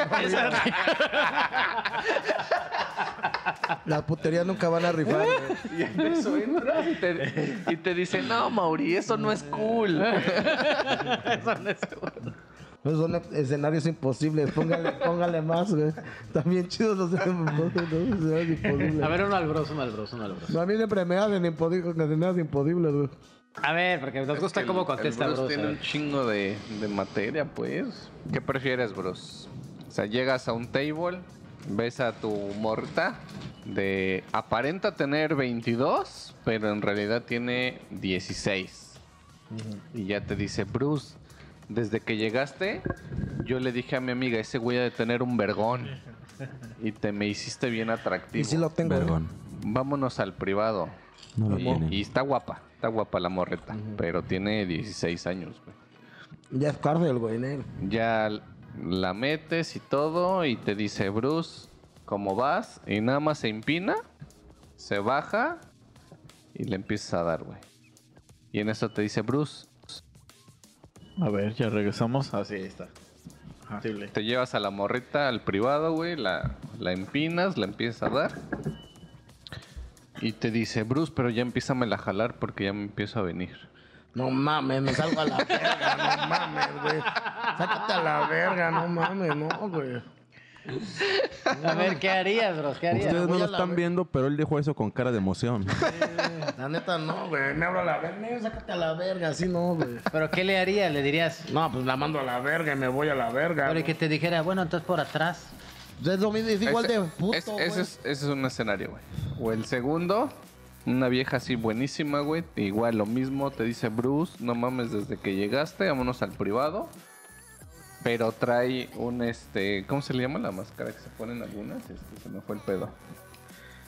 Speaker 2: Las puterías nunca van a rifar, güey.
Speaker 1: Y en eso entras y te, y te dice, no, Mauri, eso no es cool.
Speaker 2: Esos son escenarios imposibles. Póngale, póngale más, güey. También chidos los escenarios
Speaker 6: A
Speaker 2: imposibles.
Speaker 6: ver, uno al Bruce, uno al Bruce, uno al Bruce.
Speaker 2: No, a mí siempre me hacen impodi- con escenarios imposibles, güey.
Speaker 6: A ver, porque nos gusta
Speaker 1: El-
Speaker 6: cómo contesta
Speaker 1: el
Speaker 6: Bruce. a
Speaker 1: Bruce.
Speaker 2: eh.
Speaker 1: tiene
Speaker 6: ver.
Speaker 1: un chingo de, de materia, pues. ¿Qué prefieres, Bruce? O sea, llegas a un table, ves a tu morta de... Aparenta tener 22, pero en realidad tiene 16. Y ya te dice, Bruce, desde que llegaste, yo le dije a mi amiga, ese güey ha de tener un vergón. Y te me hiciste bien atractivo.
Speaker 2: Y sí lo tengo. güey.
Speaker 4: Vergón.
Speaker 1: Vámonos al privado.
Speaker 4: No lo
Speaker 1: y,
Speaker 4: tienen.
Speaker 1: y está guapa, está guapa la morreta, pero tiene 16 años, güey.
Speaker 2: Ya es cárcel, güey, ¿eh? en él.
Speaker 1: Ya l- la metes y todo y te dice, Bruce, ¿cómo vas? Y nada más se impina, se baja y le empiezas a dar, güey. Y en eso te dice, Bruce,
Speaker 5: A ver, ya regresamos. Así está. Posible.
Speaker 1: te llevas a la morreta al privado, güey, la, la empinas, la empiezas a dar. Y te dice, Bruce, pero ya empiézame a jalar porque ya me empiezo a venir.
Speaker 2: No mames, me salgo a la verga, no mames, güey. Sácate a la verga, no mames, no, güey.
Speaker 6: A ver, ¿qué harías, Bruce? ¿Qué harías?
Speaker 4: Ustedes no
Speaker 2: voy
Speaker 4: lo
Speaker 2: a la
Speaker 4: están
Speaker 2: ve-
Speaker 4: viendo, pero él dijo eso con cara de emoción.
Speaker 2: La neta no, güey. Me abro a la verga, "Nel, sácate a la verga, así no, güey.
Speaker 6: ¿Pero qué le harías? ¿Le dirías?
Speaker 2: No, pues la mando a la verga y me voy a la verga.
Speaker 6: Pero y que te dijera, bueno, entonces por atrás.
Speaker 2: Es lo mismo, es igual
Speaker 1: Ese-
Speaker 2: de puto,
Speaker 1: es-
Speaker 2: güey.
Speaker 1: ese, es, ese es un escenario, güey. O el segundo, una vieja así buenísima, güey. Igual lo mismo, te dice Bruce, no mames desde que llegaste, vámonos al privado. Pero trae un este. ¿Cómo se le llama la máscara que se ponen algunas? Este, se me fue el pedo.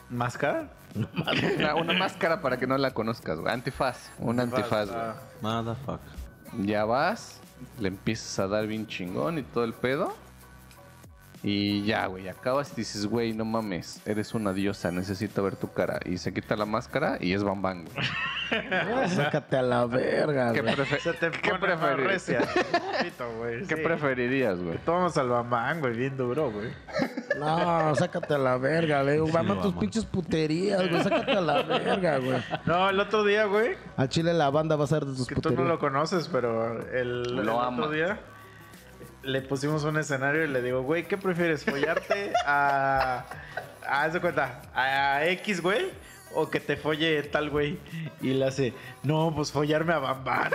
Speaker 5: ¿Máscara?
Speaker 1: Una, una máscara para que no la conozcas, güey. Antifaz. Un antifaz, güey.
Speaker 5: Ah,
Speaker 4: Motherfuck.
Speaker 1: Ya vas, le empiezas a dar bien chingón y todo el pedo. Y ya, güey, acabas y dices, güey, no mames, eres una diosa, necesito ver tu cara. Y se quita la máscara y es Bam Bam, güey.
Speaker 2: Sácate a la verga,
Speaker 1: ¿Qué,
Speaker 2: güey.
Speaker 1: prefe-
Speaker 5: Se te
Speaker 1: qué
Speaker 5: pone
Speaker 1: preferir-
Speaker 5: más recia. Poquito, güey.
Speaker 1: qué
Speaker 5: sí.
Speaker 1: preferirías, güey?
Speaker 5: Tomamos al bambán, güey, bien duro, güey.
Speaker 2: No, sácate a la verga, le digo. Vamos a tus
Speaker 4: vamos.
Speaker 2: pinches puterías, güey. Sácate a la verga, güey.
Speaker 5: No, el otro día, güey,
Speaker 2: Al chile la banda va a ser de tus
Speaker 5: que tú
Speaker 2: puterías.
Speaker 5: no lo conoces, pero el,
Speaker 1: Lo
Speaker 5: el
Speaker 1: ama.
Speaker 5: otro día le pusimos un escenario y le digo, güey, ¿qué prefieres? ¿Follarte a. a haz de cuenta, a X, güey? O que te folle tal güey. Y le hace, no, pues follarme a Bambán.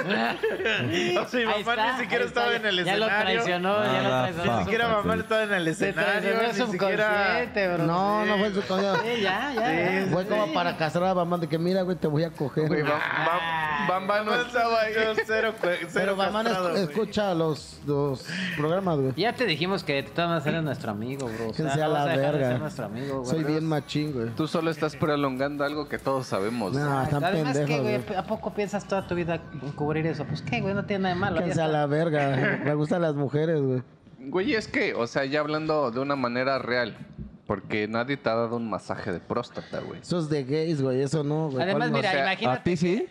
Speaker 5: o sea, y
Speaker 6: Ahí
Speaker 5: Bambán
Speaker 6: está,
Speaker 5: ni siquiera
Speaker 6: ahí está,
Speaker 5: estaba
Speaker 6: ya-
Speaker 5: en el
Speaker 6: Ya
Speaker 5: escenario.
Speaker 6: lo traicionó, ya lo
Speaker 4: Nada,
Speaker 6: traicionó.
Speaker 5: Ni
Speaker 4: pa.
Speaker 5: siquiera Bambán estaba en el
Speaker 6: Se traicionó
Speaker 5: escenario.
Speaker 6: el
Speaker 5: Ni siquiera.
Speaker 6: subconsciente, bro.
Speaker 2: No, no fue el subconsciente.
Speaker 6: Sí, ya, ya.
Speaker 5: Sí,
Speaker 2: Fue como para castrar a Bamán de que mira, güey, te voy a coger.
Speaker 1: Güey, Bam, Bam- Bam Bam no estaba ahí.
Speaker 5: Yo Cero, cue- cero
Speaker 2: Pero Bamán
Speaker 5: castrado, güey.
Speaker 2: escucha los, los programas, güey.
Speaker 6: Ya te dijimos que tú vas a ser nuestro amigo, bro. O
Speaker 2: Que sea
Speaker 6: no
Speaker 2: la
Speaker 6: vas a dejar de
Speaker 2: verga.
Speaker 6: ser nuestro amigo, güey.
Speaker 2: Soy bien machín, güey.
Speaker 1: Tú solo estás prolongando algo que todos sabemos.
Speaker 2: No, están
Speaker 6: Además, ¿qué,
Speaker 2: pendejos, güey.
Speaker 6: güey? ¿A poco piensas toda tu vida en cubrir eso? Pues, ¿qué, güey? No tiene nada de malo.
Speaker 2: Que
Speaker 6: ya
Speaker 2: sea
Speaker 6: está.
Speaker 2: la verga. Me gustan las mujeres, güey.
Speaker 1: Güey, es que, o sea, ya hablando de una manera real, porque nadie te ha dado un masaje de próstata, güey.
Speaker 2: Eso es de gays, güey. Eso no, güey.
Speaker 6: Además,
Speaker 2: ¿Cuál
Speaker 6: mira,
Speaker 1: O sea,
Speaker 4: ¿A
Speaker 6: imagínate.
Speaker 4: ti sí?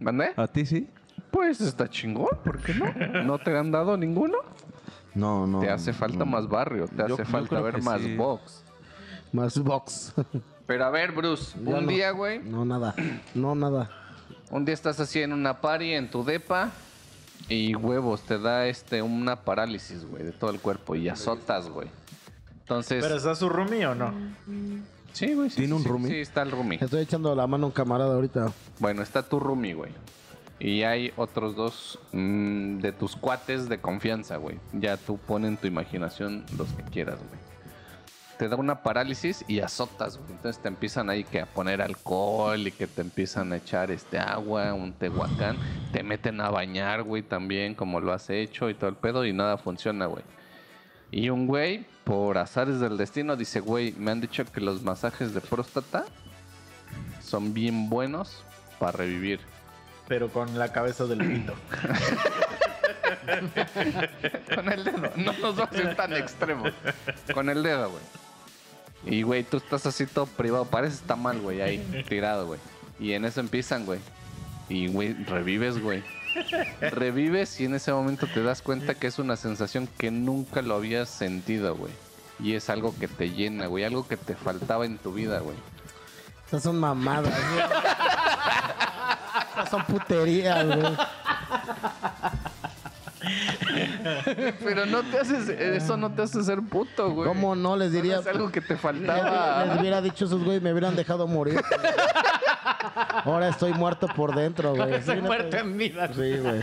Speaker 1: ¿Mandé?
Speaker 4: ¿A ti sí?
Speaker 1: Pues está chingón, ¿por qué no? ¿No te han dado ninguno?
Speaker 4: No, no.
Speaker 1: Te hace falta
Speaker 4: no.
Speaker 1: más barrio, te
Speaker 4: Yo-
Speaker 1: hace
Speaker 4: yo
Speaker 1: falta
Speaker 4: creo
Speaker 1: ver
Speaker 4: que
Speaker 1: más
Speaker 4: sí.
Speaker 1: box.
Speaker 2: Más box.
Speaker 1: Pero a ver, Bruce,
Speaker 2: Ya
Speaker 1: un
Speaker 2: no.
Speaker 1: día, güey,
Speaker 2: No, nada. No, nada.
Speaker 1: un día estás así en una party en tu depa y huevos, te da este una parálisis, güey, de todo el cuerpo y azotas, güey. Entonces,
Speaker 5: ¿Pero está su roomie o no?
Speaker 1: sí, güey, sí,
Speaker 4: ¿Tiene
Speaker 1: sí,
Speaker 4: un
Speaker 1: sí,
Speaker 4: roomie?
Speaker 1: Sí, está el roomie.
Speaker 2: Estoy echando la mano a un camarada ahorita.
Speaker 1: Bueno, está tu roomie, güey. Y hay otros dos mm, de tus cuates de confianza, güey. Ya tú pones en tu imaginación los que quieras, güey. Te da una parálisis y azotas, güey. Entonces te empiezan ahí que a poner alcohol y que te empiezan a echar este agua, un tehuacán. Te meten a bañar, güey, también como lo has hecho y todo el pedo y nada funciona, güey. Y un güey, por azares del destino, dice, güey, me han dicho que los masajes de próstata son bien buenos para revivir.
Speaker 5: Pero con la cabeza del pito.
Speaker 1: Con el dedo. No nos vamos a ir tan extremos. Con el dedo, güey. Y, güey, tú estás así todo privado. Parece está mal, güey, ahí, tirado, güey. Y en eso empiezan, güey. Y, güey, revives, güey. Revives y en ese momento te das cuenta que es una sensación que nunca lo habías sentido, güey. Y es algo que te llena, güey. Algo que te faltaba en tu vida, güey.
Speaker 2: Estas son mamadas, güey. Estas son puterías, güey.
Speaker 1: Pero no te haces, eso no te hace ser puto, güey.
Speaker 2: ¿Cómo no les diría?
Speaker 1: Es algo que te
Speaker 2: Les, les
Speaker 1: faltaba.
Speaker 2: hubiera dicho esos güey, me hubieran dejado morir. Ahora estoy muerto por dentro, güey.
Speaker 3: Estoy
Speaker 2: Imagínate.
Speaker 3: muerto en vida.
Speaker 2: Sí, güey.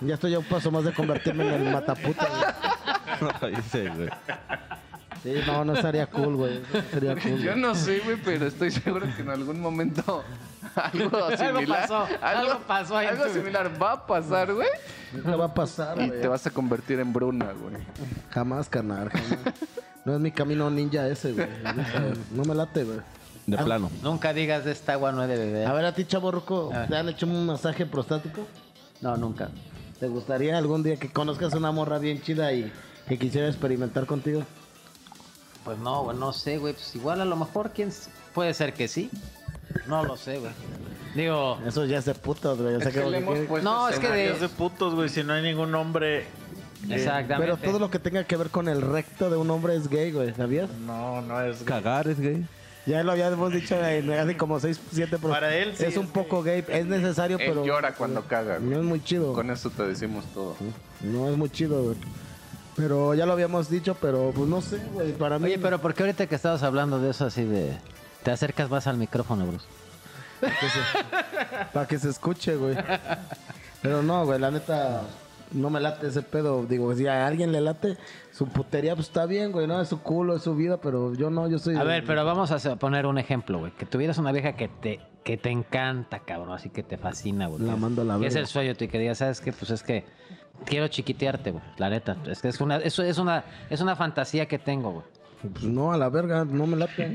Speaker 2: Ya estoy a un paso más de convertirme en el mataputa, güey.
Speaker 4: Ahí sí, güey.
Speaker 2: Sí, no, no estaría cool, güey. No Sería cool.
Speaker 1: Yo
Speaker 2: güey.
Speaker 1: no sé, güey, pero estoy seguro que en algún momento algo similar.
Speaker 3: pasó, algo pasó ahí en
Speaker 1: algo
Speaker 3: tu-
Speaker 1: similar va a pasar, güey.
Speaker 2: No va a pasar,
Speaker 1: Y
Speaker 2: güey.
Speaker 1: te vas a convertir en Bruna, güey.
Speaker 2: Jamás, carnal, jamás. No es mi camino ninja ese, güey. No me late, güey.
Speaker 4: De plano.
Speaker 3: Nunca digas de esta agua no he de beber.
Speaker 2: A ver, a ti, chavo ruco, ¿te han hecho un masaje prostático?
Speaker 3: No, nunca.
Speaker 2: ¿Te gustaría algún día que conozcas una morra bien chida y que quisiera experimentar contigo?
Speaker 3: Pues no, güey, no sé, güey. Pues igual a lo mejor quién s- puede ser que sí. No lo sé, güey. Digo,
Speaker 2: Eso ya es de putas, güey. O sea, que-
Speaker 3: no, es que
Speaker 5: Es
Speaker 3: de...
Speaker 5: de putos, güey, si no hay ningún hombre.
Speaker 3: Exactamente.
Speaker 2: Eh, Pero todo lo que tenga que ver con el recto de un hombre es gay, güey, ¿sabías?
Speaker 5: No, no es. güey.
Speaker 4: Cagar es gay.
Speaker 2: Ya lo habíamos dicho en hace como 6, 7
Speaker 5: Para él sí
Speaker 2: Es un
Speaker 5: es
Speaker 2: poco gay, es necesario,
Speaker 1: Él
Speaker 2: pero.
Speaker 1: llora cuando caga,
Speaker 2: No
Speaker 1: güey.
Speaker 2: es muy chido.
Speaker 1: Con eso te decimos todo.
Speaker 2: No es muy chido, güey. Pero ya lo habíamos dicho, pero pues no sé, güey. Para mí.
Speaker 3: Oye, pero ¿por qué ahorita que estabas hablando de eso así de... Te acercas más al micrófono, Bruce?
Speaker 2: Para que se escuche, güey. Pero no, güey, la neta. No me late ese pedo. Digo, si a alguien le late, su putería, pues está bien, güey, ¿no? Es su culo, es su vida, pero yo no, yo soy.
Speaker 3: A ver, pero vamos a hacer- poner un ejemplo, güey. Que tuvieras una vieja que te, que te encanta, cabrón. Así que te fascina, güey.
Speaker 2: La
Speaker 3: Que es-
Speaker 2: mando a la
Speaker 3: que Es
Speaker 2: verga.
Speaker 3: el sueño, tú. Y que digas, ¿sabes qué? Pues es que quiero chiquitearte, güey. La neta. Es que es una, es, es una, es una fantasía que tengo, güey.
Speaker 2: Pues no, a la verga, no me late.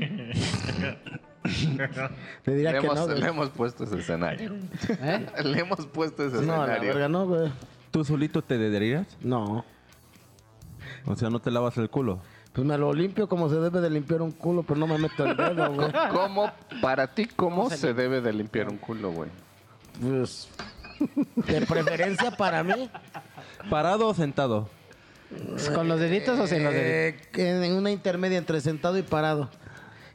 Speaker 2: Le diría
Speaker 1: Le
Speaker 2: que
Speaker 1: hemos,
Speaker 2: no, güey.
Speaker 1: le hemos puesto ese escenario.
Speaker 3: ¿Eh?
Speaker 1: Le hemos puesto ese
Speaker 2: No, a la
Speaker 1: escenario.
Speaker 2: verga no, güey.
Speaker 4: ¿Tú solito te dedirías?
Speaker 2: No.
Speaker 4: O sea, no te lavas el culo.
Speaker 2: Pues me lo limpio como se debe de limpiar un culo, pero no me meto el dedo, güey.
Speaker 1: ¿Cómo, para ti, cómo se debe de limpiar un culo, güey?
Speaker 2: Pues, de preferencia para mí,
Speaker 4: ¿Parado o sentado?
Speaker 3: ¿Con los deditos o sin los deditos?
Speaker 2: eh, en una intermedia entre sentado y parado.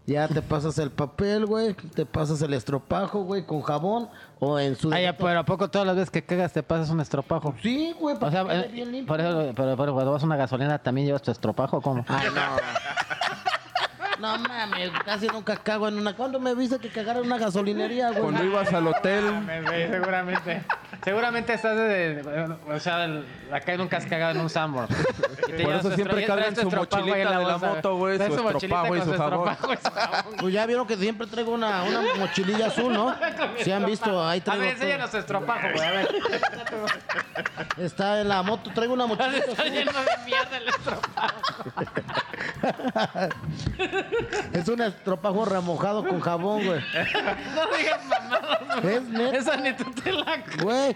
Speaker 2: Ya te pasas el papel, güey, te pasas el estropajo, güey, con jabón o en su...
Speaker 3: Ah, ya, pero ¿a poco todas las veces que cagas te pasas un estropajo?
Speaker 2: Sí, güey,
Speaker 3: O
Speaker 2: para
Speaker 3: sea,
Speaker 2: que quede
Speaker 3: eh,
Speaker 2: bien limpio.
Speaker 3: por eso, pero, pero cuando vas a una gasolina también llevas tu estropajo, o ¿cómo?
Speaker 4: Ah,
Speaker 2: Ay, no. No mames, casi nunca cago en una... ¿Cuándo me viste que cagara en una gasolinería, güey?
Speaker 4: Cuando ibas al hotel,
Speaker 3: seguramente. Seguramente estás o sea, acá nunca has cagado en un sambor.
Speaker 4: Por eso siempre cargan su mochilita de la moto, güey, su estropajo y su jabón.
Speaker 2: Pues ya vieron que siempre traigo una, una mochililla azul, ¿no? Si han visto, ahí
Speaker 3: A
Speaker 2: traigo...
Speaker 3: ver,
Speaker 2: todo.
Speaker 3: enséñanos su estropajo, güey. A ver,
Speaker 2: Está en la moto, traigo una mochililla azul.
Speaker 3: está lleno de mierda el estropajo.
Speaker 2: Es un estropajo remojado con jabón, güey.
Speaker 3: No digas mamada.
Speaker 2: Es neta,
Speaker 3: Esa ni tú te la...
Speaker 2: güey.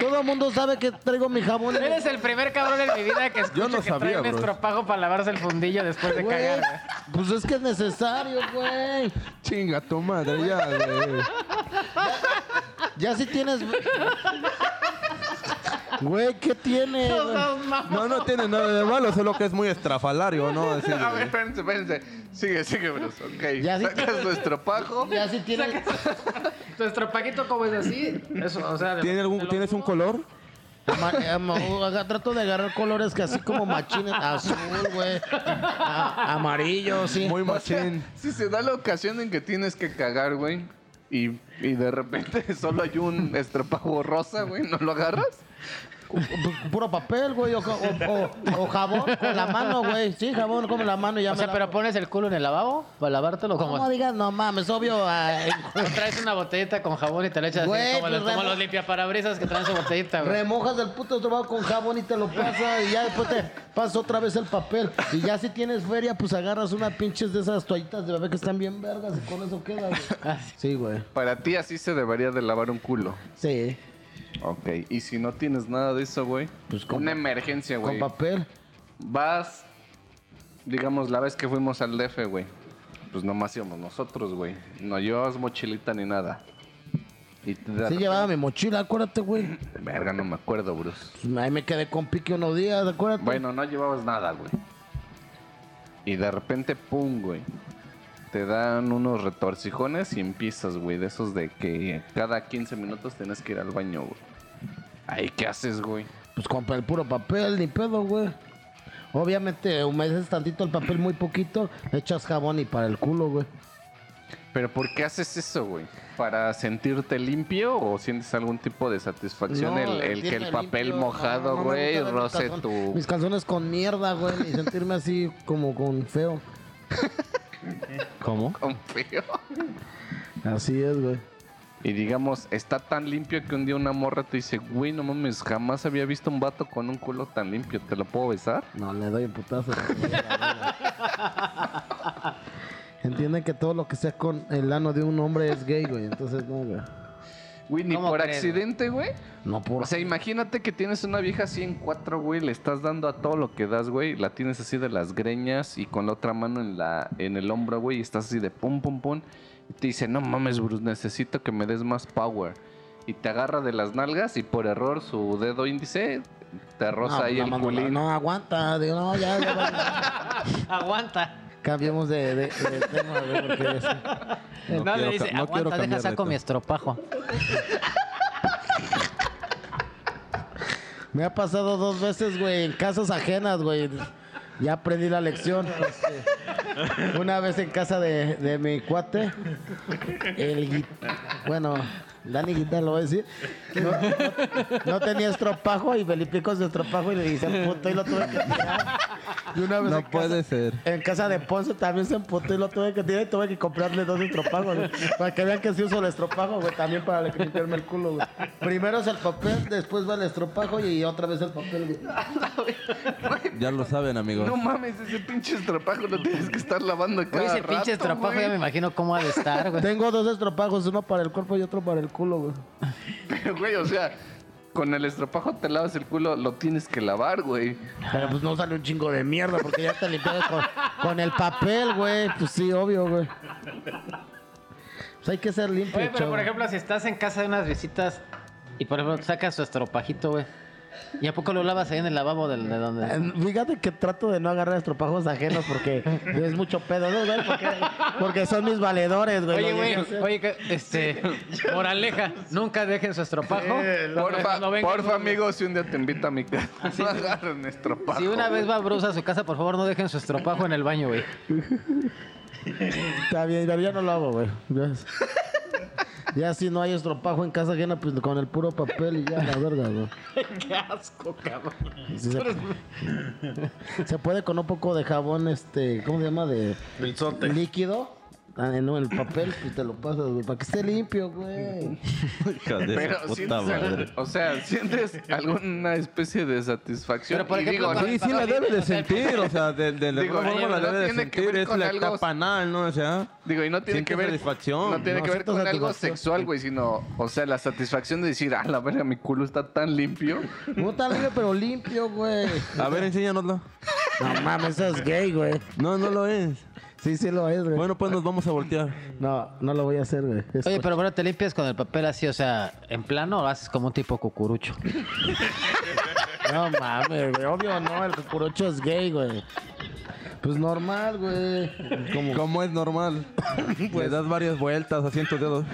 Speaker 2: Todo el mundo sabe que traigo mi jabón. en-
Speaker 3: Eres el primer cabrón en mi vida que escucha
Speaker 4: Yo no
Speaker 3: que
Speaker 4: sabía,
Speaker 3: trae un
Speaker 4: bro.
Speaker 3: estropajo para lavarse el fundillo después de
Speaker 2: Güey,
Speaker 3: cagar, güey.
Speaker 2: pues es que es necesario, güey.
Speaker 4: chinga tu madre, ya, güey.
Speaker 2: Ya si tienes... Güey, ¿qué tiene?
Speaker 4: No, no tiene nada de malo, solo que es muy estrafalario, ¿no? Así de-
Speaker 1: A ver, espérense, espérense. Sigue, sigue, Bruce. Ok.
Speaker 2: Ya sí.
Speaker 1: Sacas tu estropajo.
Speaker 2: Ya sí tiene.
Speaker 6: Nuestro paquito como es así, eso, o sea,
Speaker 4: ¿Tiene algún, ¿Tienes un color?
Speaker 2: ama- ama- aga- trato de agarrar colores que así como machines. Azul, güey. a- amarillo, sí.
Speaker 4: Muy machín.
Speaker 1: Si se da la ocasión en que tienes que cagar, güey, y, y de repente solo hay un estropajo rosa, güey, ¿no lo agarras?
Speaker 2: Pu- Pues, Puro papel, güey. O, o- o- o jabón con la mano, güey. Sí, jabón con la mano y ya
Speaker 6: O
Speaker 2: me
Speaker 6: sea,
Speaker 2: la-
Speaker 6: pero pones el culo en el lavabo para lavártelo
Speaker 2: ¿Cómo
Speaker 6: como
Speaker 2: digas? No mames, obvio. ay,
Speaker 6: traes una botellita con jabón y te la echas
Speaker 2: Güey,
Speaker 6: así como,
Speaker 2: pues,
Speaker 6: los, como
Speaker 2: remo-
Speaker 6: los limpiaparabrisas que traen su botellita, güey.
Speaker 2: Remojas el puto estómago con jabón y te lo pasas y ya después te pasas otra vez el papel. Y ya si tienes feria, pues agarras una pinches de esas toallitas de bebé que están bien vergas y con eso queda, güey. Sí, güey.
Speaker 1: Para ti así se debería de lavar un culo.
Speaker 2: Sí,
Speaker 1: Ok. Y si no tienes nada de eso, güey,
Speaker 2: Pues con-
Speaker 1: una emergencia,
Speaker 2: con
Speaker 1: güey.
Speaker 2: papel.
Speaker 1: Vas, digamos, la vez que fuimos al DF, güey, pues nomás íbamos nosotros, güey. No llevabas mochilita ni nada. Y te da-
Speaker 2: Sí, llevaba mi mochila, acuérdate, güey.
Speaker 1: Verga, no me acuerdo, Bruce.
Speaker 2: Pues ahí me quedé con pique unos días, acuérdate.
Speaker 1: Bueno, no llevabas nada, güey. Y de repente, pum, güey. Te dan unos retorcijones y empiezas, güey, de esos de que cada 15 minutos tienes que ir al baño, güey. Ay, ¿qué haces, güey?
Speaker 2: Pues compra el puro papel, ni pedo, güey. Obviamente humedeces tantito el papel, muy poquito, echas jabón y para el culo, güey.
Speaker 1: ¿Pero por qué haces eso, güey? ¿Para sentirte limpio o sientes algún tipo de satisfacción
Speaker 2: No,
Speaker 1: el, el que el
Speaker 2: sentirme
Speaker 1: papel
Speaker 2: limpio, no,
Speaker 1: mojado,
Speaker 2: no me
Speaker 1: güey,
Speaker 2: gusta ver mis
Speaker 1: roce
Speaker 2: calzon-
Speaker 1: tu...
Speaker 2: Mis canciones con mierda, güey, y sentirme así como con feo.
Speaker 6: ¿Cómo?
Speaker 1: con feo?
Speaker 2: Así es, güey.
Speaker 1: Y digamos, está tan limpio que un día una morra te dice, güey, no mames, jamás había visto un vato con un culo tan limpio, ¿te lo puedo besar?
Speaker 2: No, le doy un putazo. Entienden que todo lo que sea con el ano de un hombre es gay, güey. Entonces, no, güey.
Speaker 1: Güey, ni
Speaker 6: ¿Cómo
Speaker 1: por
Speaker 6: crees,
Speaker 1: accidente, güey.
Speaker 2: No pues por...
Speaker 1: O sea, imagínate que tienes una vieja así en cuatro, güey, le estás dando a todo lo que das, güey, la tienes así de las greñas y con la otra mano en la en el hombro, güey, y estás así de pum pum pum y te dice, "No mames, Bruce, necesito que me des más power." Y te agarra de las nalgas y por error su dedo índice te roza
Speaker 2: no,
Speaker 1: ahí
Speaker 2: la
Speaker 1: el
Speaker 2: mano,
Speaker 1: culín.
Speaker 2: No, aguanta. Digo, no, ya, ya, va.
Speaker 6: Aguanta.
Speaker 2: Cambiemos de, de- de tema, güey, porque... sí.
Speaker 4: No
Speaker 6: No,
Speaker 4: quiero
Speaker 6: le
Speaker 4: ca-
Speaker 6: dice, aguanta,
Speaker 4: no quiero cambiar
Speaker 6: deja
Speaker 4: de
Speaker 6: saco mi
Speaker 4: tema".
Speaker 6: estropajo.
Speaker 2: Me ha pasado dos veces, güey, en casas ajenas, güey. Ya aprendí la lección. Este, Una vez en casa de, de mi cuate, el gui- bueno, Dani Guita lo voy a decir. No, no- no tenía estropajo y Felipe con su estropajo y le dice puto y lo tuve que tirar. Y una vez en
Speaker 4: No
Speaker 2: casa-
Speaker 4: puede ser.
Speaker 2: en casa de Ponce también se emputó y lo tuve que tirar y tuve que comprarle dos estropajos, güey. Para que vean que sí uso el estropajo, güey. También para limpiarme el culo, güey. Primero es el papel, después va el estropajo y otra vez el papel, güey.
Speaker 4: Ya lo saben, amigos.
Speaker 1: No mames, ese pinche estropajo lo tienes que estar lavando cada
Speaker 6: Oye, ese
Speaker 1: rato,
Speaker 6: pinche estropajo
Speaker 1: güey.
Speaker 6: ya me imagino cómo ha de estar, güey.
Speaker 2: Tengo dos estropajos, uno para el cuerpo y otro para el culo, güey.
Speaker 1: Pero, güey, o sea, con el estropajo te lavas el culo, lo tienes que lavar, güey.
Speaker 2: Pero pues no sale un chingo de mierda porque ya te limpiaste con, con el papel, güey. Pues sí, obvio, güey. Pues hay que ser limpio,
Speaker 6: Oye, pero
Speaker 2: chavo.
Speaker 6: por ejemplo, si estás en casa de unas visitas y por ejemplo sacas su estropajito, güey. ¿Y a poco lo lavas ahí en el lavabo del- de donde?
Speaker 2: Eh, Fíjate que trato de no agarrar estropajos ajenos porque pues, es mucho pedo, ¿no, güey? Porque, porque son mis valedores, güey.
Speaker 6: Oye,
Speaker 2: Lo llegué a
Speaker 6: güey,
Speaker 2: hacer.
Speaker 6: oye, que, este, moraleja, nunca dejen su estropajo.
Speaker 3: Eh,
Speaker 1: Porfa,
Speaker 6: Cuando vengan
Speaker 1: porfa,
Speaker 6: unos-
Speaker 1: amigo, si un día te invito a mi casa, no agarren estropajo.
Speaker 6: Si Ah, una vez va Bruce a su casa, por favor, no dejen su estropajo en el baño, güey.
Speaker 2: Está bien, pero ya no lo hago, güey. Ya, ya si no hay estropajo en casa ajena, pues con el puro papel y ya, la verga, güey.
Speaker 6: Qué asco, cabrón.
Speaker 2: Sí se, se puede con un poco de jabón, este, ¿cómo se llama? De
Speaker 5: Bilzote.
Speaker 2: líquido. Ah, no, el papel, pues te lo pasas, güey, para que esté limpio, güey.
Speaker 4: Hija de
Speaker 1: Pero
Speaker 4: su puta
Speaker 1: sientes,
Speaker 4: madre.
Speaker 1: o sea, sientes alguna especie de satisfacción.
Speaker 6: Pero, por
Speaker 1: Y
Speaker 6: ejemplo,
Speaker 1: digo,
Speaker 6: con-
Speaker 1: no,
Speaker 4: Sí, sí la debe de sentir, o sea, de, de, de
Speaker 1: Digo,
Speaker 4: alguna
Speaker 1: oye,
Speaker 4: forma
Speaker 1: no
Speaker 4: la debe de
Speaker 1: tiene que
Speaker 4: sentir,
Speaker 1: ver
Speaker 4: es
Speaker 1: con
Speaker 4: la
Speaker 1: algo-
Speaker 4: etapa anal, ¿no? O sea,
Speaker 1: digo, y no tiene que
Speaker 4: sientes
Speaker 1: ver
Speaker 4: satisfacción.
Speaker 1: no tiene
Speaker 2: No,
Speaker 1: que ver
Speaker 2: siento
Speaker 1: con algo
Speaker 2: satisfacción.
Speaker 1: sexual, güey, sino, o sea, la satisfacción de decir, ah, la verga, mi culo está tan limpio.
Speaker 2: No tan limpio, pero limpio, güey.
Speaker 4: a ver, enséñanoslo.
Speaker 2: No mames, eso es gay, güey.
Speaker 4: No, no lo es.
Speaker 2: Sí, sí lo es, güey.
Speaker 4: Bueno, pues nos vamos a voltear.
Speaker 2: No, no lo voy a hacer, güey. Es-
Speaker 6: Oye, pero bueno, te limpias con el papel así, o sea, en plano o haces como un tipo cucurucho.
Speaker 7: No mames, güey. Obvio no, el cucurucho es gay, güey.
Speaker 2: Pues normal, güey.
Speaker 4: ¿Cómo? es normal? Le das varias vueltas a cientos dedos.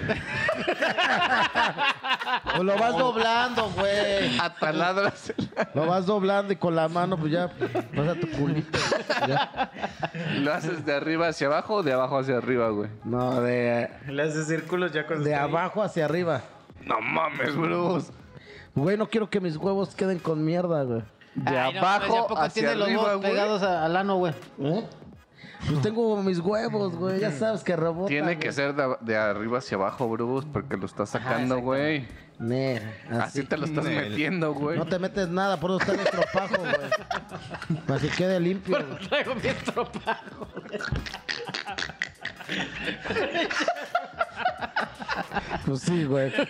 Speaker 2: O lo vas doblando, güey.
Speaker 1: Ataladras.
Speaker 2: Lo vas doblando y con la mano, pues ya vas a tu culito.
Speaker 1: Lo haces de arriba hacia abajo o de abajo hacia arriba, güey.
Speaker 2: No, de,
Speaker 5: Le haces círculos ya con
Speaker 2: de abajo hacia arriba.
Speaker 1: No mames, Bruce.
Speaker 2: Güey, no quiero que mis huevos queden con mierda, güey.
Speaker 1: De
Speaker 3: Ay, no,
Speaker 1: abajo
Speaker 3: pues, ¿y a poco
Speaker 1: hacia
Speaker 3: tiene los
Speaker 1: arriba,
Speaker 3: dos
Speaker 1: güey.
Speaker 3: pegados a- al ano, güey.
Speaker 2: ¿Eh? Pues tengo mis huevos, güey. Ya sabes que rebota.
Speaker 1: Tiene que ser de, de arriba hacia abajo, Bruce, porque lo estás sacando, güey.
Speaker 2: Ne,
Speaker 1: Así,
Speaker 2: así.
Speaker 1: te lo estás metiendo, güey.
Speaker 2: No te metes nada, por eso está nuestro pajo, güey. Para que quede limpio. güey.
Speaker 3: Traigo mi estropa.
Speaker 2: Pues sí, güey.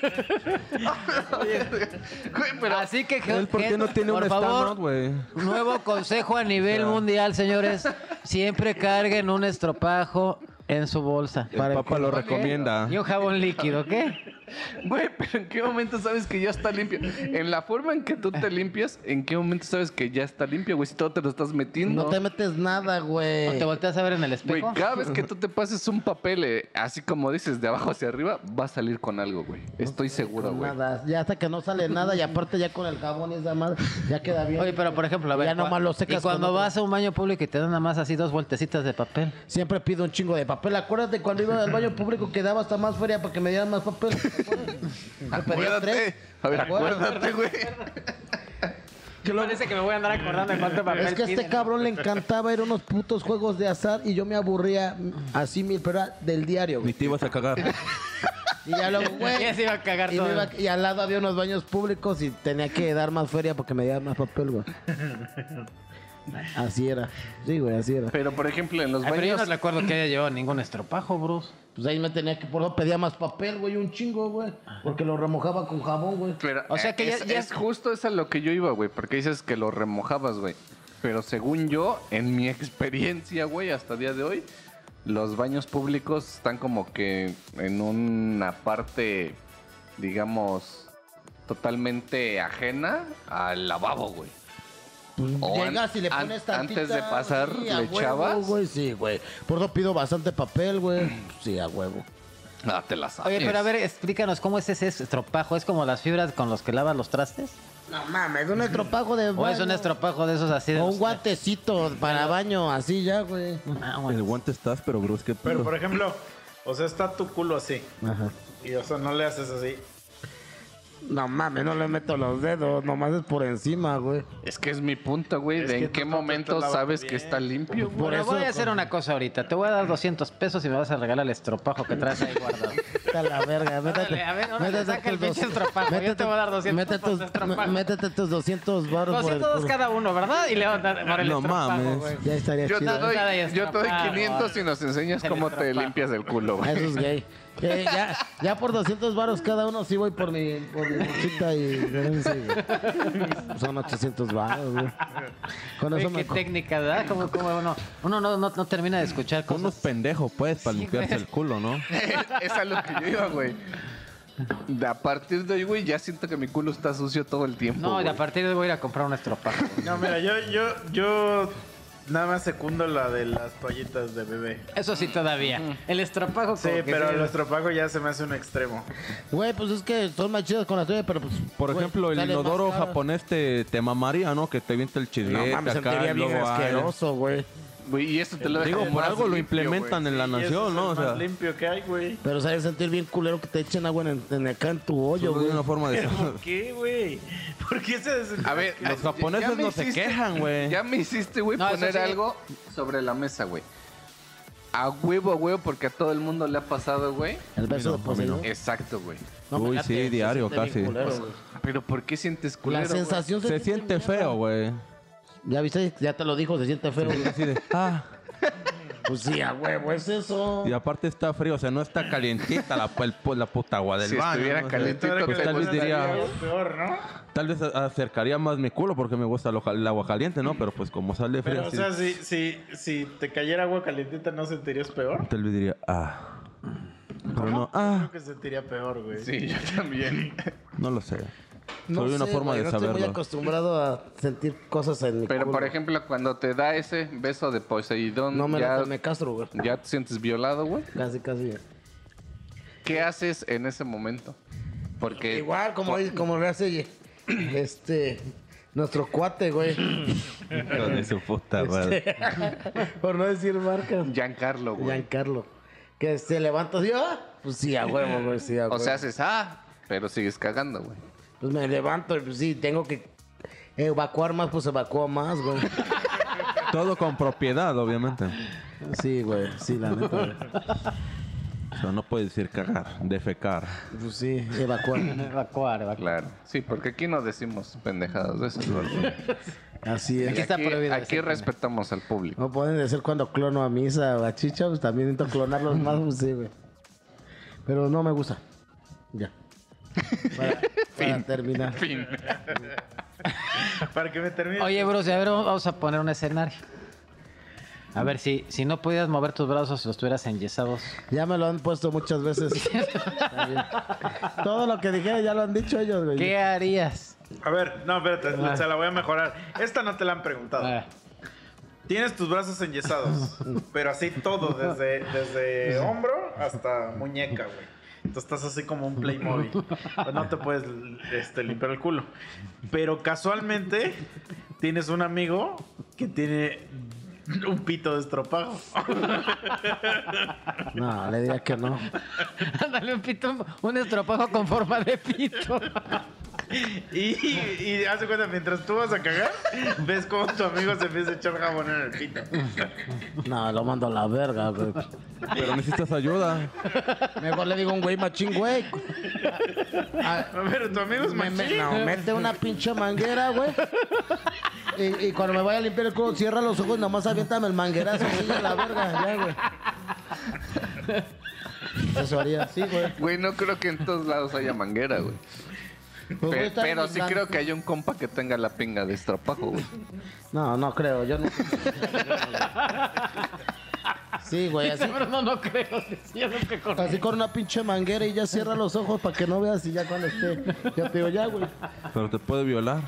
Speaker 1: Güey, pero
Speaker 3: Así que,
Speaker 4: ¿Él por qué no tiene
Speaker 3: por
Speaker 4: un stand
Speaker 3: favor,
Speaker 4: güey?
Speaker 3: Nuevo consejo a nivel mundial, señores. Siempre carguen un estropajo en su bolsa.
Speaker 4: El papá lo recomienda.
Speaker 3: Y un jabón líquido, ¿qué?
Speaker 1: Güey, pero ¿en qué momento sabes que ya está limpio? En la forma en que tú te limpias, ¿en qué momento sabes que ya está limpio, güey? Si todo te lo estás metiendo.
Speaker 2: No te metes nada,
Speaker 3: ¿O
Speaker 2: güey.
Speaker 3: te volteas a ver en el
Speaker 1: Güey,
Speaker 3: espejo?
Speaker 1: cada vez que tú te pases un papel, eh, así como dices, de abajo hacia arriba, va a salir con algo, güey. Estoy seguro, güey.
Speaker 2: Nada. Ya hasta que no sale nada y aparte ya con el jabón y esa madre ya queda bien.
Speaker 3: Oye, pero por ejemplo, a ver.
Speaker 2: Ya nomás
Speaker 3: cua-
Speaker 2: lo secas
Speaker 3: Y cuando
Speaker 2: con otro.
Speaker 3: vas a un baño público y te dan nada más así dos vueltecitas de papel.
Speaker 2: Siempre pido un chingo de papel. Acuérdate cuando iba al baño público que daba hasta más feria para que me dieran más papel. ¿Te acuerdas? Me pedía tres.
Speaker 1: Acuérdate. A ver,
Speaker 2: ¿Te acuerdas?
Speaker 1: acuérdate, güey.
Speaker 3: Parece que me voy a andar acordando de cuánto
Speaker 2: Es que a este cabrón le encantaba ir a unos putos juegos de azar y yo me aburría así mil, pero era del diario,
Speaker 4: Ni
Speaker 2: güey.
Speaker 4: te ibas a cagar.
Speaker 2: Y ya luego, güey.
Speaker 3: Ya se iba a cagar
Speaker 2: y, me
Speaker 3: todo.
Speaker 2: iba- y al lado había unos baños públicos y tenía que dar más feria porque me dieran más papel, güey. Así era. Sí, güey, así era.
Speaker 1: Pero, por ejemplo, en los
Speaker 3: Ay, pero yo no
Speaker 1: baños.
Speaker 3: recuerdo que haya llevado ningún estropajo, Bruce.
Speaker 2: Pues ahí me tenía que, por eso pedía más papel, güey, un chingo, güey. Porque lo remojaba con jabón, güey.
Speaker 1: Pero,
Speaker 3: O sea
Speaker 1: eh,
Speaker 3: que ya-
Speaker 1: es,
Speaker 3: ya-
Speaker 1: es justo es a lo que yo iba, güey. Porque dices que lo remojabas, güey. Pero según yo, en mi experiencia, güey, hasta el día de hoy, los baños públicos están como que en una parte, digamos, totalmente ajena al lavabo, güey. O an-
Speaker 2: pues, Llegas y le
Speaker 1: an-
Speaker 2: pones tantita,
Speaker 1: Antes de pasar,
Speaker 2: sí, a
Speaker 1: le
Speaker 2: huevo,
Speaker 1: echabas. Mm.
Speaker 2: güey, sí, güey. Por eso pido bastante papel, güey. Sí, a huevo.
Speaker 1: Ah, te la sabes.
Speaker 3: Oye, pero a ver, explícanos, ¿cómo es ese estropajo? ¿Es como las fibras con los que lavas los trastes?
Speaker 2: No mames, un estropajo de
Speaker 3: ¿O es
Speaker 2: baño.
Speaker 3: un estropajo de esos así? de
Speaker 2: O un
Speaker 3: los-
Speaker 2: guantecito para baño, así ya, güey.
Speaker 3: Ah,
Speaker 4: El
Speaker 3: bueno.
Speaker 4: guante estás, pero Bruce, qué
Speaker 5: Pero, por
Speaker 4: pedo.
Speaker 5: ejemplo, o sea, está tu culo así.
Speaker 2: Ajá.
Speaker 5: Y, o sea, no le haces así.
Speaker 2: No mames, no le meto los dedos, nomás es por encima, güey.
Speaker 1: Es que es mi punto, güey.
Speaker 5: Es
Speaker 1: ¿De
Speaker 5: que
Speaker 1: en
Speaker 5: tú
Speaker 1: qué
Speaker 5: tampoco te
Speaker 1: momento
Speaker 5: lavas
Speaker 1: sabes
Speaker 5: bien.
Speaker 1: que está limpio, güey?
Speaker 2: Por
Speaker 3: Bueno,
Speaker 2: eso
Speaker 3: voy a hacer una cosa ahorita. Te voy a dar 200 pesos y me vas a regalar el estropajo que traes ahí guardado.
Speaker 2: Está la verga, métete.
Speaker 3: Órale, a ver, órale,
Speaker 2: métete
Speaker 3: saca el
Speaker 2: tus dos-
Speaker 3: pinche estropajo, yo te voy a dar 200
Speaker 2: métete
Speaker 3: por
Speaker 2: tus-
Speaker 3: estropajo.
Speaker 2: Métete tus 200 baros por el
Speaker 3: 200
Speaker 2: culo.
Speaker 3: cada uno, ¿verdad? Y le van a dar por el
Speaker 4: No
Speaker 3: estropajo,
Speaker 4: mames.
Speaker 3: güey.
Speaker 2: Ya estaría
Speaker 1: Yo te,
Speaker 2: chido. ¿eh?
Speaker 1: doy,
Speaker 3: Nada de
Speaker 1: yo te doy
Speaker 3: estropajo.
Speaker 1: 500 y nos enseñas
Speaker 3: El
Speaker 1: cómo te
Speaker 3: estropajo.
Speaker 1: limpias el culo,
Speaker 2: Ah,
Speaker 1: güey.
Speaker 2: Eso es gay. Eh, ya, ya por 200 varos cada uno sí voy por mi, por mi bolsita y... sí, güey. Son 800 varos, güey. Con
Speaker 3: Oye,
Speaker 2: eso
Speaker 3: qué
Speaker 2: me... co-
Speaker 3: técnica, ¿verdad? Como, como uno, uno no, no, no termina de escuchar
Speaker 4: Con unos
Speaker 3: cosas.
Speaker 4: pendejos, pues, para
Speaker 3: Sí,
Speaker 4: limpiarse
Speaker 3: güey.
Speaker 4: el culo, ¿no?
Speaker 1: es a lo que yo iba, güey. De- A partir de hoy, güey, ya siento que mi culo está sucio todo el tiempo.
Speaker 3: No, y
Speaker 1: güey.
Speaker 3: a partir de hoy voy a ir a comprar un estropajo.
Speaker 5: No, mira, yo, yo, yo nada más secundo la de las toallitas de bebé.
Speaker 3: Eso sí todavía. El estropajo como
Speaker 5: Sí,
Speaker 3: que
Speaker 5: pero
Speaker 3: sí.
Speaker 5: el estropajo ya se me hace un extremo.
Speaker 2: Güey, pues es que son más chidas con las tuyas, pero pues...
Speaker 4: Por
Speaker 2: güey,
Speaker 4: ejemplo, el
Speaker 2: salen más
Speaker 4: inodoro
Speaker 2: caras.
Speaker 4: japonés te, te mamaría, ¿no? Que te viente el
Speaker 2: No
Speaker 4: chisguete
Speaker 2: mames,
Speaker 4: acá,
Speaker 2: sentiría
Speaker 4: el
Speaker 2: bien
Speaker 4: logo
Speaker 2: asqueroso, güey.
Speaker 1: Güey, y esto te lo
Speaker 4: Digo,
Speaker 1: dejan
Speaker 4: por
Speaker 1: más
Speaker 4: algo lo
Speaker 1: limpio, güey.
Speaker 4: implementan en la
Speaker 5: Y ese es
Speaker 4: nación,
Speaker 5: el
Speaker 4: ¿no? O sea,
Speaker 5: más limpio que hay, güey.
Speaker 2: Pero sabe sentir bien culero que te echen agua en, en acá en tu hoyo,
Speaker 4: solo hay
Speaker 2: güey.
Speaker 4: una forma de...
Speaker 5: ¿Por qué, güey? ¿Por qué se
Speaker 2: Ah,
Speaker 1: A ver,
Speaker 4: Los
Speaker 1: ya-
Speaker 4: japoneses
Speaker 1: ya me
Speaker 4: no se quejan, güey.
Speaker 1: Ya me hiciste, güey,
Speaker 3: No, eso
Speaker 1: poner
Speaker 3: sí.
Speaker 1: algo sobre la mesa, güey. A huevo, a huevo, porque a todo el mundo le ha pasado, güey.
Speaker 2: El beso de Poseidón.
Speaker 1: Exacto, güey.
Speaker 4: Uy, sí, diario, casi. Pues,
Speaker 1: Pero ¿por qué sientes
Speaker 2: La
Speaker 1: culero, güey?
Speaker 2: sensación
Speaker 4: Se siente feo, güey.
Speaker 2: Ya viste, ya te lo dijo, se siente feo. güey.
Speaker 4: Así de, ah.
Speaker 2: pues sí, a huevo, es eso.
Speaker 4: Y aparte está frío, o sea, no está calientita la, el pu- la puta agua del
Speaker 1: Si
Speaker 4: baño.
Speaker 1: estuviera
Speaker 4: ¿no? O sea,
Speaker 1: calientito,
Speaker 4: pues,
Speaker 1: te
Speaker 4: tal vez
Speaker 1: gustaría,
Speaker 4: diría,
Speaker 5: peor, ¿no?
Speaker 4: tal vez a- acercaría más mi culo porque me gusta lo cal- el agua caliente, ¿no? Pero pues como sale frío,
Speaker 5: Pero, o
Speaker 4: así,
Speaker 5: sea, si, si, si te cayera agua calientita, ¿no sentirías peor?
Speaker 4: tal vez diría, ah. Pero no, ah,
Speaker 5: Creo que sentiría peor, güey.
Speaker 1: Sí, yo también.
Speaker 4: no lo sé.
Speaker 2: No
Speaker 4: Soy una
Speaker 2: sé,
Speaker 4: forma
Speaker 2: güey,
Speaker 4: de
Speaker 2: no Estoy muy
Speaker 4: saberlo.
Speaker 2: acostumbrado a sentir cosas en mi
Speaker 1: Pero,
Speaker 2: culo.
Speaker 1: por ejemplo, cuando te da ese beso de Poseidón,
Speaker 2: No me
Speaker 1: ya,
Speaker 2: la me castro, güey.
Speaker 1: ¿ya te sientes violado, güey?
Speaker 2: Casi, casi.
Speaker 1: ¿Qué haces en ese momento? Porque
Speaker 2: Igual, como, como le hace este. Nuestro cuate, güey.
Speaker 4: Hijo de su puta madre.
Speaker 2: Este, por no decir marcas.
Speaker 1: Giancarlo, güey.
Speaker 2: Giancarlo. Que se levanta así, ah, pues sí, a huevo, güey, sí, a
Speaker 1: o
Speaker 2: huevo.
Speaker 1: sea, haces, ah, pero sigues cagando, güey.
Speaker 2: Pues me levanto y pues sí, tengo que evacuar más, pues evacúa más, güey.
Speaker 4: Todo con propiedad, obviamente.
Speaker 2: Sí, güey, sí, la neta, güey.
Speaker 4: O sea, no puedes decir cagar, defecar.
Speaker 2: Pues sí, evacuar.
Speaker 6: Evacuar, evacuar.
Speaker 1: Claro. Sí, porque aquí no decimos pendejadas de esas, güey.
Speaker 2: Así
Speaker 1: Aquí,
Speaker 2: es.
Speaker 6: está prohibido
Speaker 1: aquí
Speaker 6: decir
Speaker 1: respetamos al público.
Speaker 2: No pueden decir cuando clono a misa o a chicha, pues también intento clonarlos más, pues sí, güey. Pero no me gusta. Ya. Para, para terminar.
Speaker 1: Fin.
Speaker 5: Para que me termine.
Speaker 6: Oye, Bruce, a ver, vamos a poner un escenario. A ver, si, si no pudieras mover tus brazos si los tuvieras enyesados.
Speaker 2: Ya me lo han puesto muchas veces. También. Todo lo que dijera ya lo han dicho ellos, güey.
Speaker 6: ¿Qué harías?
Speaker 5: A ver, no, espérate,
Speaker 6: Ah.
Speaker 5: se la voy a mejorar. Esta no te la han preguntado.
Speaker 6: Ah,
Speaker 5: Tienes tus brazos enyesados, pero así todo, desde, desde hombro hasta muñeca, güey. Tú estás así como un Playmobil. Pues No te puedes este, limpiar el culo. Pero casualmente tienes un amigo que tiene un pito destropado.
Speaker 2: No, le diría que no.
Speaker 6: Ah. Ándale un pito, un estropajo con forma de pito.
Speaker 5: Y, y haz de cuenta, mientras tú vas a cagar, ves cómo tu amigo se empieza a echar jabón en el pito.
Speaker 2: No, lo mando a la verga, güey.
Speaker 4: Pero necesitas ayuda.
Speaker 2: Mejor le digo a un güey machín, güey.
Speaker 5: A ver, tu amigo es
Speaker 2: Me- me-
Speaker 5: machín.
Speaker 2: no, mete una pinche manguera, güey. Y, y cuando me vaya a limpiar el culo, cierra los ojos y nomás aviéntame el manguerazo, güey, a la verga, ya, güey. Eso haría así, güey.
Speaker 1: Güey, no creo que en todos lados haya manguera, güey.
Speaker 2: Pues,
Speaker 1: Pe-
Speaker 2: güey, está
Speaker 1: pero
Speaker 2: bien
Speaker 1: sí
Speaker 2: blanco.
Speaker 1: creo que hay un compa que tenga la pinga de estropajo, güey.
Speaker 2: No, no creo, yo no. Sí, güey, así,
Speaker 6: Pero no, no creo. sí, es lo que con-
Speaker 2: así con una pinche manguera y ya cierra los ojos para que no veas y ya cuando esté. Ya te digo, ya, güey.
Speaker 4: Pero te puede violar.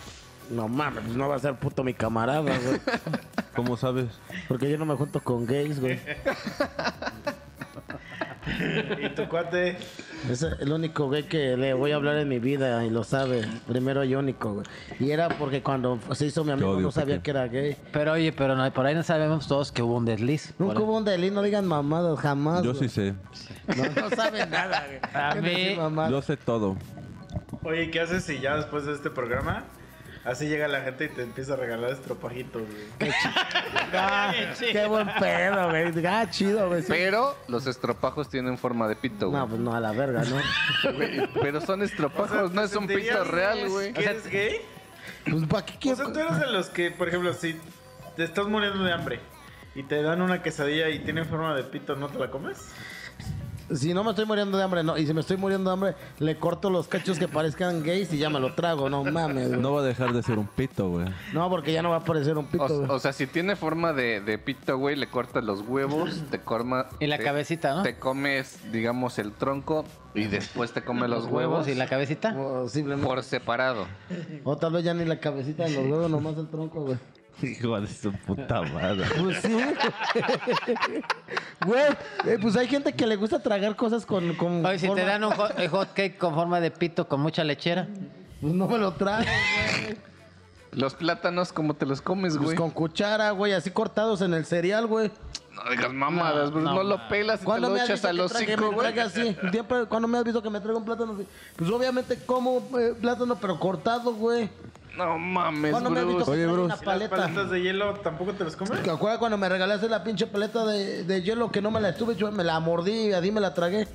Speaker 2: No mames, pues no va a ser puto mi camarada, güey.
Speaker 4: ¿Cómo sabes?
Speaker 2: Porque yo no me junto con gays, güey.
Speaker 5: Y tu cuate.
Speaker 2: Es el único güey que le voy a hablar en mi vida y lo sabe. Primero iónico, güey. Y era porque cuando se hizo mi amigo
Speaker 4: odio,
Speaker 2: no sabía
Speaker 4: Pepe.
Speaker 2: que era gay.
Speaker 6: Pero oye, pero no, por ahí no sabemos todos que hubo un desliz. Por
Speaker 2: Nunca
Speaker 6: ahí.
Speaker 2: hubo un delito, no digan mamadas, jamás.
Speaker 4: Yo sí
Speaker 2: güey.
Speaker 4: sé.
Speaker 2: No, no saben nada, güey.
Speaker 6: A
Speaker 2: ¿Qué
Speaker 6: mí-
Speaker 2: decir mamadas?
Speaker 4: Yo sé todo.
Speaker 5: Oye, ¿qué haces si ya después de este programa así llega la gente y te empieza a regalar estropajitos, güey?
Speaker 2: Ah, Qué buen pedo, güey. Ah, chido, güey. sí.
Speaker 1: Pero los estropajos tienen forma de pito, güey.
Speaker 2: No, pues no, a la verga, ¿no?
Speaker 1: Güey, Pero son estropajos,
Speaker 5: O sea,
Speaker 1: no es un pito
Speaker 5: ¿sentirías
Speaker 1: real, güey.
Speaker 5: ¿Que eres gay?
Speaker 2: Pues para qué
Speaker 5: O
Speaker 2: quiero.
Speaker 5: sea, tú eres de los que, por ejemplo, si te estás muriendo de hambre y te dan una quesadilla y tiene forma de pito, ¿no te la comes?
Speaker 2: Si no me estoy muriendo de hambre, no. Y si me estoy muriendo de hambre, le corto los cachos que parezcan gays y ya me lo trago, no mames. güey.
Speaker 4: No va a dejar de ser un pito, güey.
Speaker 2: No, porque ya no va a aparecer un pito,
Speaker 1: O,
Speaker 2: güey.
Speaker 1: o sea, si tiene forma de, de pito, güey, le cortas los huevos, te corma...
Speaker 6: Y la
Speaker 1: te-
Speaker 6: cabecita, ¿no?
Speaker 1: Te comes, digamos, el tronco y después te comes los huevos
Speaker 6: y la cabecita.
Speaker 2: Posiblemente.
Speaker 1: por separado.
Speaker 2: O tal vez ya ni la cabecita de los huevos, nomás el tronco, güey.
Speaker 4: Hijo de su puta madre.
Speaker 2: Pues sí. Güey, eh, pues hay gente que le gusta tragar cosas con. con
Speaker 6: Oye, si te
Speaker 2: forma-
Speaker 6: dan un hot, eh, hot cake con forma de pito con mucha lechera.
Speaker 2: Pues no me lo trago, güey.
Speaker 1: Los plátanos, ¿cómo te los comes,
Speaker 2: Pues
Speaker 1: güey?
Speaker 2: con cuchara, güey, así cortados en el cereal, güey.
Speaker 1: No digas mamadas, bro. No, lo pelas y te
Speaker 2: ¿Cuándo
Speaker 1: lo
Speaker 2: me has
Speaker 1: echas
Speaker 2: visto
Speaker 1: a
Speaker 2: que
Speaker 1: los
Speaker 2: trague-
Speaker 1: cinco,
Speaker 2: me
Speaker 1: güey.
Speaker 2: trague así? Siempre, ¿Cuándo me has visto que me traigo un plátano así? Pues obviamente como eh, plátano, pero cortado, güey.
Speaker 1: No mames,
Speaker 2: ¿Cuándo me has visto
Speaker 1: Bruce.
Speaker 2: que
Speaker 4: Oye,
Speaker 2: traigo
Speaker 4: Bruce.
Speaker 2: una
Speaker 5: ¿Y las
Speaker 2: paleta?
Speaker 5: paletas de hielo tampoco te las comes?
Speaker 2: ¿Te acuerdas cuando me regalaste la pinche paleta de, de hielo que no me la estuve? Yo me la mordí y a ti me la tragué.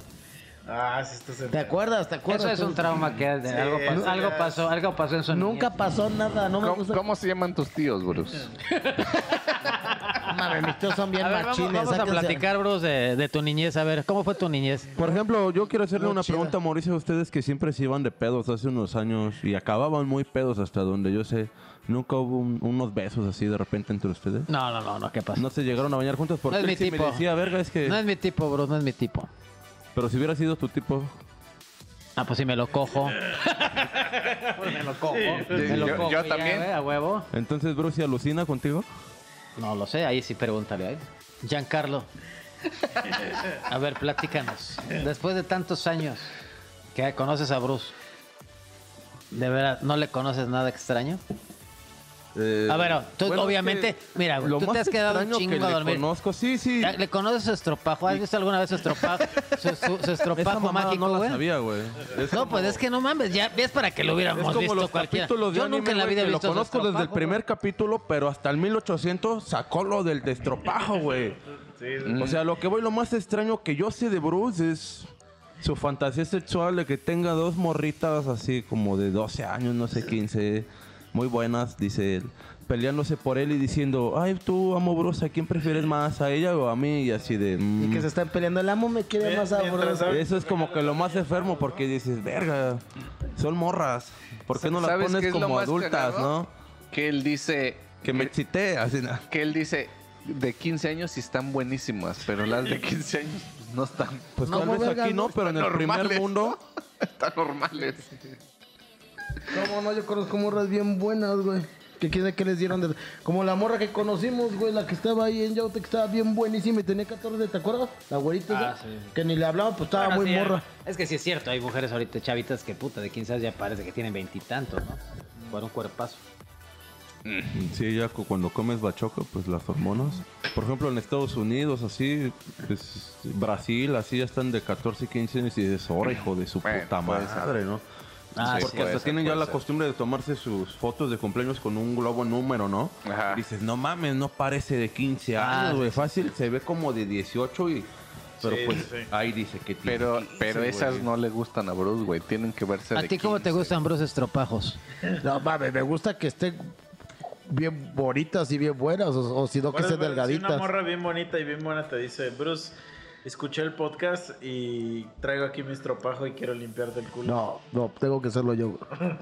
Speaker 5: Ah, sí estás
Speaker 2: ¿Te
Speaker 5: en...
Speaker 2: acuerdas? ¿Te acuerdas? Pues,
Speaker 6: Eso es
Speaker 2: tú?
Speaker 6: un trauma que de-
Speaker 5: Sí,
Speaker 6: algo, pasó,
Speaker 5: eso
Speaker 6: algo
Speaker 5: ya
Speaker 6: pasó, algo pasó en su
Speaker 2: Nunca pasó nada, no me
Speaker 1: ¿Cómo,
Speaker 2: gusta.
Speaker 1: cómo se llaman tus tíos, Bruce?
Speaker 2: Ah, Mames, mis tíos son bien
Speaker 6: A ver, vamos,
Speaker 2: machines.
Speaker 6: vamos a
Speaker 2: sáquense.
Speaker 6: platicar, Bruce, de, de tu niñez. A ver, ¿cómo fue tu niñez?
Speaker 4: Por ejemplo, yo quiero hacerle
Speaker 2: Muy
Speaker 4: una
Speaker 2: chida.
Speaker 4: pregunta a Mauricio a ustedes que siempre se iban de pedos hace unos años y acababan muy pedos hasta donde yo sé. Nunca hubo un- unos besos así de repente entre ustedes.
Speaker 6: No, no, no, no, ¿qué pasó?
Speaker 4: No se llegaron a bañar juntos porque
Speaker 6: No es mi
Speaker 4: Trixie me
Speaker 6: tipo.
Speaker 4: decía, verga, es que...
Speaker 6: No es mi tipo, Bruce, no es mi tipo.
Speaker 4: Pero si hubiera sido tu tipo,
Speaker 3: Ah, pues si me lo cojo. Pues me lo cojo. me lo
Speaker 1: Eh, yo-
Speaker 3: cojo
Speaker 1: yo
Speaker 3: ya,
Speaker 1: también.
Speaker 3: güey, a huevo.
Speaker 4: Entonces, Bruce, ¿y ¿alucina contigo?
Speaker 3: No lo sé, ahí sí pregúntale a él. Giancarlo. A ver, platícanos. Después de tantos años que conoces a Bruce, ¿de verdad no le conoces nada extraño?
Speaker 4: Eh,
Speaker 3: A ver, Ah, tú
Speaker 4: bueno, es
Speaker 3: obviamente,
Speaker 4: que
Speaker 3: mira, güey,
Speaker 4: lo
Speaker 3: tú te
Speaker 4: más
Speaker 3: has quedado un
Speaker 4: extraño que
Speaker 3: chingo a
Speaker 4: le
Speaker 3: dormir.
Speaker 4: Conozco, sí, sí.
Speaker 3: Ya, ¿Le conoces su estropajo? ¿Has visto alguna vez su estropajo, su, su- su
Speaker 4: Esa
Speaker 3: estropajo
Speaker 4: mamada
Speaker 3: mágico,
Speaker 4: no la
Speaker 3: güey?
Speaker 4: sabía, güey. Es
Speaker 3: No,
Speaker 4: como-
Speaker 3: pues es que no mames, ya ves para que lo hubiéramos
Speaker 4: Es como
Speaker 3: visto
Speaker 4: los
Speaker 3: cualquiera.
Speaker 4: capítulos de
Speaker 3: Yo
Speaker 4: anime,
Speaker 3: nunca en la
Speaker 4: güey,
Speaker 3: vida he
Speaker 4: que
Speaker 3: visto su
Speaker 4: Lo conozco desde el
Speaker 3: estropajo,
Speaker 4: primer capítulo, pero hasta el 1800 sacó lo del destropajo, güey. O sea, lo que voy, lo más extraño que yo sé de Bruce es su fantasía sexual de que tenga dos morritas así como de 12 años, no sé, 15, muy buenas, dice él, peleándose por él y diciendo, ay, tú amo Bruce, ¿a quién prefieres más, a ella o a mí? Y así de...
Speaker 2: Y
Speaker 4: mm.
Speaker 2: que se están peleando. El amo me quiere más sabroso.
Speaker 4: Eso es como que lo más enfermo porque dices, verga, son morras. ¿Por qué no las
Speaker 1: ¿Sabes qué
Speaker 4: pones
Speaker 1: es lo
Speaker 4: como
Speaker 1: más
Speaker 4: adultas,
Speaker 1: cagado?
Speaker 4: no?
Speaker 1: Que él dice.
Speaker 4: Que me excité, así "Ah, na-
Speaker 1: que él dice. De 15 años y están buenísimas, pero las de 15 años pues, no están.
Speaker 4: Pues
Speaker 2: No,
Speaker 4: tal vez
Speaker 2: verga,
Speaker 4: aquí
Speaker 2: no
Speaker 4: no, pero en el primer
Speaker 1: normales,
Speaker 4: mundo.
Speaker 1: Están normales.
Speaker 2: ¿Cómo no? Yo conozco morras bien buenas, güey. Que quién sabe qué les dieron. de- Como la morra que conocimos, güey, la que estaba ahí en Yaute, que estaba bien buenísima y tenía 14, ¿te acuerdas? La güerita,
Speaker 3: Ah,
Speaker 2: esa,
Speaker 3: sí, sí.
Speaker 2: que ni le hablaba, pues estaba
Speaker 3: Bueno,
Speaker 2: muy
Speaker 3: sí,
Speaker 2: morra.
Speaker 3: Es que sí es cierto, hay mujeres ahorita chavitas que puta, de 15 años ya parece que tienen veintitantos, ¿no? Por un cuerpazo.
Speaker 4: Sí, ya cu- cuando comes bachoco, pues las hormonas. Por ejemplo, en Estados Unidos, así, pues, Brasil, así ya están de 14, 15 años y dices, ahora hijo de su
Speaker 1: Bueno,
Speaker 4: puta
Speaker 1: puede
Speaker 4: madre, ¿no?
Speaker 3: Ah,
Speaker 4: Porque
Speaker 1: sí, puede
Speaker 4: hasta
Speaker 1: ser,
Speaker 4: tienen ya
Speaker 1: puede
Speaker 4: la
Speaker 1: ser.
Speaker 4: costumbre de tomarse sus fotos de cumpleaños con un globo número, ¿no?
Speaker 1: Ajá.
Speaker 4: Y dices, no mames, no parece de 15
Speaker 3: Ah,
Speaker 4: años,
Speaker 3: sí,
Speaker 4: güey. Fácil, se ve como de 18 y... Pero
Speaker 5: Sí,
Speaker 4: pues
Speaker 5: sí, sí.
Speaker 4: ahí dice que tiene
Speaker 1: Pero,
Speaker 4: 15,
Speaker 1: pero
Speaker 4: güey.
Speaker 1: esas no le gustan a Bruce, güey. Tienen que verse
Speaker 3: ¿A
Speaker 1: de
Speaker 3: ti cómo te
Speaker 1: 15.
Speaker 3: gustan, bros, estropajos?
Speaker 2: No, mames, me gusta que esté bien bonitas y bien buenas, o, o si no, que
Speaker 5: Bueno,
Speaker 2: esté
Speaker 5: pero
Speaker 2: delgadita.
Speaker 5: Si una morra bien bonita y bien buena te dice, Bruce, escuché el podcast y traigo aquí mi estropajo y quiero limpiarte el culo.
Speaker 2: No, no, tengo que hacerlo yo. güey.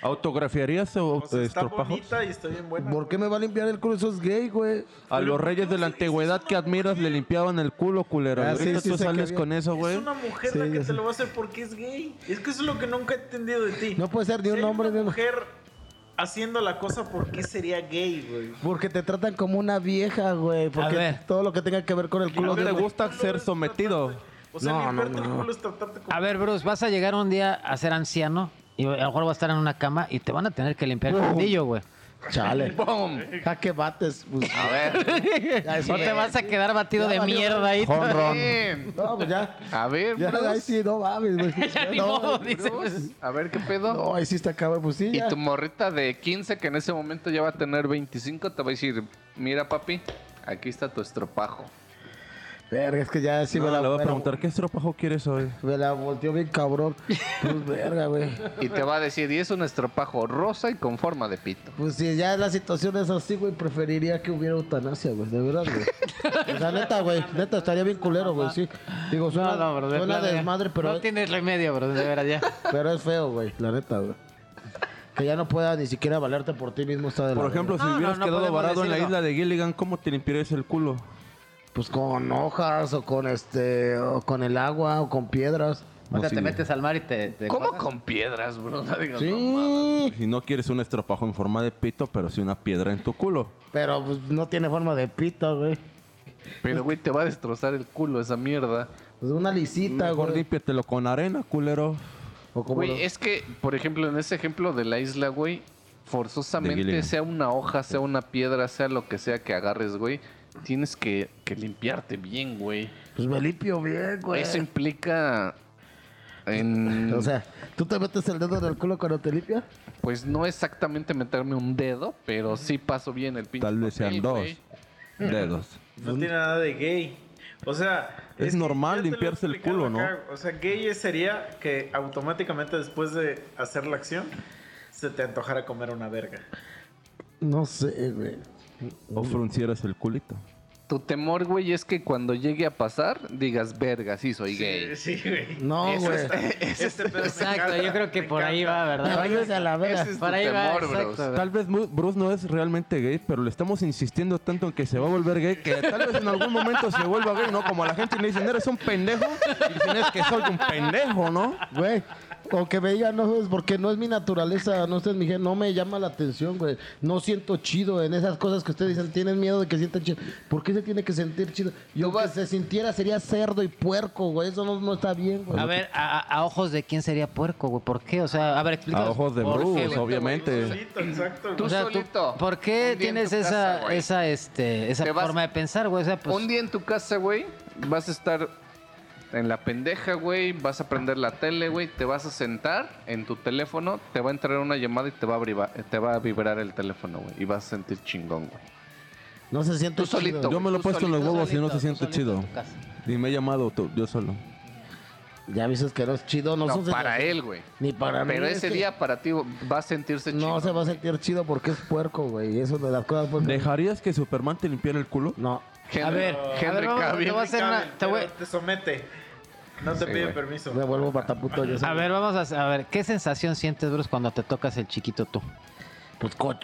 Speaker 4: ¿Autografiarías o
Speaker 5: O sea, Pues está
Speaker 4: estropajos?
Speaker 5: bonita y está bien buena.
Speaker 2: ¿Por qué me va a limpiar el culo? Eso es gay, güey.
Speaker 4: A los reyes de la antigüedad que admiras le limpiaban el culo, culero.
Speaker 2: Ah,
Speaker 4: Y ahorita
Speaker 2: sí, sí,
Speaker 4: tú
Speaker 2: sé que
Speaker 4: sales
Speaker 2: vi.
Speaker 4: con eso,
Speaker 5: Es
Speaker 4: güey.
Speaker 5: una mujer
Speaker 2: ¿eh? Sí,
Speaker 5: la que
Speaker 2: ya
Speaker 5: te
Speaker 2: sé.
Speaker 5: lo va a hacer porque es gay. Es que eso es lo que nunca he entendido de ti.
Speaker 2: No puede ser ni
Speaker 5: Si
Speaker 2: un
Speaker 5: hay
Speaker 2: hombre ni
Speaker 5: una
Speaker 2: una-
Speaker 5: mujer haciendo la cosa, ¿por qué sería gay, güey?
Speaker 2: Porque te tratan como una vieja, güey. Porque
Speaker 3: ver.
Speaker 2: todo lo que tenga que ver con el culo
Speaker 4: ¿No
Speaker 5: A ver,
Speaker 2: de
Speaker 4: te
Speaker 5: güey,
Speaker 4: gusta
Speaker 5: tú lo
Speaker 4: ser
Speaker 5: ves
Speaker 4: sometido?
Speaker 5: tratarte- O sea,
Speaker 2: No, no,
Speaker 5: limpiarte
Speaker 2: no.
Speaker 5: el culo es tratarte como...
Speaker 3: A ver, Bruce, vas a llegar un día a ser anciano y a lo mejor vas a estar en una cama y te van a tener que limpiar el fundillo, güey.
Speaker 2: Chale.
Speaker 1: ¡Pum!
Speaker 2: Jaque bates. pues.
Speaker 1: A ver.
Speaker 2: Ya, sí,
Speaker 3: No te
Speaker 2: güey.
Speaker 3: vas a quedar batido
Speaker 2: Ya
Speaker 3: de
Speaker 2: valió,
Speaker 3: mierda ahí.
Speaker 4: Home run.
Speaker 1: Bien.
Speaker 2: No, pues ya.
Speaker 1: A ver,
Speaker 2: Ya,
Speaker 1: Bruce.
Speaker 2: ahí sí, no mames, güey.
Speaker 3: Ni
Speaker 2: No,
Speaker 3: modo, dice, pues.
Speaker 1: A ver qué pedo.
Speaker 2: no, ahí sí está acá, pues sí.
Speaker 1: Y
Speaker 2: ya.
Speaker 1: tu morrita de 15, que en ese momento ya va a tener 25, te va a decir: Mira, papi, aquí está tu estropajo.
Speaker 2: Verga, es que ya sí me
Speaker 4: No,
Speaker 2: la
Speaker 4: le voy
Speaker 2: me la-
Speaker 4: a preguntar, ¿qué estropajo quieres hoy?
Speaker 2: Me la volteó bien cabrón. Pues verga, güey.
Speaker 1: Y te va a decir: Y es un estropajo rosa y con forma de pito.
Speaker 2: Pues si ya la situación es así, güey, preferiría que hubiera eutanasia, güey, de verdad, güey. O sea, neta, güey, neta, estaría bien culero, güey, sí. Digo, suena,
Speaker 3: No, no, bro, de
Speaker 2: suena
Speaker 3: plano ya.
Speaker 2: desmadre, pero, eh.
Speaker 3: No tienes remedio, bro, de veras ya.
Speaker 2: pero es feo, güey, la neta, güey. Que ya no pueda ni siquiera valerte por ti mismo, está de la
Speaker 4: Por ejemplo,
Speaker 2: verga.
Speaker 4: si
Speaker 3: No,
Speaker 4: hubieras
Speaker 3: no, no
Speaker 4: quedado
Speaker 3: podemos
Speaker 4: varado en la
Speaker 3: decirlo.
Speaker 4: isla de Gilligan, ¿cómo te limpiarías el culo?
Speaker 2: Pues con hojas o con este, o con el agua o con piedras.
Speaker 3: O sea,
Speaker 4: sí,
Speaker 3: te
Speaker 4: güey.
Speaker 3: metes al mar y te... te
Speaker 1: ¿Cómo
Speaker 3: cuajas.
Speaker 1: con piedras, bro? No digas mamadas.
Speaker 2: Sí,
Speaker 4: Si no quieres un estropajo en forma de pito, pero sí una piedra en tu culo.
Speaker 2: pero pues, no tiene forma de pito, güey.
Speaker 1: Pero, güey, te va a destrozar el culo esa mierda.
Speaker 2: Pues una lisita,
Speaker 4: Mejor
Speaker 2: güey.
Speaker 4: límpiatelo con arena, culero.
Speaker 2: O como
Speaker 1: Güey,
Speaker 2: lo-
Speaker 1: es que, por ejemplo, en ese ejemplo de la isla, güey,
Speaker 4: De
Speaker 1: forzosamente,
Speaker 4: Gilligan.
Speaker 1: sea una hoja, sea una piedra, sea lo que sea que agarres, güey, tienes que, que limpiarte bien, güey.
Speaker 2: Pues me limpio bien, güey.
Speaker 1: Eso implica. En,
Speaker 2: O sea, ¿tú te metes el dedo en el culo cuando te limpias?
Speaker 1: pues no exactamente meterme un dedo, pero sí paso bien el pinche.
Speaker 4: Tal vez
Speaker 1: papel,
Speaker 4: sean dos
Speaker 1: güey.
Speaker 4: dedos.
Speaker 5: No tiene nada de gay. O sea,
Speaker 4: Es
Speaker 5: que
Speaker 4: normal
Speaker 5: ya te lo he
Speaker 4: limpiarse el
Speaker 5: explicado
Speaker 4: culo, ¿no?
Speaker 5: acá. O sea, gay es- sería que automáticamente después de hacer la acción se te antojara comer una verga.
Speaker 2: No sé, güey.
Speaker 4: O fruncieras el culito.
Speaker 1: Tu temor, güey, es que cuando llegue a pasar, digas, verga, sí soy gay.
Speaker 5: Sí, güey.
Speaker 2: No,
Speaker 5: Eso
Speaker 2: güey.
Speaker 5: está- este pedo me
Speaker 3: Exacto,
Speaker 5: encanta,
Speaker 3: yo creo que
Speaker 5: me
Speaker 3: por ahí
Speaker 5: encanta.
Speaker 3: va, ¿verdad?
Speaker 8: Váyase a la verga.
Speaker 1: Ese es tu
Speaker 3: Por ahí va,
Speaker 1: temor,
Speaker 3: exacto,
Speaker 1: bros.
Speaker 4: Tal vez Mu- Bruce no es realmente gay, pero le estamos insistiendo tanto en que se va a volver gay que tal vez en algún momento se vuelva gay, ¿no? Como a la gente le dicen, eres un pendejo. Y dicen, es que soy un pendejo, ¿no?
Speaker 2: Güey, o que me digan, no, es porque no es mi naturaleza, no sé, mi gen, no me llama la atención, güey. No siento chido en esas cosas que ustedes dicen, tienen miedo de que sientan chido. ¿Por qué se tiene que sentir chido? Yo, que se sintiera sería cerdo y puerco, güey. Eso no, no está bien, güey.
Speaker 3: A ver, a, a- a ojos de quién sería puerco, güey. ¿Por qué? O sea, a ver, explícanos.
Speaker 4: A ojos de
Speaker 3: ¿por qué,
Speaker 4: Bruce,
Speaker 3: güey?
Speaker 4: obviamente.
Speaker 5: Solito, exacto.
Speaker 1: Tú
Speaker 3: O sea, tú-
Speaker 1: solito.
Speaker 3: ¿Por
Speaker 1: Un día
Speaker 3: qué
Speaker 1: en
Speaker 3: tienes
Speaker 1: tu
Speaker 3: esa,
Speaker 1: casa, güey.
Speaker 3: esa, este, esa
Speaker 1: Te vas-
Speaker 3: forma de pensar, güey? O sea, pues,
Speaker 1: Un día en tu casa, güey, vas a estar en la pendeja, güey, vas a prender la tele, güey, te vas a sentar en tu teléfono, te va a entrar una llamada y te va a, briva- te va a vibrar el teléfono, güey, y vas a sentir chingón, güey.
Speaker 2: No se siente
Speaker 1: Tú
Speaker 2: chido.
Speaker 1: solito,
Speaker 4: Yo me lo he
Speaker 1: Tú
Speaker 4: puesto en los
Speaker 1: solito,
Speaker 4: huevos y no
Speaker 3: solito,
Speaker 4: se siente
Speaker 3: tú
Speaker 4: chido.
Speaker 3: solito en tu casa.
Speaker 4: Y me he llamado tú, yo solo.
Speaker 2: Ya dices que no es chido, no,
Speaker 1: No,
Speaker 2: son-
Speaker 1: para él, güey.
Speaker 2: Ni para mí.
Speaker 1: Pero
Speaker 2: es
Speaker 1: ese
Speaker 2: que
Speaker 1: día pues, para ti va a sentirse
Speaker 2: No
Speaker 1: chingón.
Speaker 2: se va a sentir chido porque es puerco, güey. y Eso de las cosas. pues,
Speaker 4: ¿Dejarías que Superman te limpiara el culo?
Speaker 2: No.
Speaker 1: Henry-
Speaker 3: A ver, a ver,
Speaker 1: Henry
Speaker 3: vamos,
Speaker 1: Cavill.
Speaker 3: te voy a hacer una... Te voy-
Speaker 5: Pero te somete. No te
Speaker 1: Sí,
Speaker 5: pide
Speaker 1: güey.
Speaker 5: permiso.
Speaker 2: Me vuelvo pataputo yo.
Speaker 3: A
Speaker 2: soy-
Speaker 3: ver, vamos a, hacer- a ver, ¿qué sensación sientes, Bruce, cuando te tocas el chiquito tú?
Speaker 2: Pues co-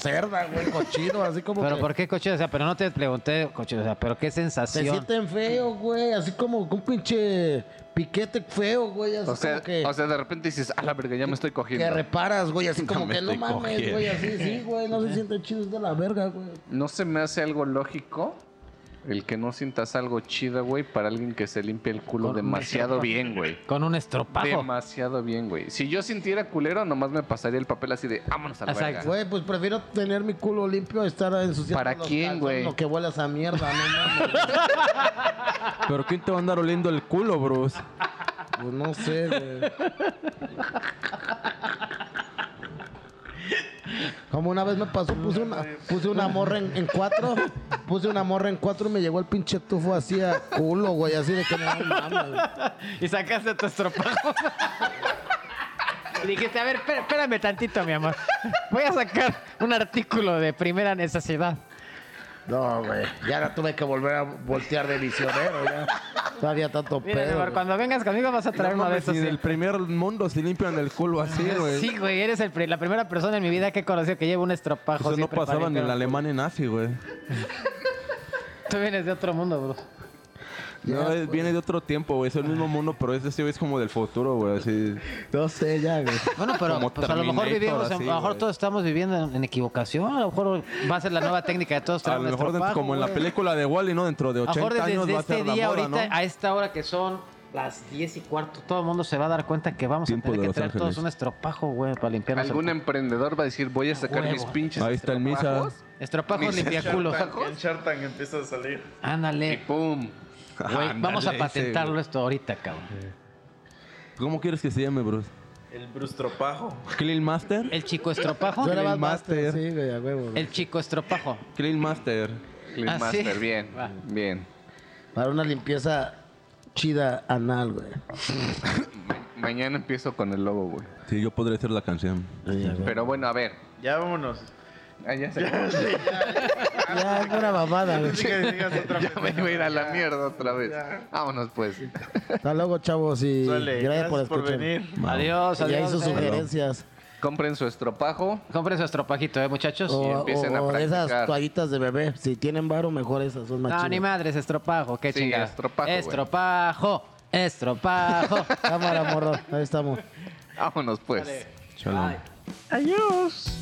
Speaker 2: cerda, güey, cochino, así como
Speaker 3: Pero
Speaker 2: que-
Speaker 3: ¿por qué coche? O sea, pero no te pregunté coche, o sea, pero ¿qué
Speaker 2: Se
Speaker 3: sensación?
Speaker 2: sienten feo, güey. Así como un pinche piquete feo, güey. Así
Speaker 1: O sea,
Speaker 2: como que,
Speaker 1: o sea, de repente dices, a la verga, ya me estoy cogiendo.
Speaker 2: que reparas, güey. Así como
Speaker 4: me
Speaker 2: que no
Speaker 4: estoy
Speaker 2: mames,
Speaker 4: cogiendo.
Speaker 2: güey. Así, sí, güey. No se siente chido, es de la verga, güey.
Speaker 1: No se me hace algo lógico el que no sientas algo chido, güey, para alguien que se limpia el culo
Speaker 3: Con-
Speaker 1: demasiado bien, güey.
Speaker 3: Con un estropajo.
Speaker 1: Demasiado bien, güey. Si yo sintiera culero, nomás me pasaría el papel así de, vámonos a la
Speaker 3: Exacto.
Speaker 1: verga.
Speaker 2: Güey, pues prefiero tener mi culo limpio a estar ensuciando.
Speaker 1: ¿Para
Speaker 2: los
Speaker 1: quién,
Speaker 2: calzones,
Speaker 1: güey?
Speaker 2: Lo que huele a esa mierda, no mames.
Speaker 4: ¿Pero quién te va a andar oliendo el culo, Bruce?
Speaker 2: Pues no sé, güey. Como una vez me pasó, puse una, puse una morra en, en cuatro, puse una morra en cuatro y me llegó el pinche tufo así a culo, güey, así de que no mames. güey.
Speaker 3: Y sacaste tu estropajo. Y dijiste, a ver, espé- espérame tantito, mi amor. Voy a sacar un artículo de primera necesidad.
Speaker 2: No, güey, ya la tuve que volver a voltear de visionero, ya. Todavía tanto
Speaker 3: Mira, mi
Speaker 2: pedo.
Speaker 3: amor,
Speaker 2: güey.
Speaker 3: cuando vengas conmigo vas a traer
Speaker 4: No
Speaker 3: una de
Speaker 4: mames,
Speaker 3: esas.
Speaker 4: ni del primer mundo se limpian el culo así, güey.
Speaker 3: Sí, güey, eres el pri- la primera persona en mi vida que he conocido que lleva un estropajo.
Speaker 4: Eso Pues, no
Speaker 3: siempre para
Speaker 4: pasaba ni en
Speaker 3: limpiar.
Speaker 4: la Alemania nazi, güey.
Speaker 3: Tú vienes de otro mundo, bro.
Speaker 4: No, es- viene de otro tiempo, güey. Es el mismo mundo, pero este sí güey, es como del futuro, güey. Así.
Speaker 2: No sé, ya, güey.
Speaker 3: Bueno, pero
Speaker 4: Como
Speaker 3: pues, a lo mejor
Speaker 4: Terminator,
Speaker 3: vivimos, en-
Speaker 4: así,
Speaker 3: a lo mejor
Speaker 4: güey.
Speaker 3: todos estamos viviendo en, en equivocación, a lo mejor va a ser la nueva técnica de todos
Speaker 4: A
Speaker 3: traer
Speaker 4: lo
Speaker 3: un
Speaker 4: mejor dentro-
Speaker 3: estropajo,
Speaker 4: como en la
Speaker 3: güey.
Speaker 4: película de Wally, ¿no? Dentro de
Speaker 3: A lo mejor
Speaker 4: 80
Speaker 3: desde,
Speaker 4: años va a
Speaker 3: este
Speaker 4: ser la
Speaker 3: día,
Speaker 4: moda,
Speaker 3: ahorita,
Speaker 4: ¿no?
Speaker 3: a esta hora que son las 10 y cuarto, todo el mundo se va a dar cuenta que vamos
Speaker 4: Tiempo
Speaker 3: a
Speaker 4: de
Speaker 3: tener que
Speaker 4: Los
Speaker 3: traer todos
Speaker 4: Ángeles.
Speaker 3: un estropajo, güey, para limpiarnos.
Speaker 1: Algún emprendedor va a decir, voy a sacar
Speaker 3: huevo.
Speaker 1: mis pinches
Speaker 4: Ahí está el Misa.
Speaker 1: trabajos",
Speaker 3: Estropajo
Speaker 1: Mis
Speaker 3: limpiaculos.
Speaker 1: Shark Tank.
Speaker 5: En Shark Tank empieza a salir.
Speaker 1: Y
Speaker 3: Ándale,
Speaker 1: pum.
Speaker 3: güey, vamos a
Speaker 4: Ándale, ese,
Speaker 3: patentarlo
Speaker 4: güey.
Speaker 3: esto ahorita, cabrón.
Speaker 4: ¿Cómo quieres que se llame, Bruce?
Speaker 5: El brustropajo.
Speaker 4: ¿Clean Master?
Speaker 3: El chico estropajo.
Speaker 2: Yo era
Speaker 4: el
Speaker 2: Bad Master,
Speaker 4: máster.
Speaker 2: sí, güey, a huevo. güey.
Speaker 3: El chico estropajo.
Speaker 4: Clean Master.
Speaker 1: Clean
Speaker 3: Ah, ¿sí?
Speaker 1: Master, bien,
Speaker 3: Va.
Speaker 1: bien.
Speaker 2: Para una limpieza chida anal, güey.
Speaker 1: Ma- mañana empiezo con el logo, güey.
Speaker 4: Sí, yo podría hacer la canción.
Speaker 1: Pero bueno, a ver.
Speaker 5: Ya vámonos.
Speaker 1: Ah, ya se acabó.
Speaker 2: Ya, es pura babada, güey.
Speaker 5: Así que digas otra
Speaker 1: Ya me iba a ir a la
Speaker 5: Ya.
Speaker 1: mierda otra vez.
Speaker 5: Ya.
Speaker 1: Vámonos, pues.
Speaker 2: Hasta luego, chavos, y
Speaker 5: Sale,
Speaker 2: gracias por escuchar.
Speaker 5: venir.
Speaker 3: Adiós,
Speaker 2: Ya
Speaker 3: adiós.
Speaker 2: hizo
Speaker 3: eh.
Speaker 2: sugerencias.
Speaker 1: Compren su estropajo.
Speaker 3: Compren su estropajito, ¿eh, muchachos?
Speaker 2: O,
Speaker 1: empiecen a
Speaker 2: o de esas
Speaker 1: practicar.
Speaker 2: toallitas de bebé. Si tienen varo, mejor esas son más
Speaker 3: No,
Speaker 2: chidas.
Speaker 3: ni madres, estropajo, qué
Speaker 1: Sí,
Speaker 3: chingada.
Speaker 1: estropajo, güey.
Speaker 3: Estropajo, estropajo.
Speaker 2: Cámara, morro. Ahí estamos.
Speaker 1: Vámonos, pues.
Speaker 4: Shalom.
Speaker 3: Bye.
Speaker 1: Adiós.